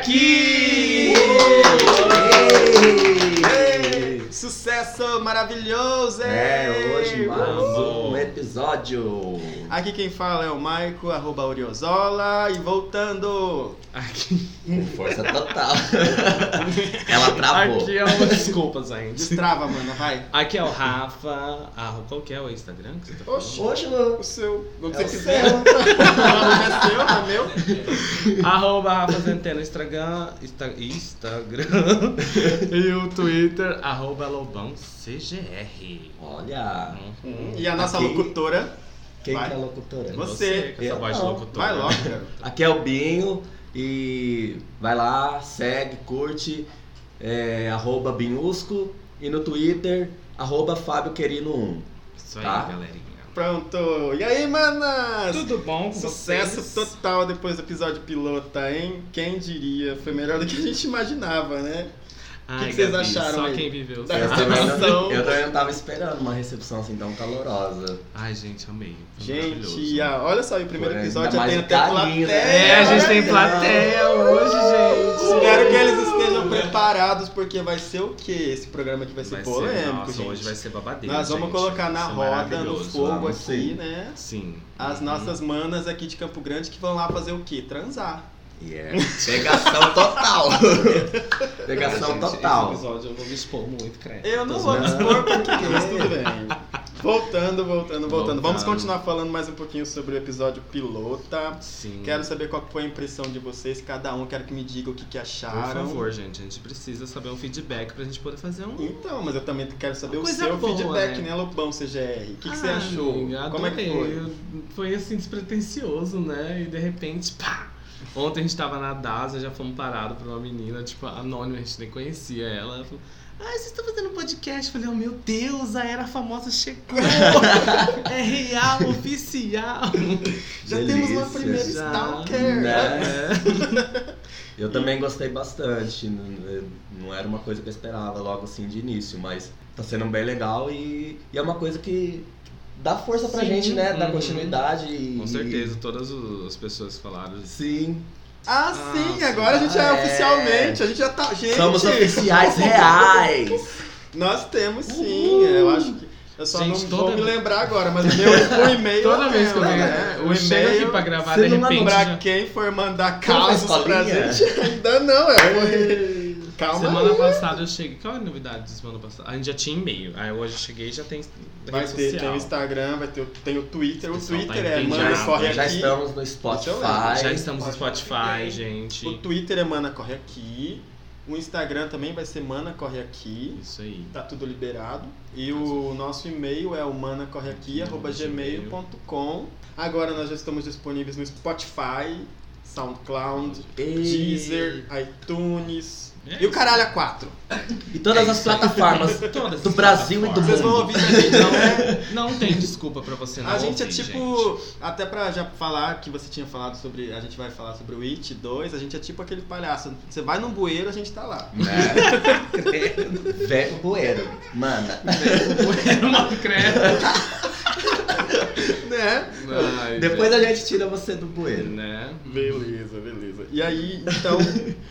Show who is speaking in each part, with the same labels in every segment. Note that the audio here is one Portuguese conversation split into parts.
Speaker 1: aqui!
Speaker 2: Ei!
Speaker 1: Ei, Sucesso maravilhoso!
Speaker 2: É,
Speaker 1: ei!
Speaker 2: hoje mais
Speaker 1: Uhul.
Speaker 2: um episódio.
Speaker 1: Aqui quem fala é o Maico, arroba Oriozola, e voltando!
Speaker 3: Aqui,
Speaker 2: Com força total. Ela travou.
Speaker 3: aqui é o. Desculpa, gente.
Speaker 1: Destrava, mano, vai!
Speaker 3: Aqui é o Rafa. Ah, qual que é o Instagram que você tá falando?
Speaker 1: Oxi.
Speaker 2: Hoje não.
Speaker 1: O seu, não
Speaker 2: É
Speaker 1: sei
Speaker 2: o
Speaker 1: se
Speaker 2: seu.
Speaker 1: quiser. Não é seu, não é meu.
Speaker 3: Arroba Rafa Centeno, Instagram. Insta- Instagram. e o Twitter, arroba Lobão CGR.
Speaker 2: Olha.
Speaker 1: E a nossa
Speaker 2: Hum. Aqui.
Speaker 1: locutora,
Speaker 2: Quem
Speaker 1: Vai.
Speaker 2: que é a locutora?
Speaker 1: Você. É.
Speaker 3: com essa
Speaker 2: Eu
Speaker 3: voz de
Speaker 2: não.
Speaker 3: locutora.
Speaker 1: vai logo, cara.
Speaker 2: Aqui é o Binho. E vai lá, segue, curte. É, arroba Binhusco. E no Twitter, arroba Fábio Querino 1.
Speaker 3: Isso aí,
Speaker 2: Tá.
Speaker 3: galerinha.
Speaker 1: Pronto! E aí, manas?
Speaker 3: Tudo bom com
Speaker 1: Sucesso
Speaker 3: vocês?
Speaker 1: total depois do episódio pilota, hein? Quem diria? Foi melhor do que a gente imaginava, né?
Speaker 3: Ai,
Speaker 1: que vocês
Speaker 3: Gabi,
Speaker 1: acharam
Speaker 3: Só
Speaker 1: aí?
Speaker 3: quem viveu.
Speaker 1: Da
Speaker 3: sabe.
Speaker 2: Eu também,
Speaker 1: Recepção.
Speaker 2: não, eu também não tava esperando uma recepção assim tão calorosa.
Speaker 3: Ai, gente, amei. Foi
Speaker 1: Gente,
Speaker 3: maravilhoso.
Speaker 1: ah, olha só, e o primeiro
Speaker 2: Porém,
Speaker 1: episódio
Speaker 2: ainda
Speaker 1: já tem
Speaker 2: mais
Speaker 1: até plateia.
Speaker 2: carinho, né?
Speaker 3: É, a gente tem
Speaker 1: olha.
Speaker 3: plateia hoje, gente.
Speaker 1: Espero que eles estejam preparados, porque vai ser o quê? Esse programa aqui vai ser
Speaker 3: Vai
Speaker 1: polêmico,
Speaker 3: nossa,
Speaker 1: gente.
Speaker 3: hoje vai ser babadeiro.
Speaker 1: Nós vamos
Speaker 3: gente.
Speaker 1: colocar na
Speaker 3: Vai ser
Speaker 1: roda, no
Speaker 3: maravilhoso.
Speaker 1: fogo
Speaker 2: vamos
Speaker 1: aqui,
Speaker 2: sim.
Speaker 1: né?
Speaker 3: Sim.
Speaker 1: As
Speaker 3: Uhum.
Speaker 1: nossas manas aqui de Campo Grande que vão lá fazer o quê? Transar.
Speaker 2: Yeah. Pegação total. Pegação
Speaker 3: Gente,
Speaker 2: total.
Speaker 3: Esse episódio eu vou me expor muito, credo.
Speaker 1: Eu não
Speaker 2: Tô
Speaker 1: vou me
Speaker 2: zoando.
Speaker 1: expor porque mas tudo bem. Voltando, voltando, voltando. Vamos
Speaker 3: Voltando.
Speaker 1: continuar falando mais um pouquinho sobre o episódio pilota.
Speaker 3: Sim.
Speaker 1: Quero saber qual foi a impressão de vocês, cada um. Quero que me diga o que, que acharam.
Speaker 3: Por favor, gente, a gente precisa saber um feedback pra gente poder fazer um.
Speaker 1: Então, mas eu também quero saber
Speaker 3: Uma
Speaker 1: o
Speaker 3: coisa
Speaker 1: seu
Speaker 3: boa,
Speaker 1: feedback,
Speaker 3: né?
Speaker 1: né, Lobão CGR? O que, que você
Speaker 3: Ah,
Speaker 1: achou?
Speaker 3: amiga,
Speaker 1: Como é que
Speaker 3: adorei.
Speaker 1: foi?
Speaker 3: Foi assim, despretensioso, né? E de repente, pá! Ontem a gente tava na DASA, já fomos parados por uma menina, tipo, anônima, a gente nem conhecia ela. Ela falou, ah, vocês estão fazendo um podcast? Eu falei, oh meu Deus, a era famosa chegou! é real, oficial!
Speaker 1: Já
Speaker 2: Delícia.
Speaker 1: temos uma primeira
Speaker 3: Já,
Speaker 1: stalker.
Speaker 2: né?
Speaker 3: É.
Speaker 2: Eu também gostei bastante. Não, não era uma coisa que eu esperava logo assim de início, mas tá sendo bem legal e, e é uma coisa que dá força pra
Speaker 3: Sim,
Speaker 2: gente, né? Dá
Speaker 3: uhum.
Speaker 2: continuidade. E,
Speaker 3: Com certeza, todas o- as pessoas que falaram.
Speaker 2: Sim.
Speaker 1: Ah, sim,
Speaker 3: Ah,
Speaker 1: agora a gente já é
Speaker 2: é.
Speaker 1: oficialmente, a gente já tá... Gente,
Speaker 2: Somos oficiais reais.
Speaker 1: nós temos sim, é, eu acho que... Eu só
Speaker 3: Gente,
Speaker 1: não vou
Speaker 3: toda-
Speaker 1: me lembrar agora, mas o meu o e-mail...
Speaker 3: Toda
Speaker 1: eu
Speaker 3: vez que eu
Speaker 1: lembro,
Speaker 3: venho
Speaker 1: né?
Speaker 3: o e-mail aqui pra gravar,
Speaker 2: se
Speaker 3: de
Speaker 2: não
Speaker 3: repente.
Speaker 1: Pra
Speaker 3: já-
Speaker 1: quem for mandar
Speaker 2: Você não faz
Speaker 1: casos pra
Speaker 2: colinha?
Speaker 1: gente, ainda não. É, calma
Speaker 3: Semana
Speaker 1: aí.
Speaker 3: passada eu cheguei. Qual é a novidade de semana passada? A gente já tinha e-mail. Aí hoje eu cheguei e já tem. rede
Speaker 1: Vai ter, tem
Speaker 3: social.
Speaker 1: o Instagram, vai ter, o- tem o Twitter. O
Speaker 3: Esse pessoal tá
Speaker 1: Twitter é
Speaker 3: entediado,
Speaker 1: Mana Corre
Speaker 2: Já
Speaker 1: Aqui.
Speaker 2: estamos no Spotify.
Speaker 3: Já estamos no
Speaker 1: Pode
Speaker 3: Spotify,
Speaker 1: ver.
Speaker 3: gente.
Speaker 1: O Twitter é Mana Corre Aqui. O Instagram também vai ser Mana Corre Aqui.
Speaker 3: Isso aí.
Speaker 1: Tá tudo liberado. E o nosso e-mail é o manacorreaqui.gmail.com. Agora nós já estamos disponíveis no Spotify, SoundCloud,
Speaker 2: E-
Speaker 1: Deezer, iTunes.
Speaker 3: É
Speaker 1: E o caralho a quatro.
Speaker 2: E todas
Speaker 3: É
Speaker 2: as
Speaker 3: isso aí.
Speaker 2: plataformas.
Speaker 3: Todas
Speaker 2: Do
Speaker 3: as
Speaker 2: Brasil e do
Speaker 3: plataformas.
Speaker 1: Vocês vão ouvir a gente, não é?
Speaker 3: Não tem desculpa pra você não
Speaker 1: A gente é
Speaker 3: ouvir,
Speaker 1: tipo, até pra já falar que você tinha falado sobre, a gente vai falar sobre o It 2, a gente é tipo aquele palhaço, você vai num bueiro, a gente tá lá.
Speaker 2: Né? Vem pro bueiro. Manda.
Speaker 3: gente. Não credo.
Speaker 1: né?
Speaker 3: Ai,
Speaker 2: Depois
Speaker 3: gente,
Speaker 2: a gente tira você do bueiro.
Speaker 3: Né?
Speaker 1: Beleza, beleza. E aí, então,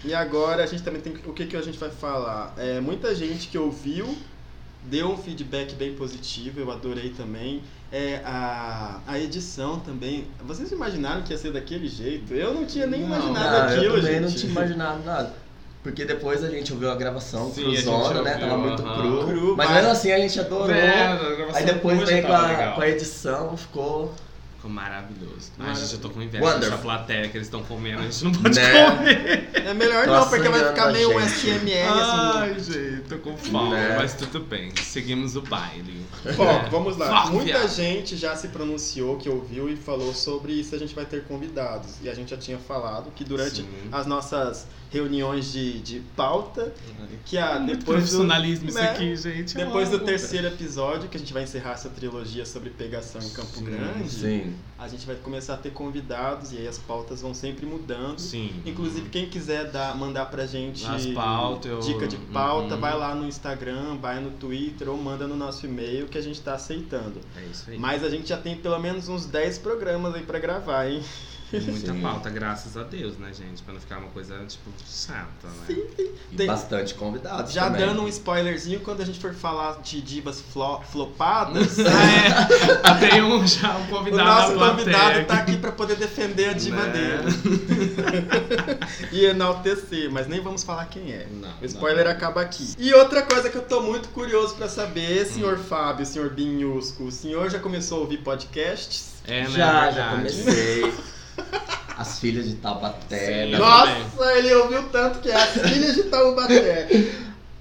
Speaker 1: e agora a gente também tem, o que que a gente vai falar? É, muita gente que ouviu deu um feedback bem positivo, eu adorei também. É, a, a edição também, vocês imaginaram que ia ser daquele jeito? Eu não tinha nem
Speaker 3: Não,
Speaker 1: imaginado
Speaker 2: Ah,
Speaker 1: aquilo,
Speaker 2: eu também
Speaker 1: gente.
Speaker 2: não tinha imaginado nada. Porque depois a gente ouviu a gravação
Speaker 3: Sim, a gente
Speaker 2: cruzona, né?
Speaker 3: ouviu,
Speaker 2: Tava muito
Speaker 3: aham.
Speaker 2: cru.
Speaker 1: Cru,
Speaker 2: Mas
Speaker 1: mas-
Speaker 2: mesmo assim a gente adorou.
Speaker 3: É, a gravação
Speaker 2: Aí depois
Speaker 3: hoje
Speaker 2: veio com
Speaker 3: tava
Speaker 2: a,
Speaker 3: tá legal.
Speaker 2: com a edição, ficou.
Speaker 3: Ficou maravilhoso. Ai,
Speaker 1: Maravilhoso.
Speaker 3: gente, eu tô com inveja
Speaker 2: Wonderful.
Speaker 3: dessa plateia que eles estão comendo. A gente não pode
Speaker 2: Né?
Speaker 3: comer.
Speaker 1: É melhor
Speaker 2: Tô
Speaker 1: não, porque vai
Speaker 2: assanhando
Speaker 1: ficar
Speaker 2: Tá a
Speaker 1: meio um
Speaker 2: gente. Ah, é.
Speaker 1: SMR, assim,
Speaker 3: Ai, gente, tô com fome.
Speaker 2: Né?
Speaker 3: Mas tudo bem, seguimos o baile.
Speaker 1: Bom, vamos lá.
Speaker 3: Foco,
Speaker 1: Muita
Speaker 3: viado.
Speaker 1: gente já se pronunciou, que ouviu e falou sobre se a gente vai ter convidados. E a gente já tinha falado que durante
Speaker 3: Sim.
Speaker 1: as nossas reuniões de, de pauta, que a,
Speaker 3: É Muito
Speaker 1: depois, do,
Speaker 3: profissionalismo isso
Speaker 1: né?
Speaker 3: aqui, gente. é Eu
Speaker 1: depois do
Speaker 3: amo.
Speaker 1: terceiro episódio, que a gente vai encerrar essa trilogia sobre pegação em Campo
Speaker 3: Sim,
Speaker 1: Grande,
Speaker 2: Sim.
Speaker 1: a gente vai começar a ter convidados e aí as pautas vão sempre mudando.
Speaker 3: Sim.
Speaker 1: Inclusive, quem quiser dar, mandar pra gente
Speaker 3: As pautas, eu-
Speaker 1: dica de pauta,
Speaker 3: Uhum.
Speaker 1: vai lá no Instagram, vai no Twitter ou manda no nosso e-mail que a gente tá aceitando.
Speaker 3: É isso aí.
Speaker 1: Mas a gente já tem pelo menos uns 10 programas aí pra gravar, hein?
Speaker 3: Tem muita
Speaker 2: Sim.
Speaker 3: pauta, graças a Deus, né, gente? Pra não ficar uma coisa, tipo, chata, né?
Speaker 2: E
Speaker 1: Tem-
Speaker 2: bastante convidados
Speaker 1: Já
Speaker 2: também.
Speaker 1: dando um spoilerzinho, quando a gente for falar de divas flo- flopadas,
Speaker 3: Ah, é. Tem um, já um
Speaker 1: o
Speaker 3: convidado
Speaker 1: nosso
Speaker 3: na plateia
Speaker 1: convidado tá
Speaker 3: aqui.
Speaker 1: aqui pra poder defender a diva
Speaker 3: Né?
Speaker 1: dele e enaltecer, mas nem vamos falar quem é.
Speaker 3: Não,
Speaker 1: O spoiler
Speaker 3: não.
Speaker 1: acaba aqui. E outra coisa que eu tô muito curioso pra saber, senhor
Speaker 3: Hum.
Speaker 1: Fábio, senhor Binhusco, o senhor já começou a ouvir podcasts?
Speaker 3: É, né?
Speaker 2: Já,
Speaker 3: é
Speaker 2: já
Speaker 3: verdade.
Speaker 2: comecei. As filhas de Taubaté.
Speaker 3: Sim.
Speaker 2: né?
Speaker 3: Eu
Speaker 1: Nossa, ele ouviu tanto que é as filhas de Taubaté.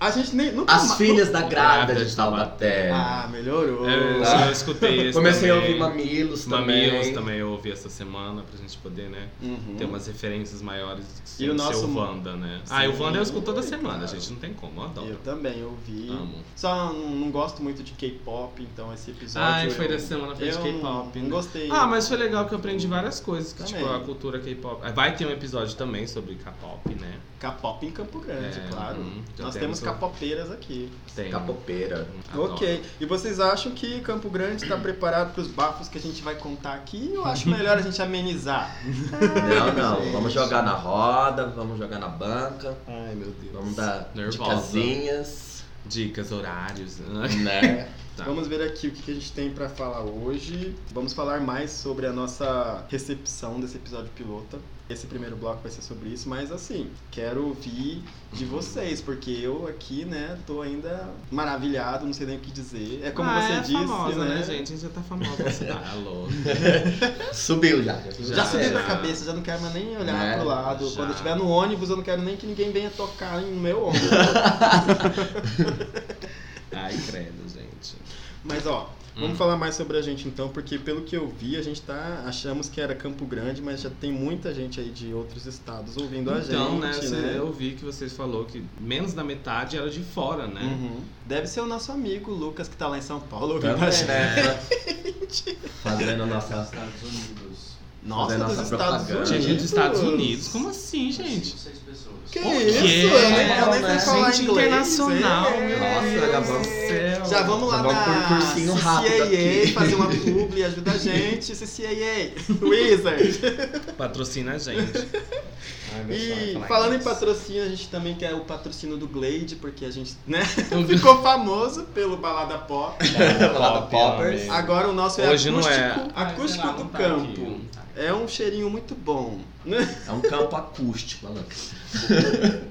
Speaker 1: A gente nem. Nunca
Speaker 2: As
Speaker 1: ma-
Speaker 2: filhas da grávida
Speaker 3: Grávida
Speaker 2: de
Speaker 3: de Taubaté.
Speaker 2: Taubaté.
Speaker 1: Ah, melhorou.
Speaker 3: É,
Speaker 2: Tá.
Speaker 3: Eu escutei esse
Speaker 2: Comecei a
Speaker 3: também.
Speaker 2: ouvir Mamilos também.
Speaker 3: Mamilos também eu ouvi essa semana pra gente poder, né?
Speaker 1: Uhum.
Speaker 3: Ter umas referências maiores sem
Speaker 1: E o
Speaker 3: ser
Speaker 1: nosso-
Speaker 3: o Wanda, né? Ah, e
Speaker 1: Sim.
Speaker 3: o Wanda eu escuto toda semana,
Speaker 2: Claro.
Speaker 3: gente. Não tem como, eu
Speaker 1: Eu um
Speaker 3: adoro.
Speaker 1: também ouvi.
Speaker 3: Amo.
Speaker 1: Só não, não gosto muito de K-pop, então esse episódio.
Speaker 3: Ai, foi
Speaker 1: eu,
Speaker 3: da semana foi de
Speaker 1: eu
Speaker 3: K-pop.
Speaker 1: Não,
Speaker 3: né?
Speaker 1: não gostei.
Speaker 3: Ah, mas foi legal que eu aprendi várias coisas, que, tipo,
Speaker 1: Também.
Speaker 3: a cultura K-pop. Ah, Vai ter um episódio também sobre K-pop, né?
Speaker 1: K-pop em Campo Grande,
Speaker 3: É,
Speaker 1: claro.
Speaker 3: uhum, já
Speaker 1: Nós
Speaker 3: temos
Speaker 1: temos
Speaker 3: o-
Speaker 1: capopeiras aqui.
Speaker 3: Tem.
Speaker 2: Capopeira.
Speaker 3: Adoro.
Speaker 1: Ok. E vocês acham que Campo Grande está preparado para os bafos que a gente vai contar aqui? Eu acho melhor a gente amenizar.
Speaker 2: Não, não.
Speaker 1: Gente.
Speaker 2: Vamos jogar na roda, vamos jogar na banca,
Speaker 1: Ai, meu Deus.
Speaker 2: vamos dar
Speaker 3: Nervosa.
Speaker 2: dicasinhas,
Speaker 3: Dicas, horários. né?
Speaker 2: né?
Speaker 3: Tá.
Speaker 1: Vamos ver aqui o que que a gente tem para falar hoje. Vamos falar mais sobre a nossa recepção desse episódio pilota. Esse primeiro bloco vai ser sobre isso, mas assim, quero ouvir de vocês, porque eu aqui, né, tô ainda maravilhado, não sei nem o que dizer. É como
Speaker 3: Ah,
Speaker 1: você
Speaker 3: é
Speaker 1: disse,
Speaker 3: famosa,
Speaker 1: né?
Speaker 3: gente? A gente já tá famosa. assim. Ah, louco.
Speaker 2: Subiu já. Já,
Speaker 1: Já,
Speaker 3: Já
Speaker 1: subiu
Speaker 3: era.
Speaker 1: da cabeça, já não quero mais nem olhar
Speaker 2: Né?
Speaker 1: pro lado.
Speaker 3: Já.
Speaker 1: Quando eu estiver no ônibus, eu não quero nem que ninguém venha tocar no meu ombro.
Speaker 3: Ai, credo, gente.
Speaker 1: Mas ó, vamos
Speaker 3: Hum.
Speaker 1: falar mais sobre a gente então, porque pelo que eu vi, a gente tá. Achamos que era Campo Grande, mas já tem muita gente aí de outros estados ouvindo a gente.
Speaker 3: Então, né, você-
Speaker 1: né?
Speaker 3: eu vi que vocês falou que menos da metade era de fora, né?
Speaker 1: Uhum. Deve ser o nosso amigo Lucas que tá lá em São Paulo ouvindo a
Speaker 2: Também,
Speaker 1: gente.
Speaker 2: né? Fazendo nossa.
Speaker 4: Estados Unidos.
Speaker 1: Nossa,
Speaker 2: Fazer
Speaker 1: dos
Speaker 2: nossa
Speaker 1: Estados
Speaker 2: propaganda.
Speaker 1: Unidos.
Speaker 3: Tinha gente dos Estados Unidos. Como assim, gente?
Speaker 4: Cinco, seis pessoas. É
Speaker 1: Que
Speaker 3: Por
Speaker 1: isso?
Speaker 3: quê?
Speaker 1: Eu nem, eu nem sei
Speaker 2: Né?
Speaker 1: falar
Speaker 3: Gente
Speaker 1: inglês.
Speaker 3: internacional,
Speaker 1: é.
Speaker 3: meu
Speaker 2: Nossa, já vamos-
Speaker 3: Deus do
Speaker 1: Já
Speaker 3: céu.
Speaker 1: vamos lá
Speaker 2: Já vamos
Speaker 1: na
Speaker 2: por um cursinho rápido
Speaker 1: CCAA,
Speaker 2: aqui.
Speaker 1: fazer uma publi, ajuda a gente, CCAA, Wizard.
Speaker 3: Patrocina a gente. Ai, meu sonho é
Speaker 1: E
Speaker 3: falar
Speaker 1: falando em
Speaker 3: inglês.
Speaker 1: patrocínio, a gente também quer o patrocínio do Glade, porque a gente, né, ficou famoso pelo Balada Pop.
Speaker 2: Balada
Speaker 3: Pop,
Speaker 2: Poppers.
Speaker 3: amei.
Speaker 1: Agora o nosso é
Speaker 3: Hoje não
Speaker 1: acústico,
Speaker 3: é.
Speaker 1: acústico
Speaker 3: Ai, sei lá,
Speaker 1: do
Speaker 3: não tá aqui,
Speaker 1: campo.
Speaker 3: não tá aqui.
Speaker 1: É um cheirinho muito bom.
Speaker 2: É um campo acústico, Alan.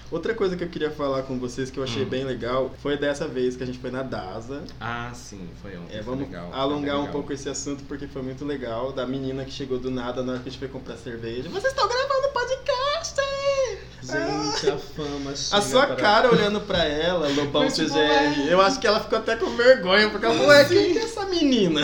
Speaker 1: Outra coisa que eu queria falar com vocês que eu achei
Speaker 3: Hum.
Speaker 1: bem legal foi dessa vez que a gente foi na DASA.
Speaker 3: Ah, sim, foi ontem.
Speaker 1: É,
Speaker 3: foi
Speaker 1: vamos
Speaker 3: legal, foi
Speaker 1: alongar um
Speaker 3: legal.
Speaker 1: pouco esse assunto porque foi muito legal. Da menina que chegou do nada na hora que a gente foi comprar cerveja. Vocês estão gravando podcast! hein?"
Speaker 3: Gente, a fama
Speaker 1: A
Speaker 3: chega
Speaker 1: sua
Speaker 3: para-
Speaker 1: cara olhando pra ela, Lobão
Speaker 3: Mas, tipo,
Speaker 1: TGR. Eu acho que ela ficou até com vergonha porque ela falou: Ué, quem que é essa menina?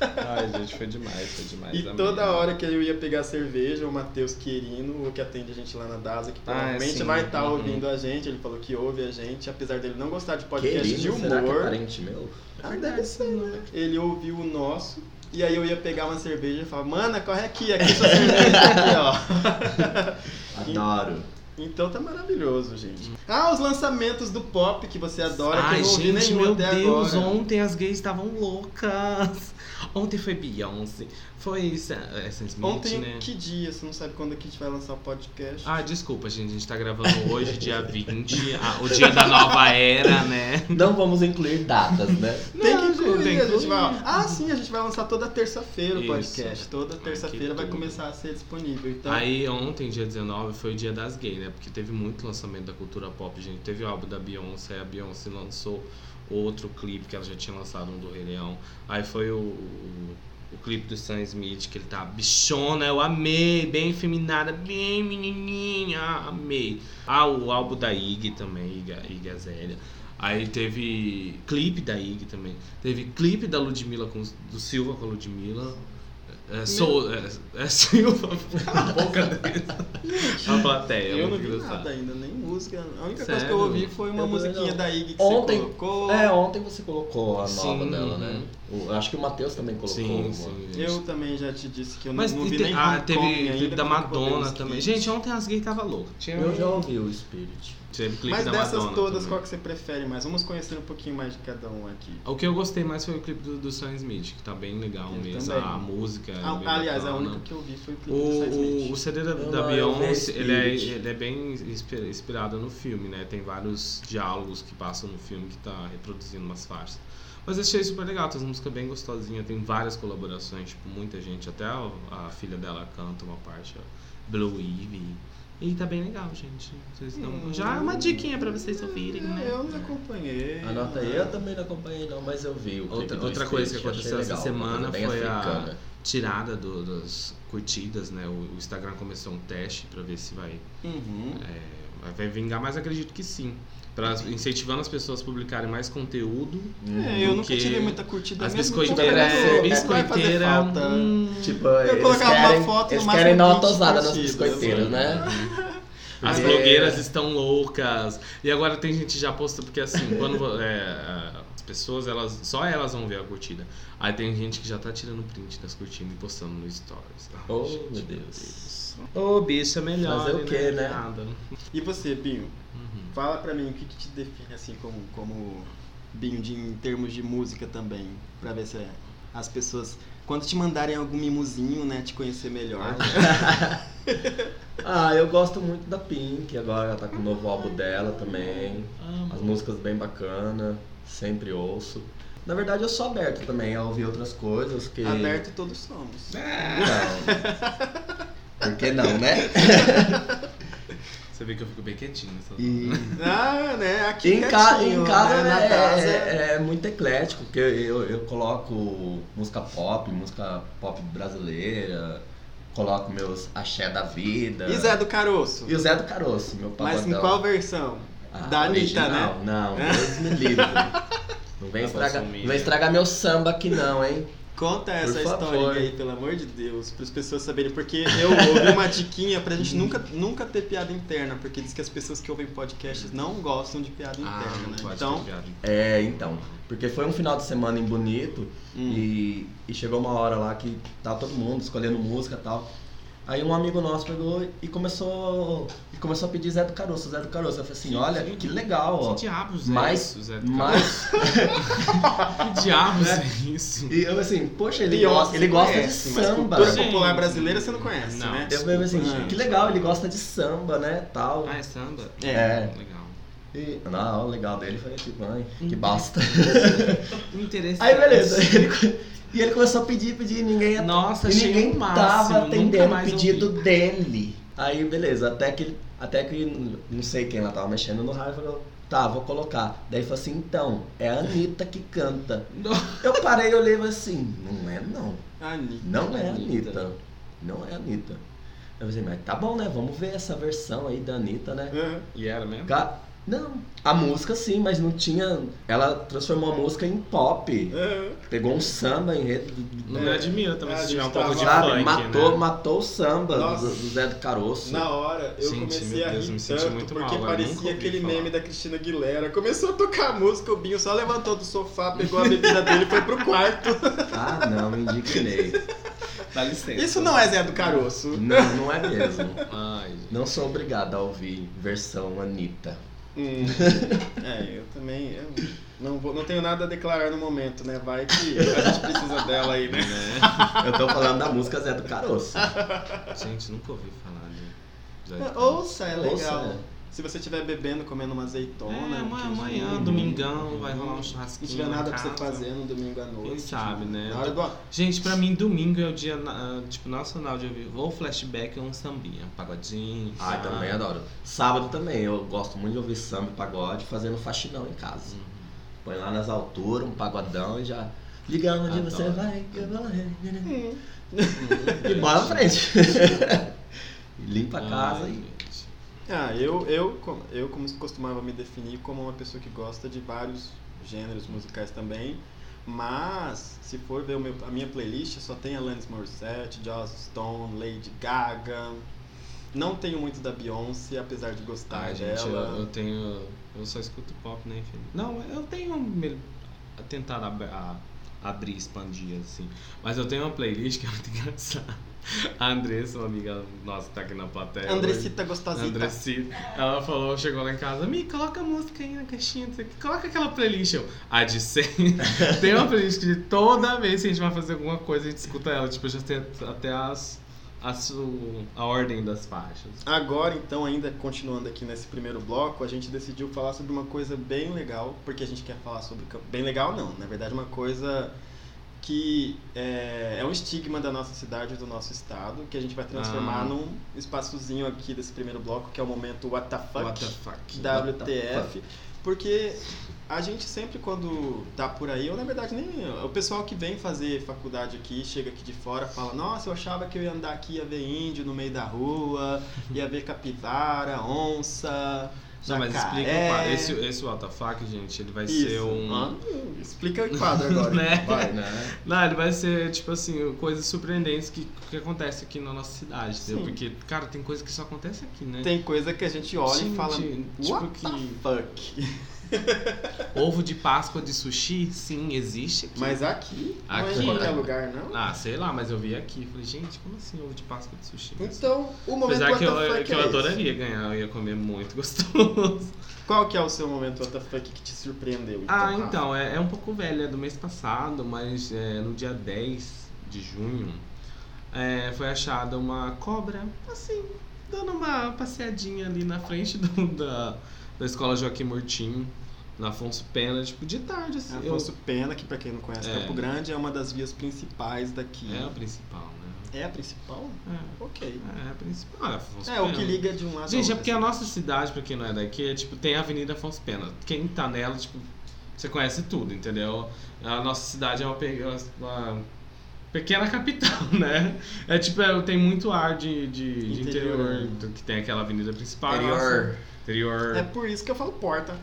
Speaker 3: Ai, gente, foi demais, foi demais.
Speaker 1: E
Speaker 3: amei.
Speaker 1: toda hora que eu ia pegar cerveja, o Matheus Quirino, o que atende a gente lá na DASA, que
Speaker 3: Ah,
Speaker 1: provavelmente
Speaker 3: sim.
Speaker 1: vai estar
Speaker 3: Uhum.
Speaker 1: ouvindo a gente, ele falou que ouve a gente, apesar dele não gostar de podcast de
Speaker 2: Querido, será que é
Speaker 1: humor.
Speaker 2: parente meu?
Speaker 1: Ah, deve ser, né? Ele ouviu o nosso. E aí eu ia pegar uma cerveja e falar, mana, corre aqui, aqui sua cerveja aqui, ó.
Speaker 2: Adoro.
Speaker 1: Então tá maravilhoso, gente. Ah, os lançamentos do pop que você adora, que
Speaker 3: Ai,
Speaker 1: eu não ouvi
Speaker 3: gente,
Speaker 1: nenhum
Speaker 3: meu
Speaker 1: até
Speaker 3: Deus,
Speaker 1: agora.
Speaker 3: ontem as gays estavam loucas. Ontem foi Beyoncé, foi Sa- é, Sam Smith,
Speaker 1: Ontem,
Speaker 3: né?
Speaker 1: que dia? Você não sabe quando a gente vai lançar o podcast.
Speaker 3: Ah, desculpa, gente, a gente tá gravando hoje, dia 20, a- o dia da nova era, né?
Speaker 2: Não vamos incluir datas, né?
Speaker 1: Tem que
Speaker 3: Não,
Speaker 1: incluir,
Speaker 3: tem
Speaker 1: a gente
Speaker 3: incluir.
Speaker 1: vai. Ah, sim, a gente vai lançar toda terça-feira o
Speaker 3: Isso.
Speaker 1: podcast. Toda
Speaker 3: Ai,
Speaker 1: terça-feira
Speaker 3: que
Speaker 1: vai
Speaker 3: tudo.
Speaker 1: começar a ser disponível. Então,
Speaker 3: Aí ontem, dia 19, foi o dia das gays, né? Porque teve muito lançamento da cultura pop, gente. Teve o álbum da Beyoncé, a Beyoncé lançou outro clipe que ela já tinha lançado, um do Rei Leão. Aí foi o, o, o clipe do Sam Smith, que ele tá bichona, eu amei, bem feminada, bem menininha, amei. Ah, o álbum da Ig também, Ig, Ig Azélia. Aí teve clipe da Ig também. Teve clipe da Ludmilla com, do Silva com a Ludmilla. É, sou, é, é Silva, a boca dele. A plateia.
Speaker 1: eu não
Speaker 3: é muito
Speaker 1: vi
Speaker 3: engraçado.
Speaker 1: nada ainda, nem música. A única coisa que
Speaker 3: Sério?
Speaker 1: eu ouvi foi uma
Speaker 2: Eu também
Speaker 1: musiquinha
Speaker 2: não.
Speaker 1: da Ig que
Speaker 2: Ontem-
Speaker 1: você colocou.
Speaker 2: É, ontem você colocou a nova
Speaker 3: Sim,
Speaker 2: dela, né?
Speaker 3: uhum.
Speaker 2: O- acho que o Matheus também colocou
Speaker 3: Sim,
Speaker 2: uma.
Speaker 3: sim. gente.
Speaker 1: Eu também já te disse que eu não,
Speaker 3: Mas
Speaker 1: não
Speaker 3: e
Speaker 1: vi
Speaker 3: te-
Speaker 1: nem
Speaker 3: ah,
Speaker 1: Hong
Speaker 3: teve
Speaker 1: Kong ainda,
Speaker 3: clipe da
Speaker 1: porque eu vou ver
Speaker 3: Madonna
Speaker 1: os
Speaker 3: também.
Speaker 1: clipes. um
Speaker 3: Gente, ontem as gays tava loucas. Tinha
Speaker 2: Eu já ouvi o Spirit.
Speaker 3: Teve clipe
Speaker 1: Mas
Speaker 3: da
Speaker 1: dessas
Speaker 3: Madonna
Speaker 1: todas,
Speaker 3: também.
Speaker 1: qual que você prefere mais? Vamos conhecer um pouquinho mais de cada um aqui.
Speaker 3: O que eu gostei mais foi o clipe do, do Sam Smith, que tá bem legal
Speaker 1: Eu
Speaker 3: mesmo.
Speaker 1: também.
Speaker 3: A música. é
Speaker 1: Ah,
Speaker 3: bem
Speaker 1: aliás, a
Speaker 3: bacana.
Speaker 1: única que eu vi foi o
Speaker 3: O,
Speaker 1: clipe do Sam
Speaker 3: o, o
Speaker 1: Smith.
Speaker 3: CD da,
Speaker 2: Eu
Speaker 3: da
Speaker 2: não, eu vi
Speaker 3: Beyoncé, ele é,
Speaker 2: Spirit.
Speaker 3: ele é bem inspi- inspirado no filme, né? Tem vários diálogos que passam no filme que tá reproduzindo umas faixas. Mas eu achei super legal, tem uma música bem gostosinha, tem várias colaborações, tipo, muita gente, até a, a filha dela canta uma parte, ó, Blue Eve. E tá bem legal, gente. Vocês estão...
Speaker 1: Hum.
Speaker 3: Já é uma diquinha pra vocês ouvirem, né?
Speaker 1: Eu não acompanhei.
Speaker 2: Anota aí, eu também não acompanhei não, mas eu vi o clipe
Speaker 3: Outra-
Speaker 2: do
Speaker 3: outra coisa
Speaker 2: Spirit,
Speaker 3: que aconteceu
Speaker 2: achei
Speaker 3: essa
Speaker 2: legal, uma
Speaker 3: semana
Speaker 2: coisa bem
Speaker 3: foi a-
Speaker 2: africana.
Speaker 3: Tirada do- das curtidas, né? O, o Instagram começou um teste pra ver se vai
Speaker 1: Uhum.
Speaker 3: É, Vai- Vai vingar, mas acredito que sim. Pra, incentivando as pessoas a publicarem mais conteúdo.
Speaker 1: É, eu nunca
Speaker 3: Porque
Speaker 1: tirei muita curtida
Speaker 3: As
Speaker 1: mesmo,
Speaker 3: biscoiteiras.
Speaker 1: porque não vai fazer
Speaker 3: biscoiteira.
Speaker 1: falta.
Speaker 3: hum,
Speaker 2: Tipo,
Speaker 1: Eu
Speaker 2: eles
Speaker 1: colocava uma
Speaker 2: querem,
Speaker 1: foto no
Speaker 2: eles
Speaker 1: máximo
Speaker 2: querem dar uma
Speaker 1: 20
Speaker 2: tosada nas
Speaker 1: curtidas,
Speaker 2: biscoiteiras, né?
Speaker 3: Uhum. as
Speaker 2: É.
Speaker 3: blogueiras estão loucas. E agora tem gente já posta, porque assim, quando é, as pessoas, elas só elas vão ver a curtida. Aí tem gente que já tá tirando print das curtidas e postando no stories. Ah,
Speaker 2: Oh,
Speaker 3: gente,
Speaker 2: meu Deus.
Speaker 3: Ô, bicha, melhor.
Speaker 2: Fazer o quê, né?
Speaker 3: Nada.
Speaker 1: E você, Binho?
Speaker 3: Uhum.
Speaker 1: Fala pra mim o que, que te define assim como, como Binho de, em termos de música também. Pra ver se é- as pessoas. Quando te mandarem algum mimozinho, né, te conhecer melhor.
Speaker 2: Ah, eu gosto muito da Pink, agora ela tá com o novo álbum dela também. As
Speaker 3: Amo.
Speaker 2: músicas bem bacana, sempre ouço. Na verdade, eu sou aberto também a ouvir outras coisas que.
Speaker 1: Aberto todos somos.
Speaker 3: Né?
Speaker 2: Não. Por que não, né?
Speaker 3: Você vê que eu fico bem quietinho. nessa-
Speaker 2: E
Speaker 1: Ah, né? Aqui
Speaker 2: em, ca-
Speaker 1: quietinho,
Speaker 2: em casa
Speaker 1: né?
Speaker 2: né,
Speaker 1: na casa.
Speaker 2: É, é muito eclético, porque eu, eu coloco música pop, música pop brasileira, coloco meus axé da vida.
Speaker 1: E Zé é do Caroço.
Speaker 2: E o Zé do Caroço, meu pagodão. Ah,
Speaker 1: Mas em qual versão? da Anitta, né? É.
Speaker 2: original? Não, Deus me livre. Não vem,
Speaker 3: Tá
Speaker 2: estragar,
Speaker 3: bom,
Speaker 2: não vem estragar meu samba aqui não, hein?
Speaker 1: Conta essa
Speaker 2: favor.
Speaker 1: história aí, pelo amor de Deus, para as pessoas saberem, porque eu ouvi uma diquinha pra gente nunca, nunca ter piada interna, porque diz que as pessoas que ouvem podcasts não gostam de piada
Speaker 3: Ah,
Speaker 1: interna,
Speaker 3: não
Speaker 1: né?
Speaker 3: pode
Speaker 1: Então,
Speaker 3: ter piada.
Speaker 2: É, então. Porque foi um final de semana em Bonito
Speaker 1: hum,
Speaker 2: e, e chegou uma hora lá que tava todo mundo escolhendo música e tal. Aí um amigo nosso pegou e começou, e começou a pedir Zé do Caroço, Zé do Caroço. Eu falei assim, olha, que legal, ó.
Speaker 3: Que diabos é
Speaker 2: Mas-
Speaker 3: isso, Zé? do
Speaker 2: Mas,
Speaker 3: Caroço? Que diabos é isso?
Speaker 2: e eu assim, poxa, ele
Speaker 1: Beyoncé
Speaker 2: gosta, ele
Speaker 1: você
Speaker 2: gosta
Speaker 1: conhece,
Speaker 2: de é,
Speaker 1: mas
Speaker 2: samba.
Speaker 1: cultura
Speaker 3: Gente.
Speaker 1: popular brasileira você não conhece,
Speaker 3: Não.
Speaker 1: né?
Speaker 2: Eu mesmo assim,
Speaker 1: Desculpa.
Speaker 2: que legal, ele gosta de samba, né, tal.
Speaker 3: Ah, é samba? Ah,
Speaker 2: É.
Speaker 3: Legal.
Speaker 2: E, não, o legal dele foi tipo, ai, que basta.
Speaker 3: Interessante.
Speaker 2: Aí beleza, ele, e ele começou a pedir, pedir, e ninguém atendeu.
Speaker 3: Nossa,
Speaker 2: E
Speaker 3: achei
Speaker 2: ninguém
Speaker 3: o máximo.
Speaker 2: tava
Speaker 3: nunca
Speaker 2: atendendo o
Speaker 3: mais
Speaker 2: pedido
Speaker 3: ouvi.
Speaker 2: dele. Aí beleza, até que, até que não sei quem lá tava mexendo no rádio falou, tá, vou colocar. Daí falou assim, então, é a Anitta que canta.
Speaker 3: Não.
Speaker 2: Eu parei e olhei e falei assim, não é não,
Speaker 1: Ah, Anitta.
Speaker 2: não é a
Speaker 3: Anitta.
Speaker 2: Anitta. Não é a Anitta. Eu falei, mas tá bom, né? Vamos ver essa versão aí da Anitta, né?
Speaker 1: Uhum.
Speaker 3: E era mesmo?
Speaker 2: Ca- Não, a música sim, mas não tinha. Ela transformou a música em pop.
Speaker 1: Uhum.
Speaker 2: Pegou um samba em rede.
Speaker 3: Não me admira também
Speaker 1: Ah,
Speaker 3: se tiver um
Speaker 1: gente,
Speaker 3: pouco
Speaker 1: tava-
Speaker 3: de
Speaker 2: Sabe,
Speaker 3: funk,
Speaker 2: É. matou,
Speaker 3: né?
Speaker 2: matou o samba do,
Speaker 1: Nossa.
Speaker 2: do Zé do Caroço.
Speaker 1: Na hora, eu
Speaker 3: Gente,
Speaker 1: comecei
Speaker 3: meu
Speaker 1: a
Speaker 3: Deus,
Speaker 1: rir
Speaker 3: me senti
Speaker 1: tanto,
Speaker 3: muito mal,
Speaker 1: porque
Speaker 3: eu nunca
Speaker 1: parecia
Speaker 3: ouvi
Speaker 1: aquele
Speaker 3: falar.
Speaker 1: meme da Cristina Aguilera. Começou a tocar a música, o Binho só levantou do sofá, pegou a bebida dele e foi pro quarto.
Speaker 2: Ah, não, me indignei.
Speaker 3: Dá licença.
Speaker 1: Isso não é Zé do Caroço.
Speaker 3: Hum.
Speaker 2: Não, não é mesmo.
Speaker 3: Ai, gente.
Speaker 2: Não sou obrigado a ouvir versão Anitta.
Speaker 1: Hum. É, eu também. Eu não, vou, não tenho nada a declarar no momento, né? Vai que a gente precisa dela aí, né?
Speaker 2: Eu tô falando da música Zé do Caroço.
Speaker 3: né? Gente, nunca ouvi falar de Zé do Caroço.
Speaker 1: Ouça, é
Speaker 2: Ouça,
Speaker 1: legal.
Speaker 2: né?
Speaker 1: Se você estiver bebendo, comendo uma azeitona. um
Speaker 3: É, amanhã,
Speaker 1: queijinho,
Speaker 3: amanhã, domingão, vai rolar um churrasquinho
Speaker 1: Não tiver nada pra
Speaker 3: na
Speaker 1: você
Speaker 3: casa.
Speaker 1: fazer no domingo à noite.
Speaker 3: Quem sabe, né?
Speaker 1: Na hora do.
Speaker 3: Gente, pra mim, domingo é o dia, na- ah, tipo, nacional de ouvir ou flashback ou um sambinha. Um pagodinho.
Speaker 2: Ai,
Speaker 3: samba.
Speaker 2: também adoro. Sábado também, eu gosto muito de ouvir samba e pagode fazendo faxinão em
Speaker 3: Uhum.
Speaker 2: casa. Põe lá nas alturas, um pagodão e já. Liga onde
Speaker 3: Adoro.
Speaker 2: você vai, que eu vou lá.
Speaker 1: Hum.
Speaker 2: E bola na frente. Limpa a casa
Speaker 3: Ai,
Speaker 2: e.
Speaker 3: gente.
Speaker 1: Ah, eu, eu, co- eu como costumava me definir como uma pessoa que gosta de vários gêneros musicais também, mas se for ver o meu- a minha playlist, só tem Alanis Morissette, Joss Stone, Lady Gaga. Não tenho muito da Beyoncé, apesar de gostar
Speaker 3: Ai,
Speaker 1: dela.
Speaker 3: gente, eu, eu tenho. Eu só escuto pop, né, filho? Não, eu tenho me- tentado ab- a, abrir, expandir, assim. Mas eu tenho uma playlist que é muito engraçada. A Andressa, uma amiga nossa que tá aqui na plateia. hoje.
Speaker 1: Andressita gostosita.
Speaker 3: Andressita. Ela falou, chegou lá em casa, me coloca a música aí na caixinha, não sei o quê. coloca aquela playlist. Eu, a de 100. Tem uma playlist que toda vez que a gente vai fazer alguma coisa, a gente escuta ela. Tipo, eu já tem até as, as, o- a ordem das faixas.
Speaker 1: Agora, então, ainda continuando aqui nesse primeiro bloco, a gente decidiu falar sobre uma coisa bem legal, porque a gente quer falar sobre. cam- Bem legal, não, na verdade, uma coisa que é, é um estigma da nossa cidade, do nosso estado, que a gente vai transformar
Speaker 3: Ah.
Speaker 1: num espaçozinho aqui desse primeiro bloco, que é o momento What the Fuck,
Speaker 3: What the fuck?
Speaker 1: WTF, porque a gente sempre, quando tá por aí, ou na verdade, nem o pessoal que vem fazer faculdade aqui, chega aqui de fora, fala: Nossa, eu achava que eu ia andar aqui, ia ver índio no meio da rua, ia ver capivara, onça.
Speaker 3: Não, mas
Speaker 1: jacaré."
Speaker 3: explica o quadro. Esse, esse What the fuck, gente, ele vai ser
Speaker 1: é. Isso.
Speaker 3: um.
Speaker 1: Ah, explica o quadro agora.
Speaker 3: Né?
Speaker 1: vai.
Speaker 2: né?
Speaker 3: Não, ele vai ser, tipo assim, coisas surpreendentes que, que acontece aqui na nossa cidade, entendeu?
Speaker 1: Sim.
Speaker 3: Porque, cara, tem coisa que só acontece aqui, né?
Speaker 1: Tem coisa que a gente olha e
Speaker 3: Gente,
Speaker 1: fala:
Speaker 3: tipo
Speaker 1: What
Speaker 3: que-
Speaker 1: the fuck?
Speaker 3: Ovo de Páscoa de sushi, sim, existe aqui.
Speaker 1: Mas aqui, não é
Speaker 3: Aqui.
Speaker 1: em qualquer lugar, não.
Speaker 3: Ah, sei lá, mas eu vi aqui. Falei, gente, como assim ovo de Páscoa de sushi?
Speaker 1: Então, o momento
Speaker 3: Apesar
Speaker 1: what
Speaker 3: que
Speaker 1: the
Speaker 3: eu,
Speaker 1: fuck
Speaker 3: que eu
Speaker 1: é esse.
Speaker 3: adoraria ganhar, eu ia comer muito gostoso.
Speaker 1: Qual que é o seu momento what the fuck que te surpreendeu?
Speaker 3: Ah,
Speaker 1: Rafa?
Speaker 3: então, é, é um pouco velho, é do mês passado, mas é, no dia 10 de junho é, foi achada uma cobra, assim, dando uma passeadinha ali na frente do- da, da escola Joaquim Murtinho, na Afonso Pena, tipo, de tarde, assim. eu-
Speaker 1: Afonso Ah, Pena, que pra quem não conhece,
Speaker 3: É.
Speaker 1: Campo Grande é uma das vias principais daqui.
Speaker 3: É a principal, né?
Speaker 1: É a principal?
Speaker 3: É,
Speaker 1: Ok.
Speaker 3: é a principal. É, a Afonso
Speaker 1: É, o que
Speaker 3: Pena.
Speaker 1: liga de um lado ao
Speaker 3: Gente, é
Speaker 1: outro.
Speaker 3: porque a nossa cidade, pra quem não é daqui, é, tipo, tem a Avenida Afonso Pena. Quem tá nela, tipo, você conhece tudo, entendeu? A nossa cidade é uma, pe- uma pequena capital, né? É tipo, é, tem muito ar de, de, de
Speaker 1: Interior.
Speaker 3: interior, do que tem aquela avenida principal.
Speaker 2: Interior.
Speaker 3: nossa. Interior.
Speaker 1: É por isso que eu falo porta.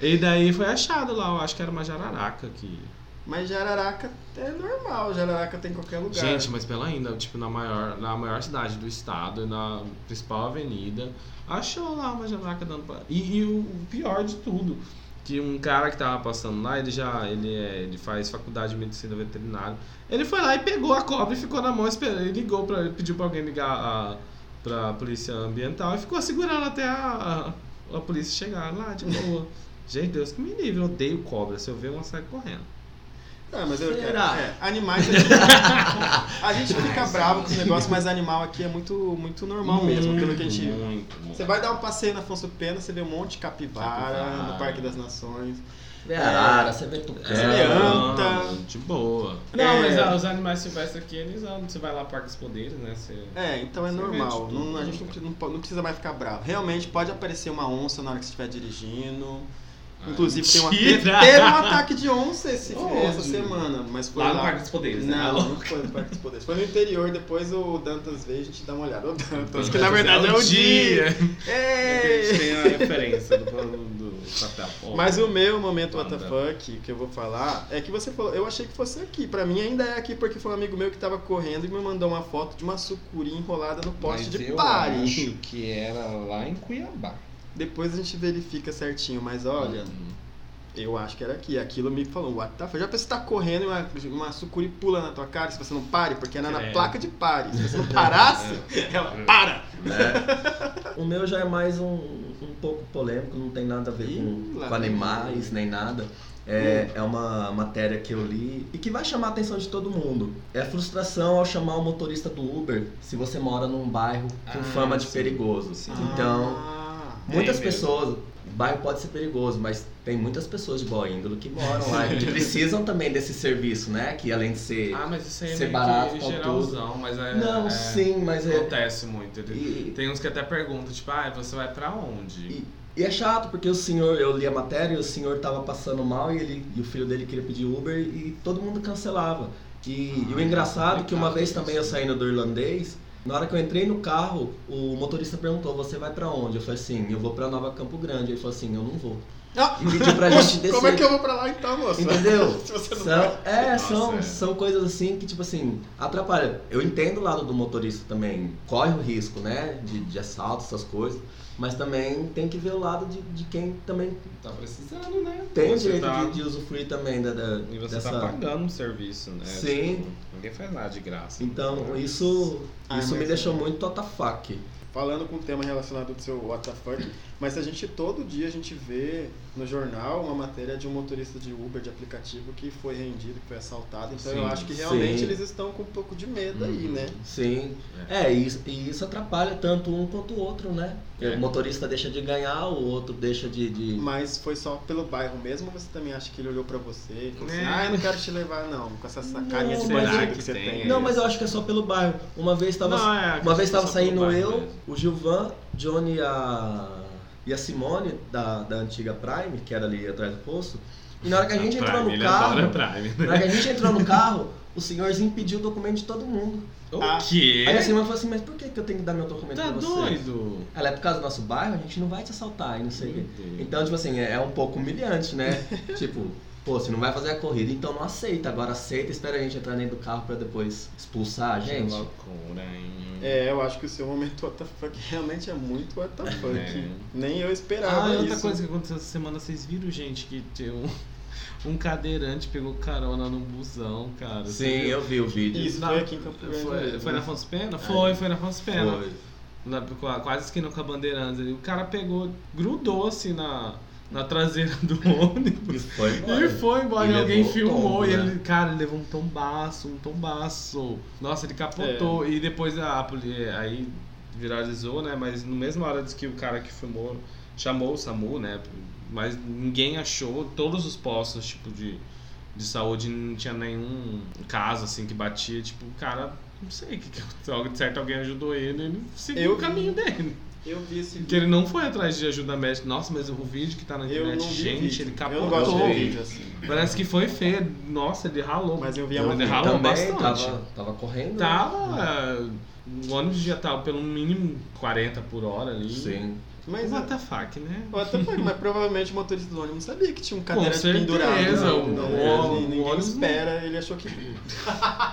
Speaker 3: E daí foi achado lá, eu acho que era uma jararaca que.
Speaker 1: Mas Jararaca é normal, Jararaca tem em qualquer lugar.
Speaker 3: Gente, mas pela ainda, tipo, na maior, na maior cidade do estado, na principal avenida, achou lá uma jararaca dando pra... E, e o pior de tudo, que um cara que tava passando lá, ele já, ele, é, ele faz faculdade de medicina veterinária, ele foi lá e pegou a cobra e ficou na mão, esperando, e ligou pra, ele pediu pra alguém ligar a, pra polícia ambiental e ficou segurando até a, a, a polícia chegar lá de boa. Gente, Deus que me livre, eu odeio cobra, se eu ver, ela sai correndo.
Speaker 1: Ah, mas eu
Speaker 2: Será?
Speaker 1: quero. É, animais. A gente, a gente fica
Speaker 3: é.
Speaker 1: bravo com os negócios, mas animal aqui é muito, muito normal mesmo, pelo que a gente.
Speaker 3: Muito, muito.
Speaker 1: Você vai dar um passeio na Afonso Pena, você vê um monte de capivara
Speaker 3: Capivara.
Speaker 1: no Parque das Nações.
Speaker 2: Vê arara, É, você vê tucano.
Speaker 1: É,
Speaker 3: um
Speaker 1: anta.
Speaker 3: não, De boa. Não,
Speaker 1: É.
Speaker 3: mas ah, os animais silvestres aqui, eles andam. Você vai lá, paga os poderes, né? Você...
Speaker 1: É, então é
Speaker 3: Você
Speaker 1: normal.
Speaker 3: mete tudo,
Speaker 1: Não- a
Speaker 3: né,
Speaker 1: gente não, pre- não po- não precisa mais ficar bravo. Realmente pode aparecer uma onça na hora que você estiver dirigindo.
Speaker 3: Ah,
Speaker 1: Inclusive tem uma, teve,
Speaker 3: mentira!
Speaker 1: teve um ataque de onça esse-
Speaker 3: Onde?
Speaker 1: essa semana, mas foi
Speaker 3: Lá
Speaker 1: lá.
Speaker 3: no Parque dos Poderes, né?
Speaker 1: Não, não foi no Parque dos Poderes. Foi no interior, depois o Dantas veio, a gente dá uma olhada. O Dantas, que na verdade é o dia.
Speaker 3: É,
Speaker 1: É.
Speaker 3: tem um a referência do, do, do papel.
Speaker 1: Mas o meu momento
Speaker 3: Manda.
Speaker 1: WTF que eu vou falar é que você falou, eu achei que fosse aqui. Pra mim ainda é aqui porque foi um amigo meu que tava correndo e me mandou uma foto de uma sucuri enrolada no poste de pare.
Speaker 3: que era lá em Cuiabá.
Speaker 1: Depois a gente verifica certinho, mas olha, eu acho que era aqui. Aquilo me falou, what the fuck? Já pensou você tá correndo e uma, uma sucuri pula na tua cara se você não pare, porque era na
Speaker 3: É.
Speaker 1: placa de pare. Se você não parasse, ela para!
Speaker 2: O meu já é mais um, um pouco polêmico, não tem nada a ver
Speaker 1: Ih,
Speaker 2: com,
Speaker 1: lá
Speaker 2: com
Speaker 1: vem.
Speaker 2: animais nem nada. É, é uma matéria que eu li e que vai chamar a atenção de todo mundo. É a frustração ao chamar o motorista do Uber se você mora num bairro com
Speaker 3: Ah,
Speaker 2: fama de
Speaker 3: sim.
Speaker 2: perigoso.
Speaker 3: Sim.
Speaker 2: Então,
Speaker 1: Ah.
Speaker 3: Tem
Speaker 2: muitas
Speaker 3: mesmo.
Speaker 2: pessoas. Bairro pode ser perigoso, mas tem muitas pessoas de boa índole que moram lá e que precisam também desse serviço, né? Que além de ser.
Speaker 3: Ah, mas isso aí é
Speaker 2: Ser
Speaker 3: meio
Speaker 2: barato,
Speaker 3: que
Speaker 2: tal, tudo.
Speaker 3: geralzão, mas é.
Speaker 2: não,
Speaker 3: é,
Speaker 2: sim, mas é.
Speaker 3: Acontece muito. Ele-
Speaker 2: E-
Speaker 3: Tem uns que até perguntam, tipo, ah, você vai pra onde?
Speaker 2: E é chato, porque o senhor, eu li a matéria, e o senhor tava passando mal e, ele, e o filho dele queria pedir Uber e todo mundo cancelava. E, e o engraçado é que uma vez também eu saindo do irlandês, na hora que eu entrei no carro, o motorista perguntou, você vai pra onde? Eu falei assim, eu vou pra Nova Campo Grande. Ele falou assim, eu não vou.
Speaker 1: Ah.
Speaker 2: E pediu pra gente descer.
Speaker 1: Como é que eu vou pra lá então, moça?
Speaker 2: Entendeu?
Speaker 1: Se você não
Speaker 2: São, é,
Speaker 3: Nossa,
Speaker 2: são,
Speaker 3: é.
Speaker 2: são coisas assim que, tipo assim, atrapalha. Eu entendo o lado do motorista também, corre o risco, né? De, de assalto, essas coisas. Mas também tem que ver o lado de, de quem também
Speaker 3: Tá precisando, né?
Speaker 2: tem o
Speaker 3: Você
Speaker 2: direito
Speaker 3: tá-
Speaker 2: de, de usufruir também da, da-
Speaker 3: E você
Speaker 2: dessa.
Speaker 3: tá pagando um serviço, né?
Speaker 2: Sim.
Speaker 3: Tipo, ninguém faz nada de graça.
Speaker 2: Então, isso,
Speaker 1: Ah,
Speaker 3: é.
Speaker 2: isso me
Speaker 1: mas-
Speaker 2: deixou muito totafac.
Speaker 1: Falando com o tema relacionado ao seu what the fuck, mas a gente todo dia a gente vê no jornal uma matéria de um motorista de Uber de aplicativo que foi rendido, que foi assaltado. Então eu
Speaker 3: Sim,
Speaker 1: acho que realmente
Speaker 2: sim.
Speaker 1: eles estão com um pouco de medo aí,
Speaker 3: Uhum.
Speaker 1: né?
Speaker 2: Sim. É, e, isso- e isso atrapalha tanto um quanto o outro, né?
Speaker 3: É.
Speaker 2: O motorista deixa de ganhar, o outro deixa de. de-
Speaker 1: Mas foi só pelo bairro mesmo, ou você também acha que ele olhou pra você e falou assim,
Speaker 3: É.
Speaker 1: ah, eu não quero te levar não, com essa carinha de
Speaker 2: Não, mas
Speaker 1: bandido
Speaker 3: eu-
Speaker 1: que você
Speaker 3: tem
Speaker 1: tem.
Speaker 2: Não,
Speaker 1: aí."
Speaker 2: mas eu acho que é só pelo bairro. Uma vez tava.
Speaker 3: Não, é,
Speaker 2: Uma vez estava
Speaker 3: só pelo
Speaker 2: saindo
Speaker 3: bairro
Speaker 2: eu,
Speaker 3: mesmo.
Speaker 2: o Gilvan, Johnny e a, e a Simone, da, da antiga Prime, que era ali atrás do poço. E na hora que a gente entrou
Speaker 3: Ah, Prime,
Speaker 2: no
Speaker 3: ele
Speaker 2: carro,
Speaker 3: adora
Speaker 2: na
Speaker 3: Prime. né?
Speaker 2: hora que a gente entrou no carro, o senhorzinho pediu o documento de todo mundo.
Speaker 1: Ah.
Speaker 3: O quê?
Speaker 2: Aí a Simone falou assim, mas por que, que eu tenho que dar meu documento
Speaker 3: Tá
Speaker 2: pra você?
Speaker 3: doido?
Speaker 2: Ela é por causa do nosso bairro, a gente não vai te assaltar e não sei o quê. Então, tipo assim, é, é um pouco humilhante, né? tipo, pô, você não vai fazer a corrida, então não aceita. Agora aceita, espera a gente entrar dentro do carro pra depois expulsar a
Speaker 3: Que
Speaker 2: gente.
Speaker 3: loucura, hein?
Speaker 1: É, eu acho que o seu momento what the fuck realmente é muito what the fuck.
Speaker 3: É.
Speaker 1: Nem eu esperava
Speaker 3: Ah, e outra
Speaker 1: isso.
Speaker 3: coisa que aconteceu essa semana, vocês viram, gente, que tem um, um cadeirante pegou carona no busão, cara.
Speaker 2: Sim,
Speaker 3: Você viu?
Speaker 2: eu vi o vídeo.
Speaker 1: Isso
Speaker 3: Na-
Speaker 1: foi aqui em Campo Grande.
Speaker 3: Foi,
Speaker 1: mesmo,
Speaker 3: foi
Speaker 1: né?
Speaker 3: na Afonso Pena? Foi, foi na Afonso Pena.
Speaker 2: Foi.
Speaker 3: Na, com a- quase esquina com a Bandeirantes. ali. O cara pegou, grudou assim na, na traseira do ônibus.
Speaker 2: E foi embora.
Speaker 3: E foi embora,
Speaker 2: E
Speaker 3: e alguém
Speaker 2: levou o
Speaker 1: um
Speaker 3: filmou
Speaker 2: tombo,
Speaker 3: e
Speaker 2: né?
Speaker 3: ele, cara, ele levou um tombaço, um tombaço. Nossa, ele
Speaker 1: É.
Speaker 3: capotou e depois a poli- é, aí viralizou, né? Mas no mesmo hora diz que o cara que filmou chamou o SAMU, né? Mas ninguém achou, todos os postos, tipo, de, de saúde não tinha nenhum caso assim que batia, tipo, o cara, não sei o que, que aconteceu, de certo alguém ajudou ele, ele seguiu
Speaker 1: Eu
Speaker 3: o caminho dele.
Speaker 1: Eu vi esse
Speaker 3: Que
Speaker 1: vídeo.
Speaker 3: ele não foi atrás de ajuda médica. Nossa, mas o vídeo que tá na
Speaker 1: Eu
Speaker 3: internet,
Speaker 1: não vi
Speaker 3: gente,
Speaker 1: vídeo.
Speaker 3: ele
Speaker 1: Eu
Speaker 3: capotou.
Speaker 1: não gosto de ver vídeo assim.
Speaker 3: Parece que foi feio. Nossa, ele ralou.
Speaker 1: Mas eu vi a
Speaker 3: Ele
Speaker 1: matéria.
Speaker 3: ralou
Speaker 2: também
Speaker 3: bastante. Tá.
Speaker 2: tava, tava correndo.
Speaker 3: Tava. é, O ônibus já tava pelo mínimo 40 por hora ali.
Speaker 2: né? Sim.
Speaker 1: Mas
Speaker 3: What the fuck, né?
Speaker 1: What the fuck? Mas provavelmente o motorista do ônibus sabia que tinha um cadeirante
Speaker 3: certeza,
Speaker 1: pendurado.
Speaker 3: o-
Speaker 1: não,
Speaker 3: o-
Speaker 1: ninguém
Speaker 3: o ônibus-
Speaker 1: espera, ele achou que.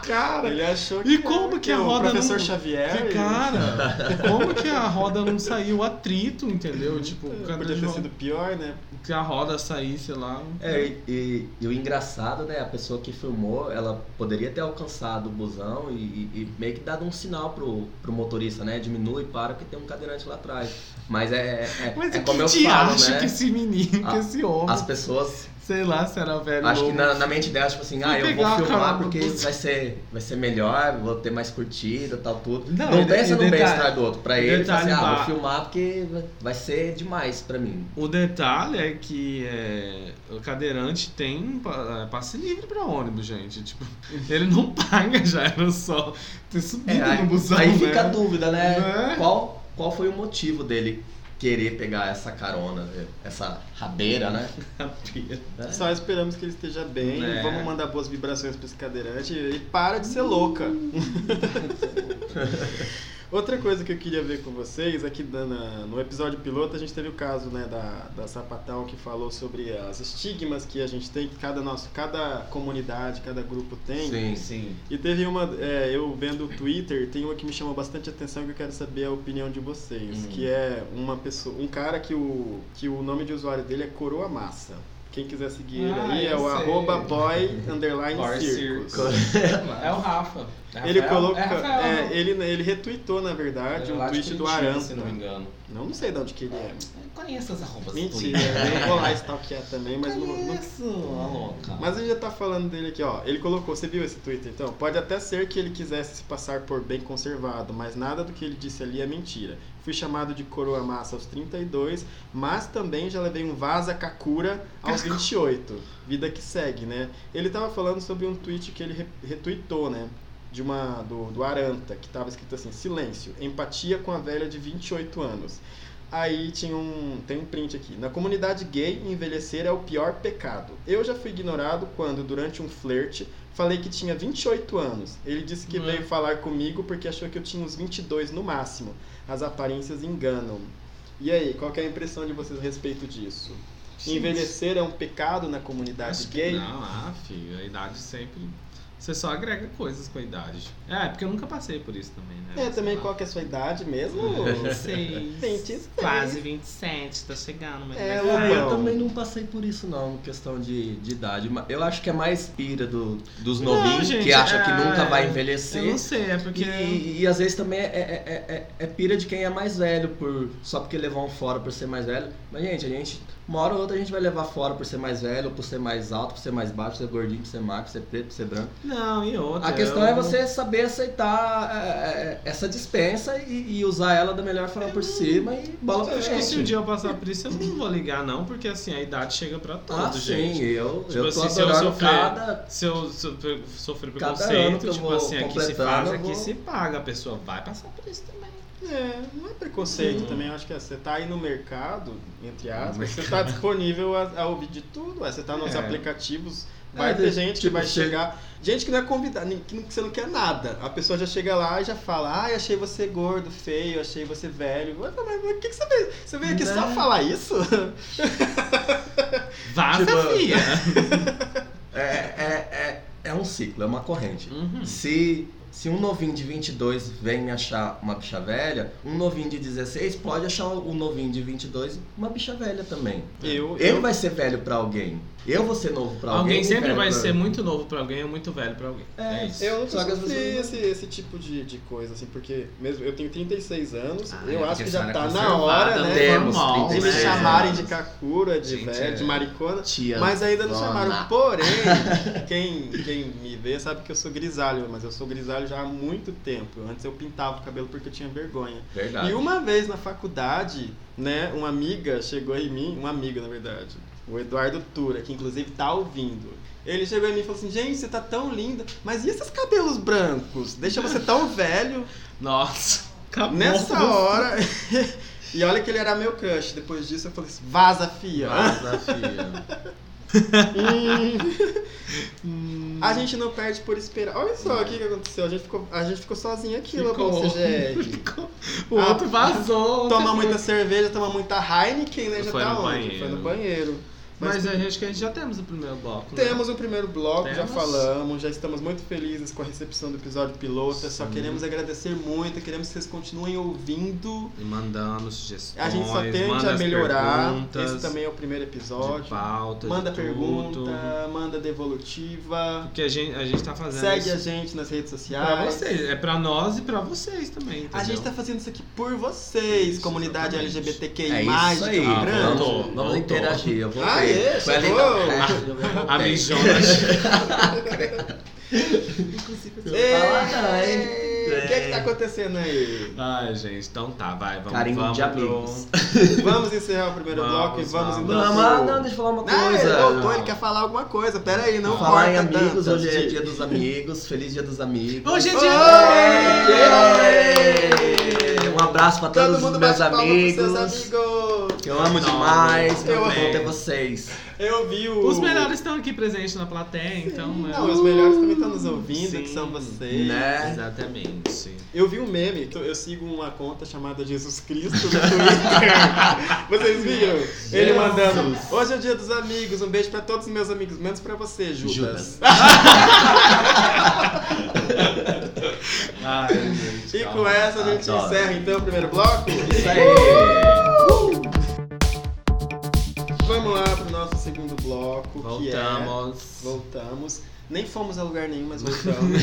Speaker 3: Cara,
Speaker 1: Ele achou que.
Speaker 3: E como que a
Speaker 1: o
Speaker 3: roda
Speaker 1: professor
Speaker 3: não-
Speaker 1: Xavier.
Speaker 3: que
Speaker 1: ele-
Speaker 3: cara, como que a roda não saiu atrito, entendeu? Tipo, o cara
Speaker 1: Podia
Speaker 3: de
Speaker 1: ter
Speaker 3: ro-
Speaker 1: sido pior, né?
Speaker 3: que a roda saísse lá.
Speaker 2: É, e, e- e o engraçado, né? A pessoa que filmou, ela poderia ter alcançado o busão e, e- e meio que dado um sinal pro, pro motorista, né? Diminui, para, que tem um cadeirante lá atrás. Mas é, é, é-
Speaker 3: Mas
Speaker 2: é
Speaker 3: o
Speaker 2: como eu
Speaker 3: que te
Speaker 2: falo,
Speaker 3: acha
Speaker 2: né?
Speaker 3: que esse menino, que
Speaker 2: Ah,
Speaker 3: esse homem,
Speaker 2: As pessoas,
Speaker 3: sei lá se era velho
Speaker 2: acho que
Speaker 3: É louco.
Speaker 2: na, na mente delas, tipo assim,
Speaker 3: Vou
Speaker 2: ah, eu
Speaker 3: pegar
Speaker 2: vou
Speaker 3: a
Speaker 2: filmar
Speaker 3: carona
Speaker 2: porque
Speaker 3: do busão.
Speaker 2: vai ser, vai ser melhor, vou ter mais curtida, tal, tudo.
Speaker 3: Não,
Speaker 2: Não,
Speaker 3: e de-
Speaker 2: pensa
Speaker 3: e
Speaker 2: no bem-estar
Speaker 3: detalhe-
Speaker 2: do outro. Pra
Speaker 3: e
Speaker 2: ele, fala assim,
Speaker 3: detalhe
Speaker 2: ah,
Speaker 3: da-
Speaker 2: vou filmar porque vai ser demais pra mim.
Speaker 3: O detalhe é que é, o cadeirante tem um pa- é, passe livre pra ônibus, gente. Tipo, ele não paga já, era só ter subido
Speaker 2: É, aí,
Speaker 3: no busão.
Speaker 2: aí
Speaker 3: né?
Speaker 2: fica a dúvida, né?
Speaker 3: Né?
Speaker 2: Qual, qual foi o motivo dele querer pegar essa carona, essa rabeira, né? É.
Speaker 1: Só esperamos que ele esteja bem.
Speaker 3: Né.
Speaker 1: Vamos mandar boas vibrações para esse cadeirante e para de ser louca. Outra coisa que eu queria ver com vocês é que na- na- no episódio piloto a gente teve o caso né, da, da Sapatão que falou sobre as estigmas que a gente tem, que cada, nosso, cada comunidade, cada grupo tem.
Speaker 2: Sim.
Speaker 3: Sim.
Speaker 1: E teve uma, é, eu vendo o Twitter, tem uma que me chamou bastante atenção que eu quero saber a opinião de vocês,
Speaker 2: Hum.
Speaker 1: que é uma pessoa, um cara que o, que o nome de usuário dele é Coroa Massa. Quem quiser seguir ele
Speaker 3: Ah,
Speaker 1: aí é
Speaker 3: eu
Speaker 1: o
Speaker 3: sei.
Speaker 1: arroba boy underline
Speaker 3: Boy
Speaker 1: circus.
Speaker 3: circus. É o Rafa.
Speaker 1: Ele colocou, é, ele, ele retweetou na verdade um tweet do Arança.
Speaker 3: engano.
Speaker 1: Não, não sei de onde que ele é.
Speaker 3: Conheço as arrobas.
Speaker 1: Mentira, eu vou lá stalkear também, mas não, não
Speaker 3: a louca.
Speaker 1: Mas ele já tá falando dele aqui, ó. Ele colocou, você viu esse Twitter? Então, pode até ser que ele quisesse se passar por bem conservado, mas nada do que ele disse ali é mentira. Fui chamado de coroa massa aos 32, mas também já levei um vaza kakura aos 28. Vida que segue, né? Ele tava falando sobre um tweet que ele re- retweetou, né? De uma, do, do Aranta, que tava escrito assim, silêncio, empatia com a velha de 28 anos. Aí tinha um, tem um print aqui. Na comunidade gay, envelhecer é o pior pecado. Eu já fui ignorado quando, durante um flerte, falei que tinha 28 anos. Ele disse que
Speaker 3: Não é?
Speaker 1: veio falar comigo porque achou que eu tinha uns 22 no máximo. As aparências enganam. E aí, qual que é a impressão de vocês a respeito disso? Envelhecer é um pecado na comunidade
Speaker 3: Acho que
Speaker 1: gay?
Speaker 3: Não, ah, filho, a idade sempre. Você só agrega coisas com a idade. É, porque eu nunca passei por isso também, né?
Speaker 1: É,
Speaker 3: Sei
Speaker 1: também
Speaker 3: lá.
Speaker 1: qual que é a sua idade mesmo?
Speaker 3: 26.
Speaker 1: 26.
Speaker 3: Quase 27, tá chegando, mas.
Speaker 1: É,
Speaker 2: Ah, eu
Speaker 1: Não.
Speaker 2: também não passei por isso, não, questão de, de idade. Mas Eu acho que é mais pira do, dos novinhos
Speaker 3: gente,
Speaker 2: que acha que
Speaker 3: é,
Speaker 2: nunca vai
Speaker 3: Eu
Speaker 2: envelhecer.
Speaker 3: não sei, é porque.
Speaker 2: E, e às vezes também é, é- é- é- é pira de quem é mais velho, por, só porque levar um fora por ser mais velho. Mas, gente, a gente, uma hora ou outra a gente vai levar fora por ser mais velho, por ser mais alto, por ser mais baixo, por ser gordinho, por ser magro, por ser preto, por ser branco.
Speaker 3: Não, e outra.
Speaker 2: A questão
Speaker 3: eu-
Speaker 2: é você saber aceitar é, é, essa dispensa e, e usar ela da melhor forma por cima e bola pra
Speaker 3: Acho que se um
Speaker 2: frente.
Speaker 3: dia eu passar por isso, eu não vou ligar, não, porque assim, a idade chega pra todos,
Speaker 2: Ah,
Speaker 3: gente.
Speaker 2: sim, eu,
Speaker 3: Tipo
Speaker 2: eu tô
Speaker 3: assim, se eu
Speaker 2: adorando
Speaker 3: sofrer-
Speaker 2: cada...
Speaker 3: Se eu so- pre- sofrer
Speaker 2: Cada ano que
Speaker 3: preconceito,
Speaker 2: eu
Speaker 3: tipo
Speaker 2: vou
Speaker 3: assim, aqui se
Speaker 2: completando,
Speaker 3: faz,
Speaker 2: eu
Speaker 3: aqui
Speaker 2: vou-
Speaker 3: se paga, a pessoa vai passar por isso também.
Speaker 1: É, não é preconceito
Speaker 3: Hum.
Speaker 1: também, eu acho que é, você tá aí no mercado, entre aspas, você tá disponível a, a ouvir de tudo, ué, você tá nos
Speaker 3: É.
Speaker 1: aplicativos, vai
Speaker 2: É,
Speaker 1: ter
Speaker 2: de-
Speaker 1: gente que
Speaker 2: tipo,
Speaker 1: vai
Speaker 2: você-
Speaker 1: chegar, gente que não é convidada, nem- que, não- que você não quer nada, a pessoa já chega lá e já fala, ai, achei você gordo, feio, achei você velho, mas, mas, mas o que, que você veio, você veio aqui só
Speaker 3: Né?
Speaker 1: falar isso?
Speaker 3: Vaza,
Speaker 2: Tipo-
Speaker 3: fia!
Speaker 2: É, é, é, é um ciclo, é uma corrente.
Speaker 3: Uhum.
Speaker 2: Se, se um novinho de 22 vem me achar uma bicha velha, um novinho de 16 pode achar um novinho de 22 uma bicha velha também.
Speaker 1: Eu,
Speaker 2: Ele
Speaker 1: eu,
Speaker 2: vai ser velho pra alguém. Eu vou ser novo pra alguém.
Speaker 3: Alguém
Speaker 2: e
Speaker 3: sempre
Speaker 2: velho
Speaker 3: vai
Speaker 2: pra-
Speaker 3: ser muito novo pra alguém ou muito velho pra alguém. É,
Speaker 2: É,
Speaker 3: isso.
Speaker 1: eu nunca
Speaker 2: Só que as
Speaker 1: sofri
Speaker 2: pessoas-
Speaker 1: esse, esse tipo de, de coisa, assim, porque mesmo eu tenho 36 anos,
Speaker 3: Ah,
Speaker 1: eu
Speaker 3: é
Speaker 1: acho que
Speaker 3: porque
Speaker 1: já
Speaker 3: a
Speaker 1: tá
Speaker 3: senhora é
Speaker 1: na hora,
Speaker 3: conservada,
Speaker 1: né?
Speaker 2: Temos
Speaker 3: normal,
Speaker 1: de me
Speaker 3: né?
Speaker 1: chamarem de kakura, de
Speaker 3: Gente,
Speaker 1: velho, de
Speaker 3: é.
Speaker 1: maricona.
Speaker 2: Tia
Speaker 1: Mas ainda não
Speaker 2: Zona.
Speaker 1: chamaram. Porém, quem, quem me vê sabe que eu sou grisalho, mas eu sou grisalho já há muito tempo. Antes eu pintava o cabelo porque eu tinha vergonha.
Speaker 2: Verdade.
Speaker 1: E uma vez na faculdade, né, uma amiga chegou em mim, uma amiga na verdade, o Eduardo Tura, que inclusive tá ouvindo. Ele chegou em mim e falou assim: gente, você tá tão linda, mas e esses cabelos brancos? Deixa você tão velho.
Speaker 3: Nossa, acabou.
Speaker 1: Nessa hora. e olha que ele era meu crush. Depois disso eu falei assim: vaza, fia.
Speaker 2: Vaza, filha.
Speaker 1: Hum.
Speaker 3: Hum.
Speaker 1: A gente não perde por esperar. Olha só o que, que aconteceu. A gente ficou, a gente ficou sozinho aqui no
Speaker 3: Ficou.
Speaker 1: CGL.
Speaker 3: O
Speaker 1: Ah,
Speaker 3: outro vazou.
Speaker 1: é Toma
Speaker 3: outra
Speaker 1: muita cerveja, toma muita Heineken, né? Já
Speaker 3: Foi
Speaker 1: tá
Speaker 3: no
Speaker 1: onde?
Speaker 3: banheiro.
Speaker 1: Foi no banheiro. Mas,
Speaker 3: Mas eu acho que a gente já temos o primeiro bloco. né?
Speaker 1: temos o primeiro bloco, já
Speaker 3: Temos.
Speaker 1: falamos, já estamos muito felizes com a recepção do episódio piloto. Só
Speaker 3: Sim.
Speaker 1: queremos agradecer muito, queremos que vocês continuem ouvindo.
Speaker 3: E mandando sugestões.
Speaker 1: A gente só tende
Speaker 3: manda
Speaker 1: a
Speaker 3: as
Speaker 1: melhorar.
Speaker 3: perguntas
Speaker 1: Esse também é o primeiro
Speaker 3: De
Speaker 1: episódio.
Speaker 3: pauta,
Speaker 1: Manda
Speaker 3: de
Speaker 1: pergunta,
Speaker 3: tudo.
Speaker 1: manda devolutiva.
Speaker 3: Porque a gente, a gente tá fazendo
Speaker 1: Segue
Speaker 3: isso
Speaker 1: a gente nas redes
Speaker 3: pra
Speaker 1: sociais.
Speaker 3: vocês. É pra nós e pra vocês também.
Speaker 1: A
Speaker 3: entendeu?
Speaker 1: gente tá fazendo isso aqui por vocês,
Speaker 3: Isso,
Speaker 1: comunidade
Speaker 3: exatamente.
Speaker 1: LGBTQI+,
Speaker 2: É
Speaker 1: de
Speaker 2: isso aí.
Speaker 1: Campo
Speaker 3: Ah,
Speaker 1: Grande.
Speaker 3: voltou.
Speaker 2: vamos, vamos interagir. Eu vou
Speaker 1: né? Ah, é?
Speaker 2: Foi ali,
Speaker 1: Chegou?
Speaker 2: não.
Speaker 1: tá
Speaker 3: A mijona.
Speaker 1: Ei,
Speaker 2: Fala, não, hein?
Speaker 1: O que é que tá acontecendo aí?
Speaker 3: Ai, gente, então tá, vai. Vamos,
Speaker 2: Carinho
Speaker 3: vamos
Speaker 2: de
Speaker 3: pro-
Speaker 2: amigos.
Speaker 1: Vamos encerrar o primeiro
Speaker 3: Vamos,
Speaker 1: bloco e vamos
Speaker 3: vamos.
Speaker 1: então...
Speaker 2: Não,
Speaker 1: pro-
Speaker 2: mas não, deixa eu falar uma
Speaker 1: Não, ele
Speaker 2: coisa.
Speaker 1: voltou, ele quer falar alguma coisa. Pera aí, não
Speaker 2: Falar em
Speaker 1: corta
Speaker 2: amigos,
Speaker 1: tantas
Speaker 2: hoje é
Speaker 1: de-
Speaker 2: dia dos amigos, feliz dia dos amigos.
Speaker 3: Hoje é
Speaker 1: Oi!
Speaker 2: Oi! Um abraço pra
Speaker 1: Todo
Speaker 2: todos os
Speaker 1: mundo
Speaker 2: meus
Speaker 1: bate palma pros
Speaker 2: amigos.
Speaker 1: seus amigos.
Speaker 2: Eu amo
Speaker 3: Não,
Speaker 2: demais,
Speaker 1: eu
Speaker 2: eu amo
Speaker 3: também.
Speaker 2: ter vocês.
Speaker 1: Eu vi o...
Speaker 3: Os melhores estão aqui presentes na plateia, então. é-
Speaker 1: Não, os melhores também estão nos ouvindo,
Speaker 3: Sim.
Speaker 1: que são vocês.
Speaker 2: Né?
Speaker 3: É. Exatamente.
Speaker 1: Eu vi um meme, eu- eu sigo uma conta chamada Jesus Cristo no Twitter. Vocês viram? Ele mandando: Hoje é o dia dos amigos, um beijo pra todos os meus amigos, menos pra você, Judas.
Speaker 3: Ai, gente.
Speaker 1: E com
Speaker 3: calma.
Speaker 1: essa a gente
Speaker 2: Adoro.
Speaker 1: encerra então o primeiro bloco.
Speaker 2: Isso aí.
Speaker 1: Vamos lá pro nosso segundo bloco, que é.
Speaker 3: Voltamos.
Speaker 1: Voltamos. Nem fomos a lugar nenhum, mas voltamos.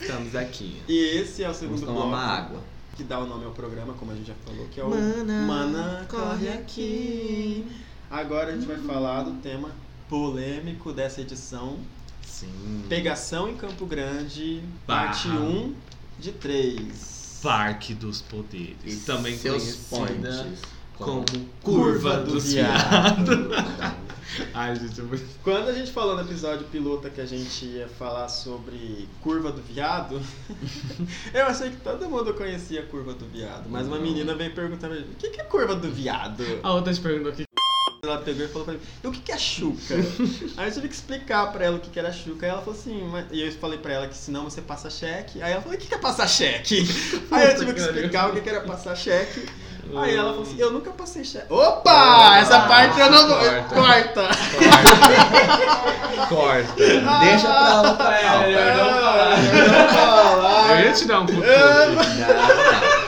Speaker 3: Estamos aqui.
Speaker 1: e esse é o
Speaker 2: Vamos
Speaker 1: segundo
Speaker 2: tomar uma
Speaker 1: bloco
Speaker 2: água.
Speaker 1: que dá o nome ao programa, como a gente já falou, que é o
Speaker 3: Mana,
Speaker 1: Mana, corre aqui. Agora a gente vai falar do tema polêmico dessa edição
Speaker 3: Sim.
Speaker 1: Pegação em Campo Grande,
Speaker 3: Barra.
Speaker 1: parte 1 de 3.
Speaker 3: Parque dos Poderes. também
Speaker 2: seus
Speaker 3: conhecida
Speaker 2: pontes.
Speaker 3: como
Speaker 1: Curva
Speaker 3: Curva
Speaker 1: do
Speaker 3: dos
Speaker 1: Viado.
Speaker 3: Viados. Ai, gente, é muito...
Speaker 1: Quando a gente falou no episódio piloto que a gente ia falar sobre curva do viado, eu achei que todo mundo conhecia a curva do viado, mas
Speaker 3: Uhum.
Speaker 1: uma menina veio perguntar pra mim, o que que é curva do viado?
Speaker 3: A Ah, outra te perguntou aqui.
Speaker 1: Ela pegou e falou pra mim, e o que que é chuca? Aí eu tive que explicar pra ela o que que era chuca, aí ela falou assim, mas... e eu falei pra ela que senão você passa cheque, aí ela falou, o que que é passar cheque? Aí eu tive que
Speaker 3: Puta, cara.
Speaker 1: explicar o que que era passar cheque, Aí ela falou assim, eu nunca passei chefe. Opa! essa parte eu não vou.
Speaker 3: Corta.
Speaker 1: Corta!
Speaker 3: Corta.
Speaker 2: Deixa pra lá, pra lá.
Speaker 3: melhor não falar.
Speaker 1: Não falar.
Speaker 3: Eu ia te dar um cutuco.
Speaker 1: É.
Speaker 3: né?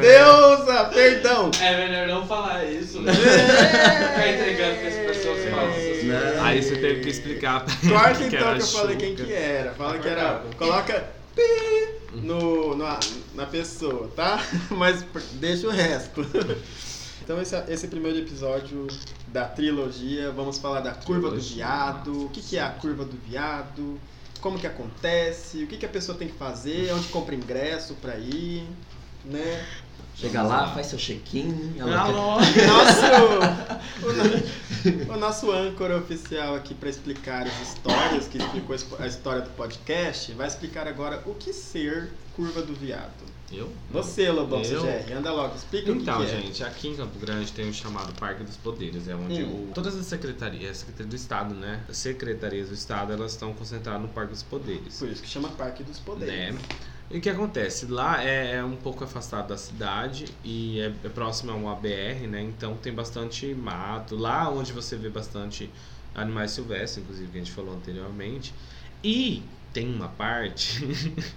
Speaker 1: Deusa, perdão!
Speaker 4: É melhor não falar isso, né? Ficar
Speaker 1: É.
Speaker 4: entregando que as pessoas falam essas coisas.
Speaker 2: Não.
Speaker 3: Aí você teve que explicar pra ele
Speaker 1: Corta
Speaker 3: que
Speaker 1: então
Speaker 3: era
Speaker 1: que eu falei quem
Speaker 3: Xuca.
Speaker 1: que era. Fala que era.
Speaker 4: Acordava.
Speaker 1: Coloca pi no, na, na pessoa, tá? Mas por- deixa o resto. Então esse, é- esse primeiro episódio da trilogia, vamos falar da curva do
Speaker 3: Trilogia.
Speaker 1: viado, o que, que é a curva do viado, como que acontece, o que, que a pessoa tem que fazer, onde compra ingresso pra ir, né?
Speaker 2: Chega lá, faz seu check-in. ela quer-
Speaker 3: Alô?
Speaker 1: Nosso, o, no- o nosso âncora oficial aqui para explicar as histórias, que explicou es- a história do podcast, vai explicar agora o que ser curva do viado.
Speaker 3: Eu?
Speaker 1: Você, Lobão,
Speaker 3: Eu?
Speaker 1: CGR, anda logo, explica
Speaker 3: Então,
Speaker 1: o que, é? que
Speaker 3: gente, aqui em Campo Grande tem o chamado Parque dos Poderes, é onde
Speaker 1: Hum.
Speaker 3: o- todas as secretarias, Secretaria do Estado, né? As secretarias do Estado, elas estão concentradas no Parque dos
Speaker 1: é.
Speaker 3: Poderes.
Speaker 1: Por isso que chama Parque dos Poderes.
Speaker 3: Né? E o que acontece? Lá é, é um pouco afastado da cidade e é, é próximo a uma BR, né? Então tem bastante mato. Lá onde você vê bastante animais silvestres, inclusive, que a gente falou anteriormente. E tem uma parte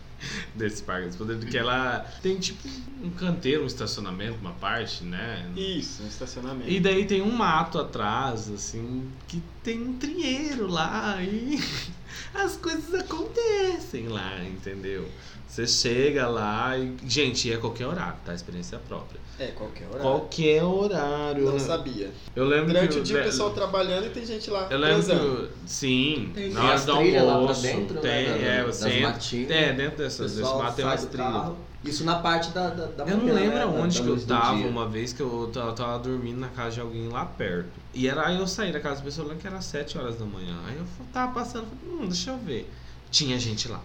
Speaker 3: desse parque dos poderes que ela tem tipo um canteiro, um estacionamento, uma parte, né?
Speaker 1: Isso, um estacionamento.
Speaker 3: E daí tem um mato atrás, assim, que tem um trieiro lá e as coisas acontecem lá, entendeu? Você chega lá e. Gente, é qualquer horário, tá? Experiência própria.
Speaker 1: É, qualquer hora.
Speaker 3: Qualquer horário.
Speaker 1: Não sabia.
Speaker 3: Eu lembro
Speaker 1: Durante
Speaker 3: que
Speaker 1: o dia o
Speaker 3: le-
Speaker 1: pessoal trabalhando e tem gente lá
Speaker 3: Eu lembro
Speaker 1: transando.
Speaker 3: que. Sim,
Speaker 2: Tem
Speaker 3: na hora
Speaker 2: as
Speaker 3: do
Speaker 2: trilhas lá pra
Speaker 3: almoço.
Speaker 2: dentro,
Speaker 3: tem,
Speaker 2: né?
Speaker 3: é,
Speaker 2: da-
Speaker 3: você
Speaker 2: das
Speaker 3: entra-
Speaker 2: matinhas.
Speaker 3: É, dentro dessas, desse
Speaker 2: pessoal
Speaker 3: mato tem
Speaker 2: sai
Speaker 3: umas
Speaker 2: do
Speaker 3: trilhas.
Speaker 2: carro. Isso na parte da, da, da
Speaker 3: Eu não
Speaker 2: manhã,
Speaker 3: lembro
Speaker 2: né? Da-
Speaker 3: onde
Speaker 2: da
Speaker 3: que eu
Speaker 2: luz do
Speaker 3: tava
Speaker 2: dia.
Speaker 3: uma vez que eu tava, eu tava dormindo na casa de alguém lá perto. E era aí eu saí da casa da pessoa, eu lembro que era 7 horas da manhã. Aí eu fu- tava passando, falei, hum, deixa eu ver. Tinha gente lá.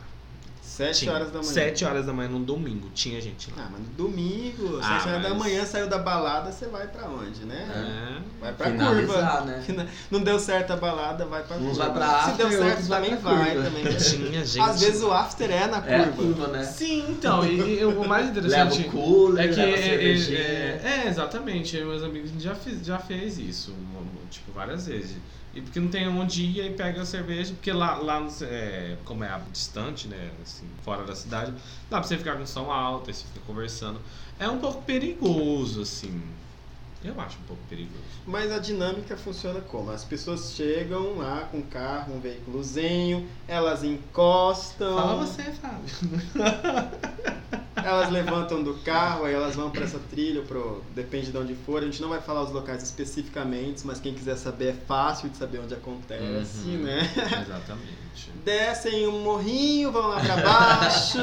Speaker 1: Sete
Speaker 3: Tinha.
Speaker 1: horas da manhã.
Speaker 3: 7 horas da manhã num domingo, tinha gente lá.
Speaker 1: Ah, mas domingo,
Speaker 3: Ah,
Speaker 1: 7 horas da
Speaker 3: mas-
Speaker 1: manhã, saiu da balada, você vai pra onde, né?
Speaker 3: É.
Speaker 1: Vai pra curva.
Speaker 2: Finalizar, né?
Speaker 1: Fina- Não deu certo a balada, vai pra
Speaker 2: Uns
Speaker 1: curva.
Speaker 2: vai pra
Speaker 1: Se deu
Speaker 2: after,
Speaker 1: certo,
Speaker 2: outros vai
Speaker 1: também
Speaker 2: pra
Speaker 1: vai.
Speaker 2: curva.
Speaker 1: Também.
Speaker 3: É. Tinha gente.
Speaker 1: Às vezes o after é na
Speaker 2: É a
Speaker 1: curva.
Speaker 2: curva, né?
Speaker 3: Sim, então, e, e o mais
Speaker 2: Leva
Speaker 3: interessante.
Speaker 2: o cooler,
Speaker 3: É que
Speaker 2: leva a
Speaker 3: é, é,
Speaker 2: cervejinha.
Speaker 3: é, é, exatamente, eu e meus amigos a gente já, fiz, já fez isso, um, um, tipo, várias vezes. E porque não tem onde ir e pega a cerveja, porque lá, lá no ce- é, como é distante, né? Assim, fora da cidade, dá pra você ficar com som alto, aí você fica conversando. É um pouco perigoso, assim. Eu acho um pouco perigoso.
Speaker 1: Mas a dinâmica funciona como? As pessoas chegam lá com um carro, um veiculozinho, elas encostam,
Speaker 3: Fala você, Fábio.
Speaker 1: elas levantam do carro, aí elas vão pra essa trilha, pro... depende de onde for. A gente não vai falar os locais especificamente, mas quem quiser saber é fácil de saber onde acontece,
Speaker 3: Uhum.
Speaker 1: né?
Speaker 3: Exatamente.
Speaker 1: Descem um morrinho, vão lá pra baixo,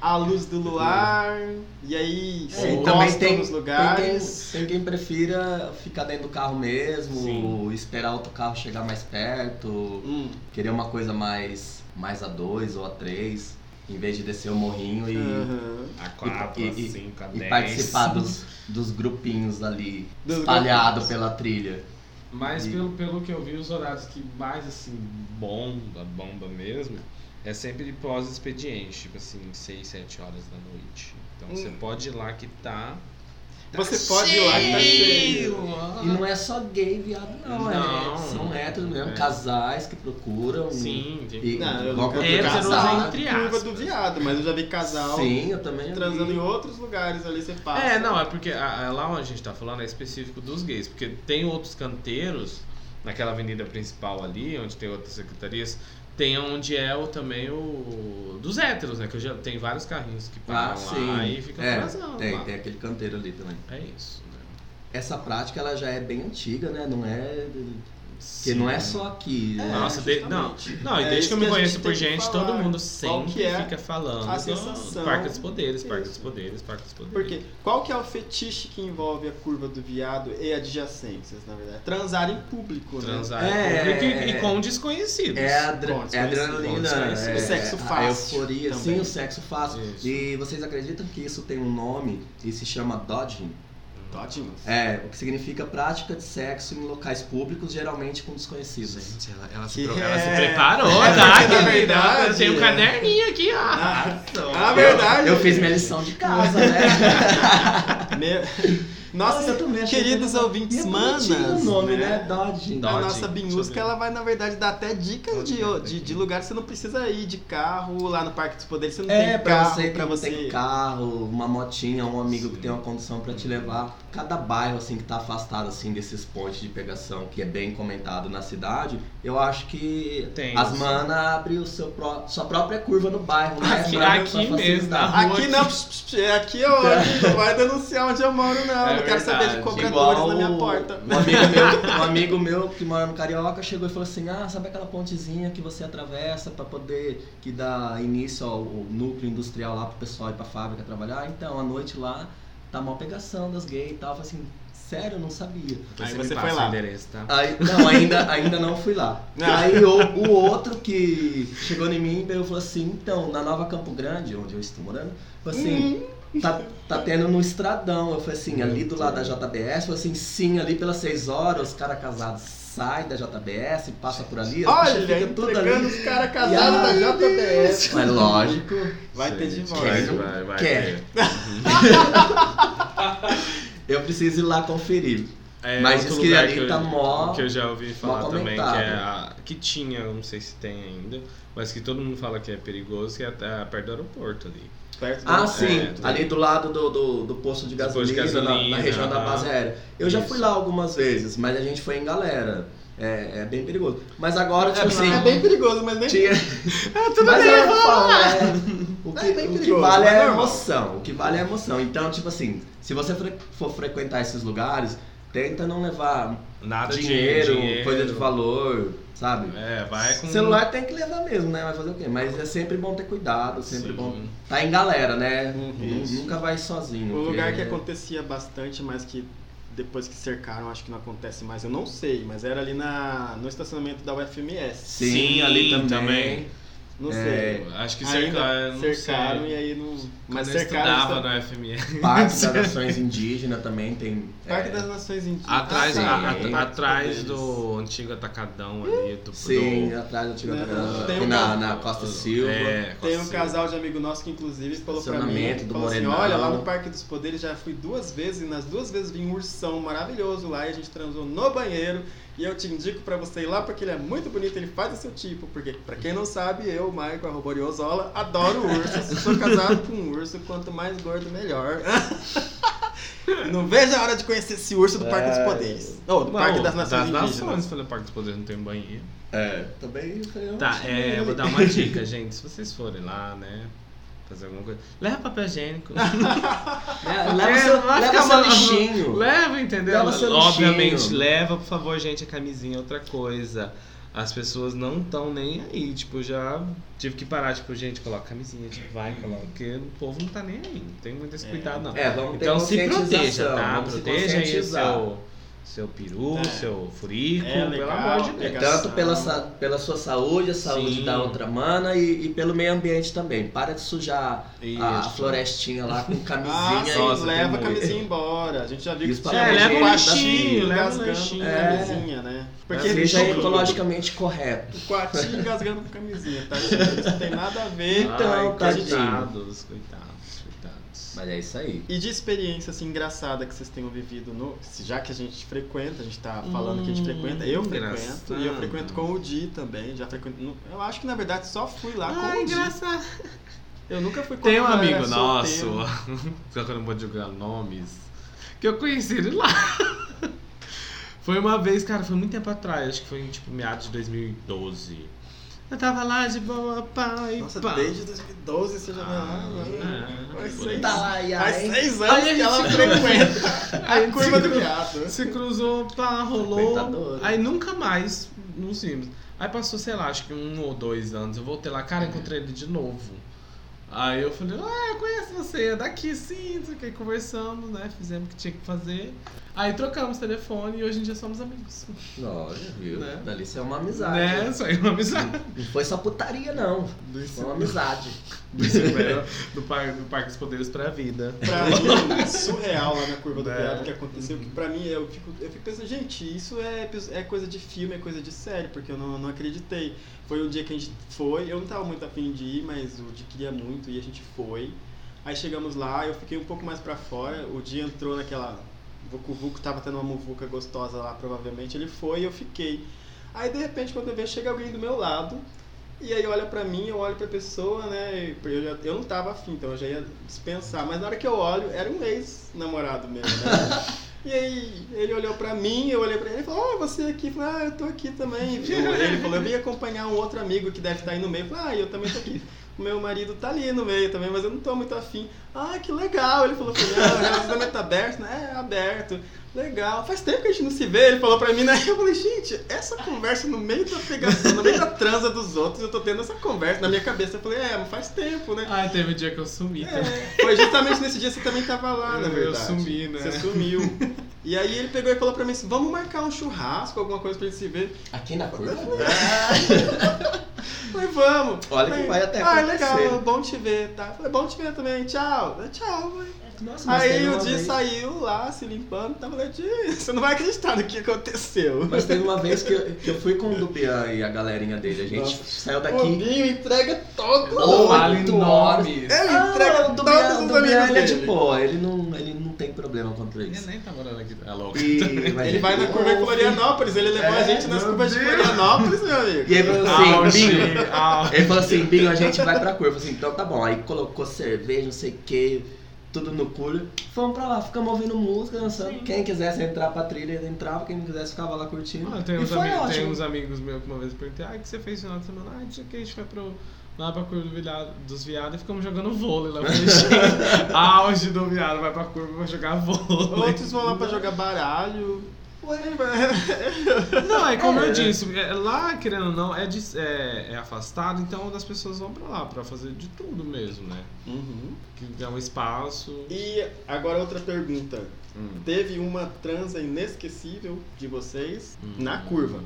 Speaker 1: à luz do luar, e aí se
Speaker 2: É, e também
Speaker 1: encostam
Speaker 2: tem-
Speaker 1: nos
Speaker 2: Tem
Speaker 1: lugares.
Speaker 2: quem, tem quem prefira ficar dentro do carro mesmo,
Speaker 3: Sim.
Speaker 2: esperar outro carro chegar mais perto,
Speaker 1: Hum,
Speaker 2: querer uma coisa mais, mais a dois ou a três, em vez de descer o morrinho e,
Speaker 1: aham.
Speaker 3: A 4,
Speaker 2: E-
Speaker 3: a
Speaker 2: e-
Speaker 3: 5, a 10.
Speaker 2: e participar dos, dos grupinhos ali,
Speaker 1: Dos
Speaker 2: espalhado
Speaker 1: grupinhos.
Speaker 2: pela trilha.
Speaker 3: Mas
Speaker 2: E-
Speaker 3: pelo, pelo que eu vi, os horários que mais assim bomba, bomba mesmo, é sempre de pós-expediente, tipo assim, 6, 7 horas da noite. Então
Speaker 1: Hum.
Speaker 3: você pode ir lá que tá.
Speaker 1: Você pode ir lá que tá cheio.
Speaker 2: E não é só gay, viado, não. é-
Speaker 3: Não.
Speaker 2: são héteros mesmo,
Speaker 3: É.
Speaker 2: casais que procuram.
Speaker 3: Sim, tem
Speaker 1: é
Speaker 2: E-
Speaker 1: um- Não, eu
Speaker 2: Logo
Speaker 1: nunca vi
Speaker 2: pro
Speaker 1: casal
Speaker 3: casal.
Speaker 1: na curva do viado, mas eu já vi casal
Speaker 2: né? Sim, eu também. já
Speaker 1: transando
Speaker 2: vi.
Speaker 1: em outros lugares ali, você passa.
Speaker 3: É, não, é porque a- a- lá onde a gente tá falando é específico dos gays, porque tem outros canteiros naquela avenida principal ali, onde tem outras secretarias, tem onde é o, também o dos héteros, né? Que eu já tem vários carrinhos que param
Speaker 2: Ah,
Speaker 3: lá
Speaker 2: sim.
Speaker 3: e ficam
Speaker 2: É,
Speaker 1: um
Speaker 3: transando
Speaker 2: tem,
Speaker 3: lá.
Speaker 2: tem aquele canteiro ali também.
Speaker 3: É isso, né?
Speaker 2: Essa prática ela já é bem antiga, né? Não é. Que não é
Speaker 3: Sim.
Speaker 2: só aqui. né?
Speaker 3: Nossa, de- não,
Speaker 1: justamente.
Speaker 3: Não,
Speaker 1: É
Speaker 3: e desde
Speaker 1: isso
Speaker 3: que eu me
Speaker 1: que a
Speaker 3: conheço
Speaker 1: gente
Speaker 3: por
Speaker 1: tem que
Speaker 3: gente,
Speaker 1: falar.
Speaker 3: todo mundo
Speaker 1: Qual que
Speaker 3: sempre
Speaker 1: é
Speaker 3: fica falando
Speaker 1: a
Speaker 3: do-
Speaker 1: sensação?
Speaker 3: do Parque dos Poderes, Parque dos
Speaker 1: Isso.
Speaker 3: Poderes, Parque dos Poderes.
Speaker 1: Porque qual que é o fetiche que envolve a curva do viado e adjacências, na verdade? Transar em público, né?
Speaker 3: Transar
Speaker 2: É,
Speaker 3: com público
Speaker 2: é,
Speaker 3: e, e com desconhecidos.
Speaker 2: É, a adre-
Speaker 1: Bom,
Speaker 2: é a adrenalina,
Speaker 3: bom,
Speaker 2: é,
Speaker 3: isso,
Speaker 1: o sexo
Speaker 2: é a
Speaker 1: fácil
Speaker 2: euforia,
Speaker 1: também.
Speaker 2: sim, o sexo fácil.
Speaker 3: Isso.
Speaker 2: E vocês acreditam que isso tem um nome e se chama dodging?
Speaker 1: Todinhos.
Speaker 2: É, o que significa prática de sexo em locais públicos, geralmente com desconhecidos.
Speaker 3: Gente, ela,
Speaker 1: Que
Speaker 3: se, pro- ela se
Speaker 1: é-
Speaker 3: preparou,
Speaker 1: É,
Speaker 3: tá?
Speaker 1: porque, na
Speaker 3: querida?
Speaker 1: verdade,
Speaker 3: Tem um
Speaker 1: é.
Speaker 3: caderninho aqui, ó.
Speaker 1: Na,
Speaker 2: Eu-
Speaker 1: Ah, na verdade.
Speaker 2: Eu, fiz minha lição de casa, né?
Speaker 1: Meu- Nossa,
Speaker 2: eu também achei
Speaker 1: queridos
Speaker 2: que- E
Speaker 1: ouvintes
Speaker 2: é
Speaker 1: manas.
Speaker 2: bonitinho o nome, né? Dodge.
Speaker 3: Dodge.
Speaker 1: A nossa
Speaker 3: Deixa eu ver.
Speaker 1: binhusca, ela vai, na verdade, dar até dicas
Speaker 3: Pode
Speaker 1: de,
Speaker 3: ver
Speaker 1: de,
Speaker 3: aqui.
Speaker 1: de lugar que você não precisa ir de carro, lá no Parque dos Poderes, você não
Speaker 2: É,
Speaker 1: tem
Speaker 2: pra
Speaker 1: carro
Speaker 2: você que
Speaker 1: pra
Speaker 2: não
Speaker 1: você.
Speaker 2: tem carro, uma motinha, um amigo que
Speaker 3: Sim.
Speaker 2: tem uma condição pra te levar. Cada bairro, assim, que tá afastado, assim, desses pontes de pegação, que é bem comentado na cidade, eu acho que
Speaker 3: Tem
Speaker 2: as
Speaker 3: isso.
Speaker 2: manas abrem o seu pró- sua própria curva no bairro, né?
Speaker 3: Aqui-
Speaker 2: Pra-
Speaker 3: aqui mesmo,
Speaker 2: pra facilitar.
Speaker 3: na rua
Speaker 1: Aqui não, é aqui eu não vai denunciar onde eu moro, não.
Speaker 3: É
Speaker 1: não quero saber
Speaker 3: verdade.
Speaker 1: de cobradores
Speaker 2: Igual
Speaker 1: na minha porta.
Speaker 2: Um amigo, meu, um amigo meu que mora no Carioca chegou e falou assim: Ah, sabe aquela pontezinha que você atravessa pra poder que dá início ao ao núcleo industrial lá pro pessoal ir pra fábrica trabalhar? Então, à noite lá tá uma pegação das gays e tal. Eu falei assim: Sério, eu não sabia.
Speaker 1: Aí
Speaker 3: me
Speaker 1: você
Speaker 3: passa
Speaker 1: foi
Speaker 3: o
Speaker 1: lá.
Speaker 3: endereço, tá?
Speaker 2: Aí, não, ainda, ainda não fui lá.
Speaker 1: Ah.
Speaker 2: Aí o, o outro que chegou em mim e falou assim, então, na Nova Campo Grande, onde eu estou morando, falou
Speaker 1: Hum.
Speaker 2: assim, tá, tá tendo no Estradão. Eu falei assim, ali do lado da JBS, falou assim, sim, ali pelas 6 horas, os caras casados saem da JBS, passa por ali, as bichas
Speaker 1: Olha,
Speaker 2: ficam tudo ali.
Speaker 1: entregando os caras casados da
Speaker 2: E aí,
Speaker 1: JBS.
Speaker 2: Mas lógico.
Speaker 1: Vai ter
Speaker 3: Gente,
Speaker 1: divórcio.
Speaker 3: Vai, vai, vai.
Speaker 2: Quer.
Speaker 3: ter.
Speaker 2: Eu preciso ir lá conferir.
Speaker 3: É,
Speaker 2: Mas
Speaker 3: outro
Speaker 2: diz que
Speaker 3: lugar
Speaker 2: ali
Speaker 3: eu-
Speaker 2: tá mó-
Speaker 3: Que eu já ouvi falar também, que,
Speaker 2: comentado.
Speaker 3: é a- que tinha, eu não sei se tem ainda, mas que todo mundo fala que é perigoso, que é até perto do aeroporto ali.
Speaker 1: Perto
Speaker 2: Ah,
Speaker 1: do-
Speaker 2: sim.
Speaker 3: É, tudo.
Speaker 2: ali do lado do, do, do posto de
Speaker 3: Do posto
Speaker 2: gasolina,
Speaker 3: de
Speaker 2: na,
Speaker 3: gasolina,
Speaker 2: na região da base
Speaker 3: aham.
Speaker 2: aérea. Eu já
Speaker 3: Isso.
Speaker 2: fui lá algumas vezes, mas a gente foi em galera. É, é bem perigoso. Mas agora, tipo
Speaker 1: É,
Speaker 2: assim.
Speaker 1: é bem perigoso, mas nem
Speaker 2: Tinha...
Speaker 1: tudo
Speaker 2: mas
Speaker 1: bem,
Speaker 2: eu falo, é, o
Speaker 1: É
Speaker 2: que,
Speaker 1: bem
Speaker 2: o que
Speaker 1: perigoso,
Speaker 2: vale
Speaker 1: mas
Speaker 2: é a
Speaker 1: normal.
Speaker 2: emoção. O que vale é a emoção. Então, tipo assim, se você fre- for frequentar esses lugares, tenta não levar
Speaker 3: Nada de
Speaker 2: dinheiro, coisa de valor, sabe?
Speaker 3: É, vai com.
Speaker 2: Celular tem que levar mesmo, né? Vai fazer o quê? Mas é sempre bom ter cuidado, sempre
Speaker 3: Sim.
Speaker 2: bom. Tá em galera, né?
Speaker 1: Uhum.
Speaker 2: Nu- Nunca vai sozinho.
Speaker 1: O
Speaker 2: porque-
Speaker 1: lugar que é acontecia bastante, mas que depois que cercaram, acho que não acontece mais, eu não sei, mas era ali na, no estacionamento da UFMS.
Speaker 2: Sim,
Speaker 3: Sim,
Speaker 2: ali também.
Speaker 3: também.
Speaker 1: Não
Speaker 2: É,
Speaker 1: sei.
Speaker 3: Acho que
Speaker 1: Ainda
Speaker 3: cercar, não
Speaker 1: cercaram
Speaker 3: sei.
Speaker 1: e aí não. Mas
Speaker 3: Quando eu
Speaker 1: cercaram.
Speaker 3: estudava
Speaker 1: essa-
Speaker 3: na FME.
Speaker 2: Parque das Nações Indígenas também tem.
Speaker 1: Parque
Speaker 2: é,
Speaker 1: das Nações Indígenas.
Speaker 3: Atrás,
Speaker 1: Ah,
Speaker 2: sim.
Speaker 3: a- a-
Speaker 1: Parque dos
Speaker 3: atrás
Speaker 1: Poderes.
Speaker 3: do antigo atacadão ali, do.
Speaker 2: Sim,
Speaker 3: do-
Speaker 2: atrás do Tigre
Speaker 1: Não, tem
Speaker 2: Tem
Speaker 1: um-
Speaker 2: na, na Costa Silva.
Speaker 3: É, Costa
Speaker 1: Tem um
Speaker 3: Silva.
Speaker 1: casal de amigo nosso que inclusive falou pra mim,
Speaker 2: Estacionamento do
Speaker 1: falou assim,
Speaker 2: Morenão.
Speaker 1: olha, lá no Parque dos Poderes já fui duas vezes e nas duas vezes vi um ursão maravilhoso lá e a gente transou no banheiro e eu te indico pra você ir lá porque ele é muito bonito, ele faz o seu tipo, porque pra quem não sabe, eu, Maico, arroba Oriozola, adoro urso, sou casado com um urso, quanto mais gordo, melhor. não vejo a hora de conhecer esse urso do Parque
Speaker 2: É.
Speaker 1: dos Poderes. Não, do Parque
Speaker 3: Não,
Speaker 1: das Nações Indígenas.
Speaker 3: Nações, falei, Parque dos Poderes não tem banheiro.
Speaker 2: É, também. eu
Speaker 3: Tá,
Speaker 2: acho
Speaker 3: é,
Speaker 2: que-
Speaker 3: eu vou dar uma dica, gente. Se vocês forem lá, né? Fazer alguma coisa. Leva papel higiênico.
Speaker 2: É,
Speaker 3: É,
Speaker 2: leva seu,
Speaker 3: vai
Speaker 2: leva
Speaker 3: ficar
Speaker 2: seu
Speaker 3: maluco.
Speaker 2: lixinho.
Speaker 3: leva, entendeu?
Speaker 2: Leva seu
Speaker 3: Obviamente,
Speaker 2: lixinho.
Speaker 3: leva, por favor, gente, a camisinha é outra coisa. As pessoas não estão nem aí. Tipo, já tive que parar, tipo, gente, coloca a camisinha, tipo, vai, coloca. Porque o povo não tá nem aí. Não tem muito esse cuidado, não.
Speaker 2: É, vamos ter
Speaker 3: então se
Speaker 2: conscientização,
Speaker 3: proteja, tá?
Speaker 2: vamos se
Speaker 3: Proteja aí o
Speaker 2: conscientizar.
Speaker 3: seu, seu peru,
Speaker 1: É.
Speaker 3: seu furico,
Speaker 1: É
Speaker 3: pelo
Speaker 1: legal,
Speaker 3: amor de Deus.
Speaker 1: legal.
Speaker 2: Tanto pela, sa- pela sua saúde, a saúde
Speaker 3: Sim.
Speaker 2: da outra mana e, e pelo meio ambiente também. Para de sujar
Speaker 3: Isso.
Speaker 2: Ah, a florestinha lá com camisinha
Speaker 1: Ah,
Speaker 2: e
Speaker 1: sim,
Speaker 3: Nossa, tem
Speaker 1: leva a
Speaker 3: muito.
Speaker 1: camisinha embora. A gente já viu
Speaker 2: E
Speaker 1: que
Speaker 2: os
Speaker 1: tinha
Speaker 3: um
Speaker 2: papéis
Speaker 1: gente quase
Speaker 2: de
Speaker 3: lanchinho, leva um
Speaker 1: engasgando
Speaker 3: lanchinho.
Speaker 1: com
Speaker 2: É.
Speaker 1: camisinha, né? Porque
Speaker 3: Mas
Speaker 2: Seja
Speaker 3: gente-
Speaker 2: ecologicamente correto.
Speaker 1: Quatinho engasgando com camisinha, tá? gente? Isso não tem nada a ver.
Speaker 2: Então,
Speaker 3: Ai,
Speaker 2: tadinho.
Speaker 3: coitados, coitados, coitados.
Speaker 2: Mas é isso aí.
Speaker 1: E de experiência assim, engraçada que vocês tenham vivido no. se- Já que a gente frequenta, a gente tá falando que a gente
Speaker 3: Hum,
Speaker 1: frequenta, eu frequento.
Speaker 3: engraçado.
Speaker 1: E eu frequento com o Di também. Já frequento. não- Eu acho que na verdade só fui lá com
Speaker 3: Ai,
Speaker 1: o Di.
Speaker 3: Ah, engraçado.
Speaker 1: Eu nunca fui com
Speaker 3: Tem um
Speaker 1: o Di, eu era
Speaker 3: amigo nosso,
Speaker 1: solteiro.
Speaker 3: só que eu não vou divulgar nomes, que eu conheci ele lá. Foi uma vez, cara, foi muito tempo atrás, acho que foi em tipo meados de 2012. Eu tava lá de boa, pai.
Speaker 1: Nossa,
Speaker 3: pá.
Speaker 1: desde 2012 você já vai lá. né?
Speaker 3: Ah,
Speaker 1: Faz
Speaker 3: por
Speaker 1: seis-
Speaker 3: aí. é
Speaker 2: Tá lá, e
Speaker 1: Faz
Speaker 2: aí?
Speaker 1: seis
Speaker 3: Aí a
Speaker 1: anos que
Speaker 3: gente-
Speaker 1: ela frequenta
Speaker 3: Aí a
Speaker 1: a
Speaker 3: gente
Speaker 1: curva do
Speaker 3: segurou.
Speaker 1: viado.
Speaker 3: Se cruzou, pá, rolou.
Speaker 2: Frequentadora.
Speaker 3: Aí nunca mais nos vimos. Aí passou, sei lá, acho que um ou dois anos. Eu voltei lá, cara, encontrei ele de novo. Aí eu falei, ah, eu conheço você, é daqui sim, não sei o que, conversamos, né? Fizemos o que tinha que fazer. Aí trocamos telefone e hoje em dia somos amigos.
Speaker 2: Olha, viu?
Speaker 3: Né?
Speaker 2: Dali isso é uma amizade.
Speaker 3: Né? Isso aí é uma amizade.
Speaker 2: Não foi só putaria, não. Foi uma amizade.
Speaker 3: do, Silveira, do, par, do Parque dos Poderes pra vida.
Speaker 1: Pra mim, é surreal lá na curva do
Speaker 3: É.
Speaker 1: piado que aconteceu. Que pra mim, eu fico, eu fico pensando, gente, isso é, epi- é coisa de filme, é coisa de série, porque eu não, não acreditei. Foi um dia que a gente foi, eu não tava muito afim de ir, mas o Di queria muito e a gente foi. Aí chegamos lá, eu fiquei um pouco mais pra fora, o Di entrou naquela. Vucu Vucu tava tendo uma muvuca gostosa lá, provavelmente. Ele foi e eu fiquei. Aí de repente, quando eu vejo, chega alguém do meu lado. E aí olha pra mim, eu olho pra pessoa, né? e Eu, já- eu não tava afim, então eu já ia dispensar. Mas na hora que eu olho, era um ex-namorado mesmo, né? E aí ele olhou pra mim, eu olhei pra ele e falou, ah, você aqui? Eu falei, ah, eu tô aqui também. Ele falou, eu vim acompanhar um outro amigo que deve estar aí no meio. Eu falei, ah, eu também tô aqui. O Meu marido tá ali no meio também, mas eu não tô muito afim. Ah, que legal! Ele falou, falei, ah, o relacionamento tá aberto, né? É aberto. Legal, faz tempo que a gente não se vê, ele falou pra mim, né? Eu falei, gente, essa conversa no meio da pegação, no meio da transa dos outros, eu tô tendo essa conversa na minha cabeça. Eu falei, é, mas faz tempo, né?
Speaker 3: Ai, teve o dia que eu sumi também.
Speaker 1: É, foi justamente nesse dia que você também tava lá, na
Speaker 3: Eu
Speaker 1: verdade.
Speaker 3: sumi, né?
Speaker 1: Você sumiu. E aí ele pegou e falou pra mim assim, vamos marcar um churrasco, alguma coisa pra gente se ver.
Speaker 2: Aqui na curva?
Speaker 1: Eu falei, vamos.
Speaker 2: Olha que
Speaker 1: Aí,
Speaker 2: vai até
Speaker 1: Ah,
Speaker 2: acontecer.
Speaker 1: legal, bom te ver, tá? Eu Falei, bom te ver também, tchau. Eu, Tchau, mãe.
Speaker 2: Nossa, mas
Speaker 1: Aí
Speaker 2: teve
Speaker 1: o
Speaker 2: uma
Speaker 1: dia
Speaker 2: vez-
Speaker 1: saiu lá, se limpando, tava falando, Di, você não vai acreditar no que aconteceu.
Speaker 2: Mas teve uma vez que eu, que eu fui com o Dubian e a galerinha dele. A gente
Speaker 1: Nossa.
Speaker 2: saiu
Speaker 1: O
Speaker 2: daqui.
Speaker 1: Binho entrega todo
Speaker 2: Oito
Speaker 3: Fale
Speaker 2: horas.
Speaker 3: nomes.
Speaker 1: Ele entrega
Speaker 2: Ah,
Speaker 1: todos
Speaker 2: o Dubian,
Speaker 1: os
Speaker 2: Dubian
Speaker 1: amigos
Speaker 2: ele é
Speaker 1: dele.
Speaker 2: de boa, ele não, ele não tem problema contra
Speaker 3: Ele
Speaker 2: isso.
Speaker 3: nem tá morando aqui. É louco.
Speaker 2: E, mas
Speaker 1: Ele vai na curva em
Speaker 2: ouve.
Speaker 1: Florianópolis, ele levou
Speaker 2: É,
Speaker 1: a gente nas
Speaker 2: meu
Speaker 1: curvas de
Speaker 2: Deus.
Speaker 1: Florianópolis, meu
Speaker 2: E
Speaker 1: amigo.
Speaker 2: aí falou
Speaker 3: Ah,
Speaker 2: assim, Binho,
Speaker 3: oxi, ah.
Speaker 2: Ele falou assim, Binho, a gente vai pra curva. Eu falei assim, então tá bom. Aí colocou cerveja, não sei o que, tudo no cooler. Fomos pra lá, ficamos ouvindo música, dançando. Quem quisesse entrar pra trilha, ele entrava. Quem não quisesse, ficava lá curtindo.
Speaker 3: Ah, tem,
Speaker 2: e
Speaker 3: uns
Speaker 2: foi
Speaker 3: amigos, tem
Speaker 2: ótimo.
Speaker 3: uns amigos meus que uma vez eu perguntei, ah, o que você fez no final de semana? Ah, não sei o que, a gente foi pro, lá pra curva do viado, dos viados e ficamos jogando vôlei lá. Eu falei, gente, auge do viado, vai pra curva pra jogar vôlei.
Speaker 1: Outros vão lá pra jogar baralho.
Speaker 3: Não, é como
Speaker 2: É.
Speaker 3: eu disse, é, lá, querendo ou não, é, dis- é, é afastado, então as pessoas vão pra lá pra fazer de tudo mesmo, né?
Speaker 1: Uhum.
Speaker 3: Que é um espaço.
Speaker 1: E agora outra pergunta.
Speaker 3: Hum.
Speaker 1: Teve uma transa inesquecível de vocês
Speaker 3: Hum.
Speaker 1: na curva.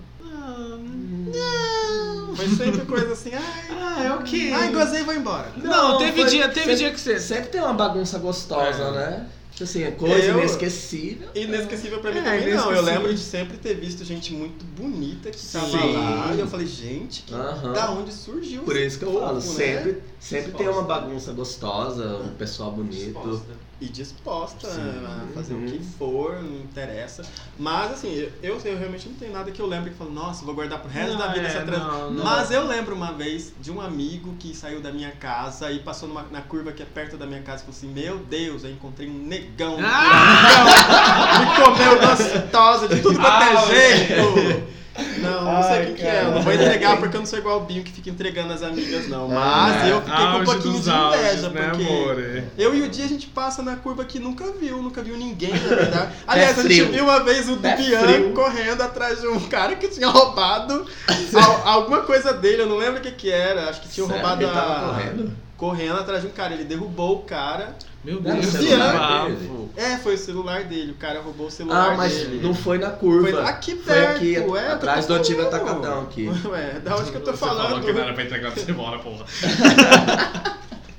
Speaker 1: Foi sempre coisa assim, ai,
Speaker 3: Ah, é o quê?
Speaker 1: ai gozei, vou embora.
Speaker 3: Não, teve
Speaker 2: foi-
Speaker 3: dia, teve
Speaker 2: sempre-
Speaker 3: dia que você.
Speaker 2: Sempre tem uma bagunça gostosa,
Speaker 3: É.
Speaker 2: né? Tipo assim, coisa
Speaker 1: Eu-
Speaker 2: inesquecível.
Speaker 1: Inesquecível pra mim
Speaker 3: É,
Speaker 1: também não. Eu
Speaker 3: inesquecível.
Speaker 1: lembro de sempre ter visto gente muito bonita que tava
Speaker 2: Sim.
Speaker 1: lá. E eu falei, gente, que-
Speaker 2: Aham.
Speaker 1: da onde surgiu
Speaker 2: Tá um Por
Speaker 1: esse
Speaker 2: isso que eu
Speaker 1: povo,
Speaker 2: falo,
Speaker 1: né?
Speaker 2: sempre, sempre tem
Speaker 4: Resposta.
Speaker 2: uma bagunça gostosa, um pessoal bonito.
Speaker 4: Resposta.
Speaker 1: E disposta
Speaker 2: Sim.
Speaker 1: a fazer
Speaker 2: Uhum.
Speaker 1: o que for, não interessa. Mas assim, eu, eu, eu realmente não tenho nada que eu lembre que falo, nossa, vou guardar pro resto
Speaker 3: Não,
Speaker 1: da vida
Speaker 3: é,
Speaker 1: essa transa.
Speaker 3: não, não.
Speaker 1: Mas eu lembro uma vez de um amigo que saiu da minha casa e passou numa- na curva que é perto da minha casa e falou assim: Meu Deus, eu encontrei um negão.
Speaker 3: Ah!
Speaker 1: Me comeu gostosa de tudo quanto
Speaker 3: Ah,
Speaker 1: é jeito. Não, não sei
Speaker 3: Ai,
Speaker 1: quem que
Speaker 3: cara.
Speaker 1: é. Eu não vou entregar porque eu não sou igual o Binho que fica entregando as amigas, não.
Speaker 3: Ah,
Speaker 1: Mas
Speaker 2: É.
Speaker 1: eu fiquei com um
Speaker 3: Auge
Speaker 1: pouquinho
Speaker 3: dos
Speaker 1: de inveja,
Speaker 3: auges, né,
Speaker 1: porque.
Speaker 3: amore?
Speaker 1: Eu e o Dia a gente passa na curva que nunca viu, nunca viu ninguém, na verdade. Aliás, a
Speaker 2: É frio.
Speaker 1: gente viu uma vez o
Speaker 2: Pé
Speaker 1: Dubian
Speaker 2: frio.
Speaker 1: correndo atrás de um cara que tinha roubado al- alguma coisa dele, eu não lembro o que que era. Acho que tinha um
Speaker 2: Sério,
Speaker 1: roubado
Speaker 2: ele tava
Speaker 1: a-
Speaker 2: correndo.
Speaker 1: correndo atrás de um cara, ele derrubou o cara.
Speaker 3: Meu
Speaker 2: Não,
Speaker 3: Deus, é
Speaker 1: o
Speaker 3: que
Speaker 1: celular
Speaker 3: bafo.
Speaker 2: dele.
Speaker 1: É, foi o celular dele, o cara roubou o celular
Speaker 2: Ah, mas
Speaker 1: dele.
Speaker 2: não foi na curva.
Speaker 1: Foi aqui perto, é, tá
Speaker 2: Foi
Speaker 1: ué,
Speaker 2: aqui,
Speaker 1: eu tô
Speaker 2: atrás do antigo
Speaker 1: falando.
Speaker 2: atacadão aqui.
Speaker 1: Ué, É, da onde que eu tô
Speaker 3: Você
Speaker 1: falando?
Speaker 3: falou que não era pra entregar pra você embora, porra.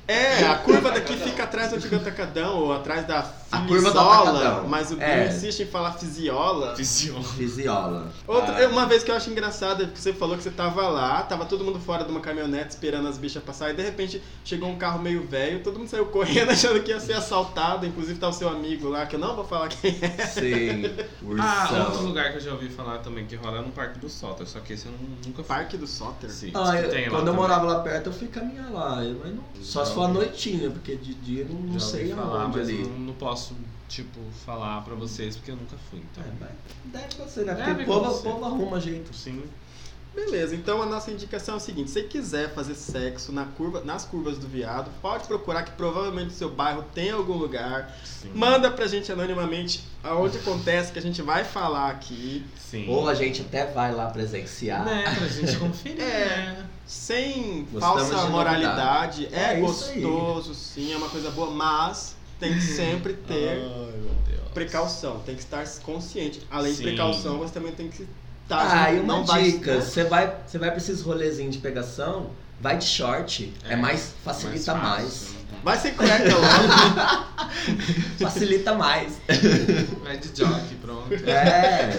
Speaker 1: É, a curva daqui fica atrás do antigo atacadão, ou atrás da
Speaker 2: A curva do
Speaker 1: fisiola,
Speaker 2: atacadão.
Speaker 1: mas o Binho
Speaker 2: É.
Speaker 1: insiste em falar fisiola.
Speaker 3: Vision.
Speaker 2: Fisiola.
Speaker 1: Outra,
Speaker 3: Ah.
Speaker 1: Uma vez que eu acho engraçada é que você falou que você tava lá, tava todo mundo fora de uma caminhonete esperando as bichas passar, e de repente chegou um carro meio velho, todo mundo saiu correndo achando que ia ser assaltado, inclusive tá o seu amigo lá, que eu não vou falar quem é.
Speaker 2: Sim. Ursão.
Speaker 3: Ah, outro lugar que eu já ouvi falar também que rola é no Parque do Sota, só que esse eu nu- nunca fui.
Speaker 1: Parque do Soter.
Speaker 3: Sim,
Speaker 2: Ah,
Speaker 3: diz que
Speaker 2: eu-
Speaker 3: tem lá
Speaker 2: quando eu
Speaker 3: também.
Speaker 2: morava lá perto, eu fui caminhar lá. eu- mas não- só se for à
Speaker 3: Já ouvi.
Speaker 2: noitinha, porque de dia eu não,
Speaker 3: Já
Speaker 2: não
Speaker 3: ouvi
Speaker 2: sei
Speaker 3: falar,
Speaker 2: aonde
Speaker 3: mas
Speaker 2: ali.
Speaker 3: Não, não posso, tipo, falar pra vocês porque eu nunca fui, então.
Speaker 2: É, mas deve acontecer, né?
Speaker 3: Deve
Speaker 2: Porque o povo, o
Speaker 3: acontecer.
Speaker 2: povo arruma jeito.
Speaker 3: Sim.
Speaker 1: Beleza, então a nossa indicação é o seguinte: se você quiser fazer sexo na curva, nas curvas do viado, pode procurar que provavelmente o seu bairro tem algum lugar.
Speaker 3: Sim.
Speaker 1: Manda pra gente anonimamente aonde acontece, que a gente vai falar aqui.
Speaker 3: Sim.
Speaker 2: Ou a gente até vai lá presenciar.
Speaker 3: Né, pra gente conferir,
Speaker 1: É.
Speaker 3: né?
Speaker 1: sem
Speaker 2: Gostamos
Speaker 1: falsa
Speaker 2: de
Speaker 1: moralidade. É,
Speaker 2: É isso aí.
Speaker 1: gostoso, sim, é uma coisa boa, mas tem que sempre ter
Speaker 2: Ah.
Speaker 3: Ai, meu Deus.
Speaker 1: precaução, tem que estar consciente. Além de
Speaker 3: Sim.
Speaker 1: precaução, você também tem que tá.
Speaker 2: Ah,
Speaker 1: gente,
Speaker 2: e uma
Speaker 1: não vai-
Speaker 3: né?
Speaker 2: dica, você vai, você vai pra esses rolezinhos de pegação, vai de short, é,
Speaker 3: É,
Speaker 2: mais, facilita mais.
Speaker 3: fácil. né?
Speaker 1: Vai ser cueca logo.
Speaker 2: Facilita mais.
Speaker 3: Vai de jockey, pronto.
Speaker 2: É,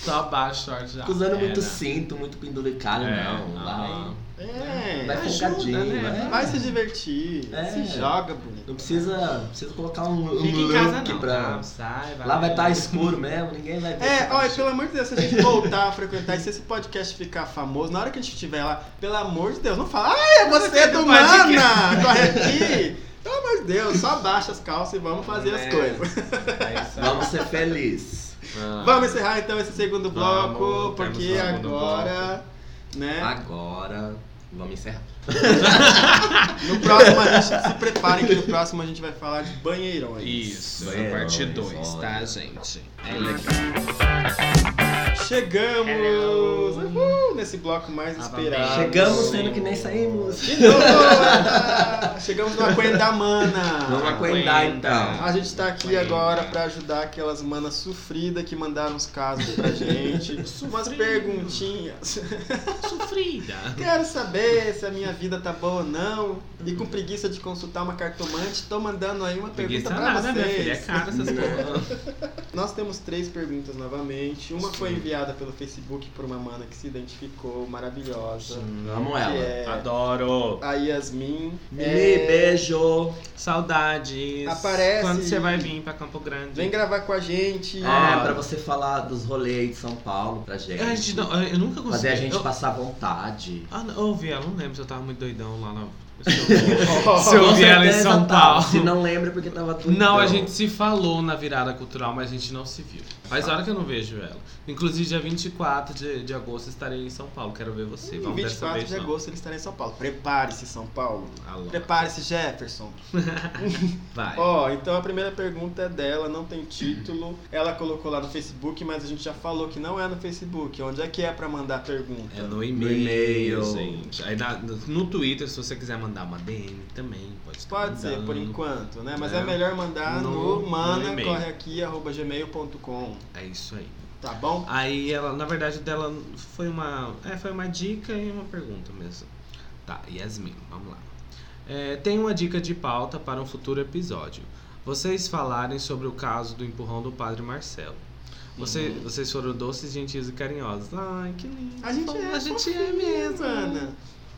Speaker 3: Só baixa short já. É,
Speaker 2: fica usando
Speaker 3: era.
Speaker 2: muito cinto, muito penduricalho,
Speaker 3: né? É,
Speaker 2: não.
Speaker 3: aham.
Speaker 2: Vai,
Speaker 1: É.
Speaker 2: vai
Speaker 3: ajuda,
Speaker 2: folgadinho,
Speaker 3: né?
Speaker 2: vai.
Speaker 1: Vai se divertir.
Speaker 2: É.
Speaker 1: Se joga, bonito.
Speaker 2: Não precisa, precisa colocar um, um
Speaker 3: Fica em
Speaker 2: look
Speaker 3: casa não,
Speaker 2: pra...
Speaker 3: tá? Sai, vai.
Speaker 2: Lá vai estar escuro mesmo, ninguém vai ver. tá
Speaker 1: É, olha, pelo amor de Deus, se a gente voltar a frequentar e se esse podcast ficar famoso, na hora que a gente estiver lá, pelo amor de Deus, não fala, ai, você é do Mana, corre aqui. Pelo amor de Deus, só baixa as calças e vamos fazer as
Speaker 3: É.
Speaker 1: coisas.
Speaker 3: É isso aí.
Speaker 2: Vamos ser felizes.
Speaker 3: Ah.
Speaker 1: Vamos encerrar então esse segundo bloco,
Speaker 3: Vamos, temos
Speaker 1: porque
Speaker 3: um segundo Ah.
Speaker 1: agora,
Speaker 3: É.
Speaker 1: né,
Speaker 2: Agora, vamos encerrar.
Speaker 1: no próximo a gente se prepare que no próximo a gente vai falar de banheirões.
Speaker 3: Isso,
Speaker 2: Banheirões,
Speaker 3: é parte 2,
Speaker 2: olha.
Speaker 3: tá, gente? É isso.
Speaker 1: Chegamos! Uhul, nesse bloco mais
Speaker 3: Novamente.
Speaker 1: esperado.
Speaker 2: Chegamos
Speaker 3: sim.
Speaker 2: sendo que nem saímos.
Speaker 1: De novo! Ana! Chegamos no Aquen da
Speaker 2: Vamos
Speaker 1: Mana.
Speaker 2: aguentar então.
Speaker 1: A gente tá aqui agora pra ajudar aquelas manas sofridas que mandaram os casos pra gente. Umas perguntinhas.
Speaker 3: Ah, Sofrida.
Speaker 1: Quero saber se a minha vida tá boa ou não. E com preguiça de consultar uma cartomante, tô mandando aí uma
Speaker 3: Preguiça
Speaker 1: pergunta pra
Speaker 3: nada, minha filha. É
Speaker 1: vocês.
Speaker 3: cara essas coisas.
Speaker 1: Nós temos três perguntas novamente. Uma foi
Speaker 3: Sim.
Speaker 1: enviada pelo Facebook por uma mana que se identificou, maravilhosa.
Speaker 2: Amo
Speaker 1: Que
Speaker 2: ela.
Speaker 1: é
Speaker 3: tá- Adoro.
Speaker 1: a Yasmin.
Speaker 2: Me
Speaker 1: É,
Speaker 2: beijo.
Speaker 3: Saudades.
Speaker 1: Aparece.
Speaker 3: Quando você vai vir pra Campo Grande?
Speaker 1: Vem gravar com a gente.
Speaker 3: Ah.
Speaker 2: É, pra você falar dos rolês de São Paulo pra gente.
Speaker 3: A gente não, eu nunca consegui.
Speaker 2: Fazer a gente
Speaker 3: eu,
Speaker 2: passar vontade.
Speaker 3: Ah, não, eu ouvi ela, não lembro se eu tava muito doidão lá não.
Speaker 1: Oh,
Speaker 3: Se eu
Speaker 2: Com
Speaker 3: vi ela em
Speaker 2: certeza
Speaker 3: São
Speaker 2: tava.
Speaker 3: Paulo.
Speaker 2: Se não lembra, é porque tava tudo.
Speaker 3: Não, a
Speaker 2: então.
Speaker 3: gente se falou na virada cultural, mas a gente não se viu. Faz hora que eu não vejo ela. Inclusive, dia 24 de, de agosto estarei em São Paulo. Quero ver você. Vamos dessa
Speaker 1: 24
Speaker 3: vez,
Speaker 1: de
Speaker 3: não.
Speaker 1: agosto ele estará em São Paulo. Prepare-se, São Paulo.
Speaker 3: Alô.
Speaker 1: Prepare-se, Jefferson.
Speaker 3: Vai.
Speaker 1: Ó, então a primeira pergunta é dela, não tem título. Ela colocou lá no Facebook, mas a gente já falou que não é no Facebook. Onde é que é pra mandar a pergunta?
Speaker 3: É no
Speaker 2: No
Speaker 3: e-mail,
Speaker 2: e-mail.
Speaker 3: gente. Aí na- no no Twitter, se você quiser mandar uma DM também, pode um- estar
Speaker 1: Pode ser,
Speaker 3: mandando.
Speaker 1: por enquanto, né? Mas é,
Speaker 3: É.
Speaker 1: melhor mandar
Speaker 3: No-
Speaker 1: no,
Speaker 3: no
Speaker 1: mana
Speaker 3: e-mail.
Speaker 1: corre aqui arroba gmail.com
Speaker 3: É isso aí.
Speaker 1: tá bom?
Speaker 3: Aí ela, na verdade, dela foi uma. É, foi uma dica e uma pergunta mesmo. Tá, Yasmin, vamos lá. É, tem uma dica de pauta para um futuro episódio. Vocês falarem sobre o caso do empurrão do padre Marcelo. Você- Vocês foram doces, gentis e carinhosos. Ai, que lindo.
Speaker 1: Uhum. A gente
Speaker 3: Bom,
Speaker 1: é,
Speaker 3: Ah, a gente
Speaker 1: fofinho,
Speaker 3: é mesmo.
Speaker 1: Ana.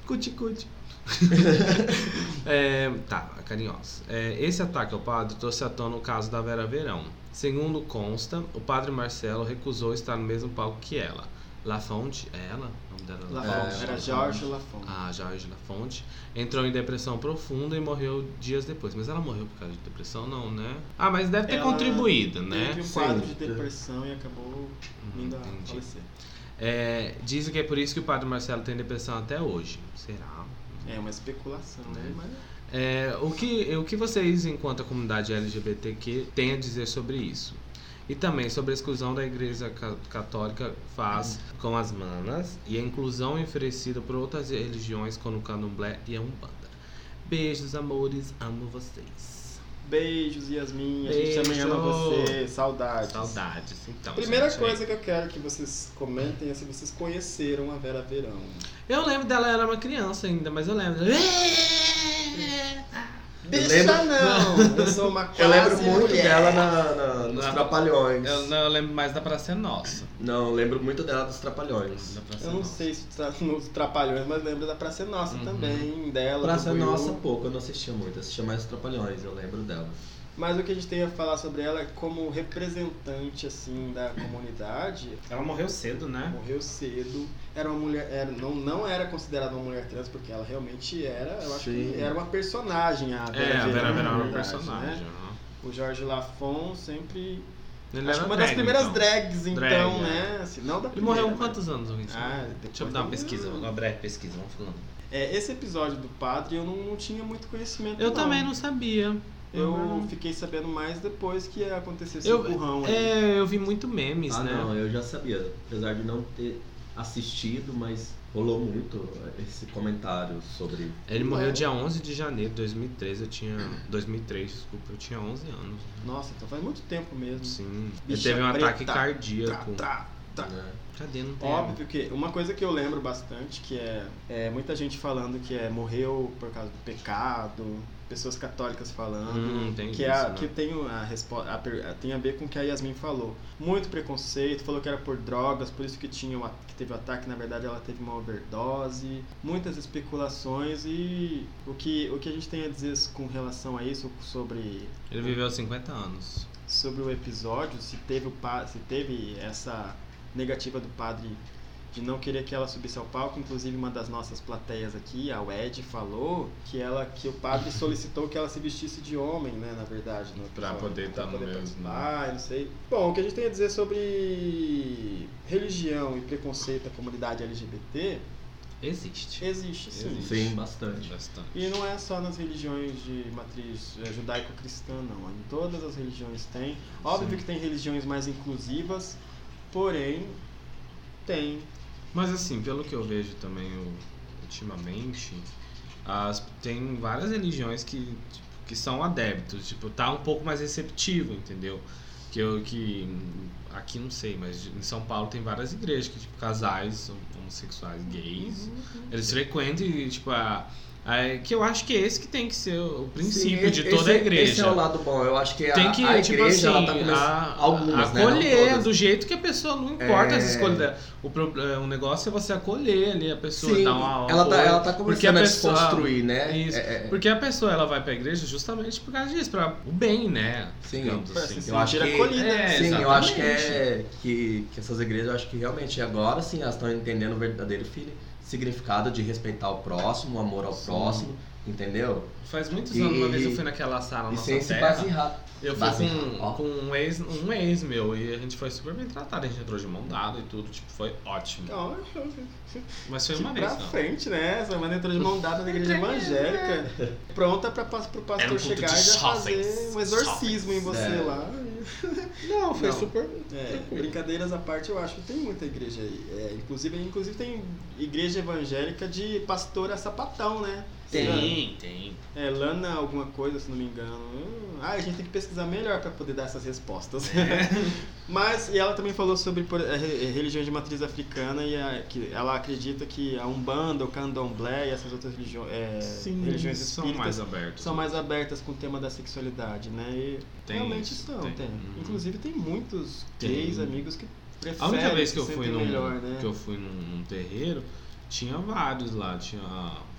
Speaker 3: Cuti, cuti. É, tá, carinhosos. É, esse ataque ao padre trouxe à tona o caso da Vera Verão. Segundo consta, o padre Marcelo recusou estar no mesmo palco que ela. Lafonte, é ela? O nome dela é
Speaker 1: Lafonte,
Speaker 2: É,
Speaker 1: era Jorge Lafonte.
Speaker 3: Ah, Jorge Lafonte. Entrou em depressão profunda e morreu dias depois. Mas ela morreu por causa de depressão, não, né? Ah, mas deve ter
Speaker 1: Ela
Speaker 3: contribuído, né?
Speaker 1: Teve um quadro
Speaker 2: Sim.
Speaker 1: de depressão e acabou
Speaker 3: Uhum,
Speaker 1: vindo a
Speaker 3: entendi.
Speaker 1: falecer.
Speaker 3: É, dizem que é por isso que o padre Marcelo tem depressão até hoje. Será?
Speaker 1: É uma especulação, né? Mas
Speaker 3: É, o, que, o que vocês, enquanto a comunidade LGBTQ, têm a dizer sobre isso? E também sobre a exclusão da Igreja ca- Católica faz com as manas e a inclusão oferecida por outras religiões como o candomblé e a umbanda. Beijos, amores, amo vocês.
Speaker 1: Beijos, Yasmin. A gente
Speaker 3: Beijo.
Speaker 1: também ama você. Saudades.
Speaker 3: Saudades, então.
Speaker 1: Primeira
Speaker 3: gente.
Speaker 1: coisa que eu quero que vocês comentem é se vocês conheceram a Vera Verão.
Speaker 3: Eu lembro dela, era uma criança ainda, mas eu lembro.
Speaker 1: Bicha
Speaker 2: lembro-
Speaker 1: não! Eu sou uma quase
Speaker 2: Eu lembro muito
Speaker 1: mulher.
Speaker 2: dela na- na- nos
Speaker 3: Na-
Speaker 2: Trapalhões.
Speaker 3: Eu, não, eu lembro mais da Praça é Nossa.
Speaker 2: Não, eu lembro muito dela dos Trapalhões.
Speaker 3: Da Praça é
Speaker 1: Eu não
Speaker 3: Nossa.
Speaker 1: sei se tá nos Trapalhões, mas lembro da Praça é Nossa
Speaker 3: Uhum.
Speaker 1: também, dela. do
Speaker 2: Praça
Speaker 1: Buiú.
Speaker 2: Nossa, pouco, eu não assistia muito. Eu assistia mais os Trapalhões, eu lembro dela.
Speaker 1: Mas o que a gente tem a falar sobre ela é como representante, assim, da comunidade,
Speaker 3: Ela morreu cedo, né?
Speaker 1: morreu cedo. Era uma mulher, era, não, não era considerada uma mulher trans, porque ela realmente era, eu acho
Speaker 2: Sim.
Speaker 1: que era uma personagem. A Vera
Speaker 3: É, a Vera
Speaker 1: Verão,
Speaker 3: Verão
Speaker 1: na
Speaker 3: era um
Speaker 1: verdade,
Speaker 3: personagem.
Speaker 1: né?
Speaker 3: aham.
Speaker 1: O Jorge Lafon sempre.
Speaker 3: Ele
Speaker 1: acho
Speaker 3: era
Speaker 1: que uma das
Speaker 3: drag,
Speaker 1: primeiras
Speaker 3: então.
Speaker 1: drags, então,
Speaker 3: Drag, é.
Speaker 1: né? Assim, não da
Speaker 3: Ele
Speaker 1: primeira,
Speaker 3: morreu com
Speaker 1: né?
Speaker 3: quantos anos, alguém sabe?
Speaker 1: Ah, depois
Speaker 3: Deixa eu dar uma
Speaker 1: da-
Speaker 3: pesquisa, uma breve pesquisa, vamos falando.
Speaker 1: É, esse episódio do padre eu não, não tinha muito conhecimento.
Speaker 3: Eu também não sabia.
Speaker 1: Eu
Speaker 3: Uhum.
Speaker 1: fiquei sabendo mais depois que aconteceu esse
Speaker 3: Eu-
Speaker 1: empurrão aí.
Speaker 3: É, eu vi muito memes,
Speaker 2: ah,
Speaker 3: né?
Speaker 2: não, eu já sabia. Apesar de não ter assistido, mas rolou muito esse comentário sobre.
Speaker 3: Ele
Speaker 1: é?
Speaker 3: morreu dia 11 de janeiro de 2003, eu tinha... 2003, desculpa, eu tinha 11 anos.
Speaker 1: Nossa, então faz muito tempo mesmo.
Speaker 3: Sim. Ele
Speaker 1: Bicha
Speaker 3: teve um
Speaker 1: preta.
Speaker 3: ataque cardíaco.
Speaker 1: Tra, tra, Tá.
Speaker 2: né?
Speaker 3: Cadê? Não tem.
Speaker 1: Óbvio que uma coisa que eu lembro bastante que é, é muita gente falando que é morreu por causa do pecado, pessoas católicas falando.
Speaker 3: Hum, tem
Speaker 1: que, é
Speaker 3: isso,
Speaker 1: a,
Speaker 3: né?
Speaker 1: que tem a resposta tem a ver com o que a Yasmin falou muito preconceito falou que era por drogas por isso que tinha o a- que teve o ataque na verdade ela teve uma overdose muitas especulações e o que o que a gente tem a dizer com relação a isso sobre
Speaker 3: Ele viveu 50 anos.
Speaker 1: sobre o episódio se teve o pa- se teve essa negativa do padre de não querer que ela subisse ao palco, inclusive uma das nossas plateias aqui, a Wed, falou que ela que o padre solicitou que ela se vestisse de homem, né, na verdade, no
Speaker 5: Pra
Speaker 1: episódio,
Speaker 5: poder
Speaker 1: pra
Speaker 5: tá no
Speaker 1: poder
Speaker 5: mesmo-
Speaker 1: participar, eu não sei. Bom, o que a gente tem a dizer sobre religião e preconceito da comunidade LGBT
Speaker 3: Existe.
Speaker 1: existe, sim.
Speaker 2: Sim, bastante.
Speaker 3: Bastante.
Speaker 1: E não é só nas religiões de matriz eh, judaico-cristã, não. Em todas as religiões tem. Óbvio que tem religiões mais inclusivas, porém, tem.
Speaker 3: Mas assim, pelo que eu vejo também eu- ultimamente, as, tem várias religiões que, tipo, que são adeptos, tipo, tá um pouco mais receptivo, entendeu? Que eu que. Aqui não sei, mas em São Paulo tem várias igrejas que, tipo, casais homossexuais gays.
Speaker 1: Hum,
Speaker 2: Uhum.
Speaker 3: Eles frequentam e, tipo, a, a- que eu acho que é esse que tem que ser o princípio
Speaker 2: Sim,
Speaker 3: de
Speaker 2: esse
Speaker 3: toda a
Speaker 2: é-
Speaker 3: igreja.
Speaker 2: Esse é o lado bom. Eu acho que a,
Speaker 3: tem que,
Speaker 2: a
Speaker 3: tipo
Speaker 2: igreja
Speaker 3: assim,
Speaker 2: ela tá começando.
Speaker 3: a-
Speaker 2: algumas, né, não
Speaker 3: acolher
Speaker 2: todas.
Speaker 3: do jeito que a pessoa não importa
Speaker 2: É.
Speaker 3: as escolhas dela. O, pro- é, o negócio é você acolher ali a pessoa,
Speaker 2: Sim,
Speaker 3: dar uma
Speaker 2: ela,
Speaker 3: apoio.
Speaker 2: tá, ela tá
Speaker 3: Porque
Speaker 2: começando a,
Speaker 3: pessoa-
Speaker 2: desconstruir, né?
Speaker 3: Isso.
Speaker 2: É, é,
Speaker 3: Porque a pessoa ela vai pra igreja justamente por causa disso, pra o bem, né?
Speaker 2: Sim,
Speaker 3: digamos
Speaker 1: pra
Speaker 3: assim.
Speaker 1: se
Speaker 2: eu acho
Speaker 1: sentir
Speaker 2: que-
Speaker 1: acolhida.
Speaker 3: é,
Speaker 2: sim, eu acho que, é,
Speaker 3: exatamente.
Speaker 2: que, que essas igrejas, eu acho que realmente agora sim elas estão entendendo o verdadeiro filho, significado de respeitar o próximo, o amor ao
Speaker 3: Sim.
Speaker 2: próximo, entendeu?
Speaker 3: Faz muitos anos, uma
Speaker 2: E-
Speaker 3: vez eu fui naquela sala
Speaker 2: e
Speaker 3: nossa
Speaker 2: sem se
Speaker 3: terra,
Speaker 2: basear.
Speaker 3: Eu fui
Speaker 2: basear,
Speaker 3: com,
Speaker 2: ó.
Speaker 3: com um, ex, um ex meu e a gente foi super bem tratado, a gente entrou de mão dada e tudo, tipo, foi ótimo.
Speaker 1: Então,
Speaker 3: Mas foi
Speaker 1: que
Speaker 3: uma
Speaker 1: pra
Speaker 3: vez, não.
Speaker 1: frente, né? Essa maneira entrou de mão dada na igreja evangélica, pronta pra, pas- pro
Speaker 3: Era um
Speaker 1: pastor
Speaker 3: culto
Speaker 1: chegar
Speaker 3: de
Speaker 1: e já fazer
Speaker 3: jovens, né?
Speaker 1: um exorcismo em você
Speaker 2: jovens.
Speaker 1: lá.
Speaker 3: Não,
Speaker 1: foi
Speaker 3: super.
Speaker 1: É, brincadeiras à parte, eu acho que tem muita igreja aí. É, inclusive, inclusive tem igreja evangélica de pastor a sapatão, né?
Speaker 3: Tem, tem.
Speaker 1: É, Lana alguma coisa, se não me engano. Hum, Ah, a gente tem que pesquisar melhor para poder dar essas respostas.
Speaker 3: É.
Speaker 1: Mas, e ela também falou sobre por- eh, re- eh, religião de matriz africana e a- que ela acredita que a Umbanda, o Candomblé e essas outras religiões, é, religiões
Speaker 3: são
Speaker 1: espíritas
Speaker 3: mais abertos.
Speaker 1: são mais abertas com o tema da sexualidade, né? E
Speaker 3: Tem
Speaker 1: realmente
Speaker 3: isso,
Speaker 1: são,
Speaker 3: tem.
Speaker 1: tem.
Speaker 3: Uhum.
Speaker 1: Inclusive tem muitos
Speaker 3: Tem.
Speaker 1: gays amigos que
Speaker 3: A
Speaker 1: preferem
Speaker 3: única vez que eu
Speaker 1: se
Speaker 3: fui
Speaker 1: sentem
Speaker 3: num,
Speaker 1: melhor, né?
Speaker 3: que eu fui num, num terreiro, tinha vários lá, tinha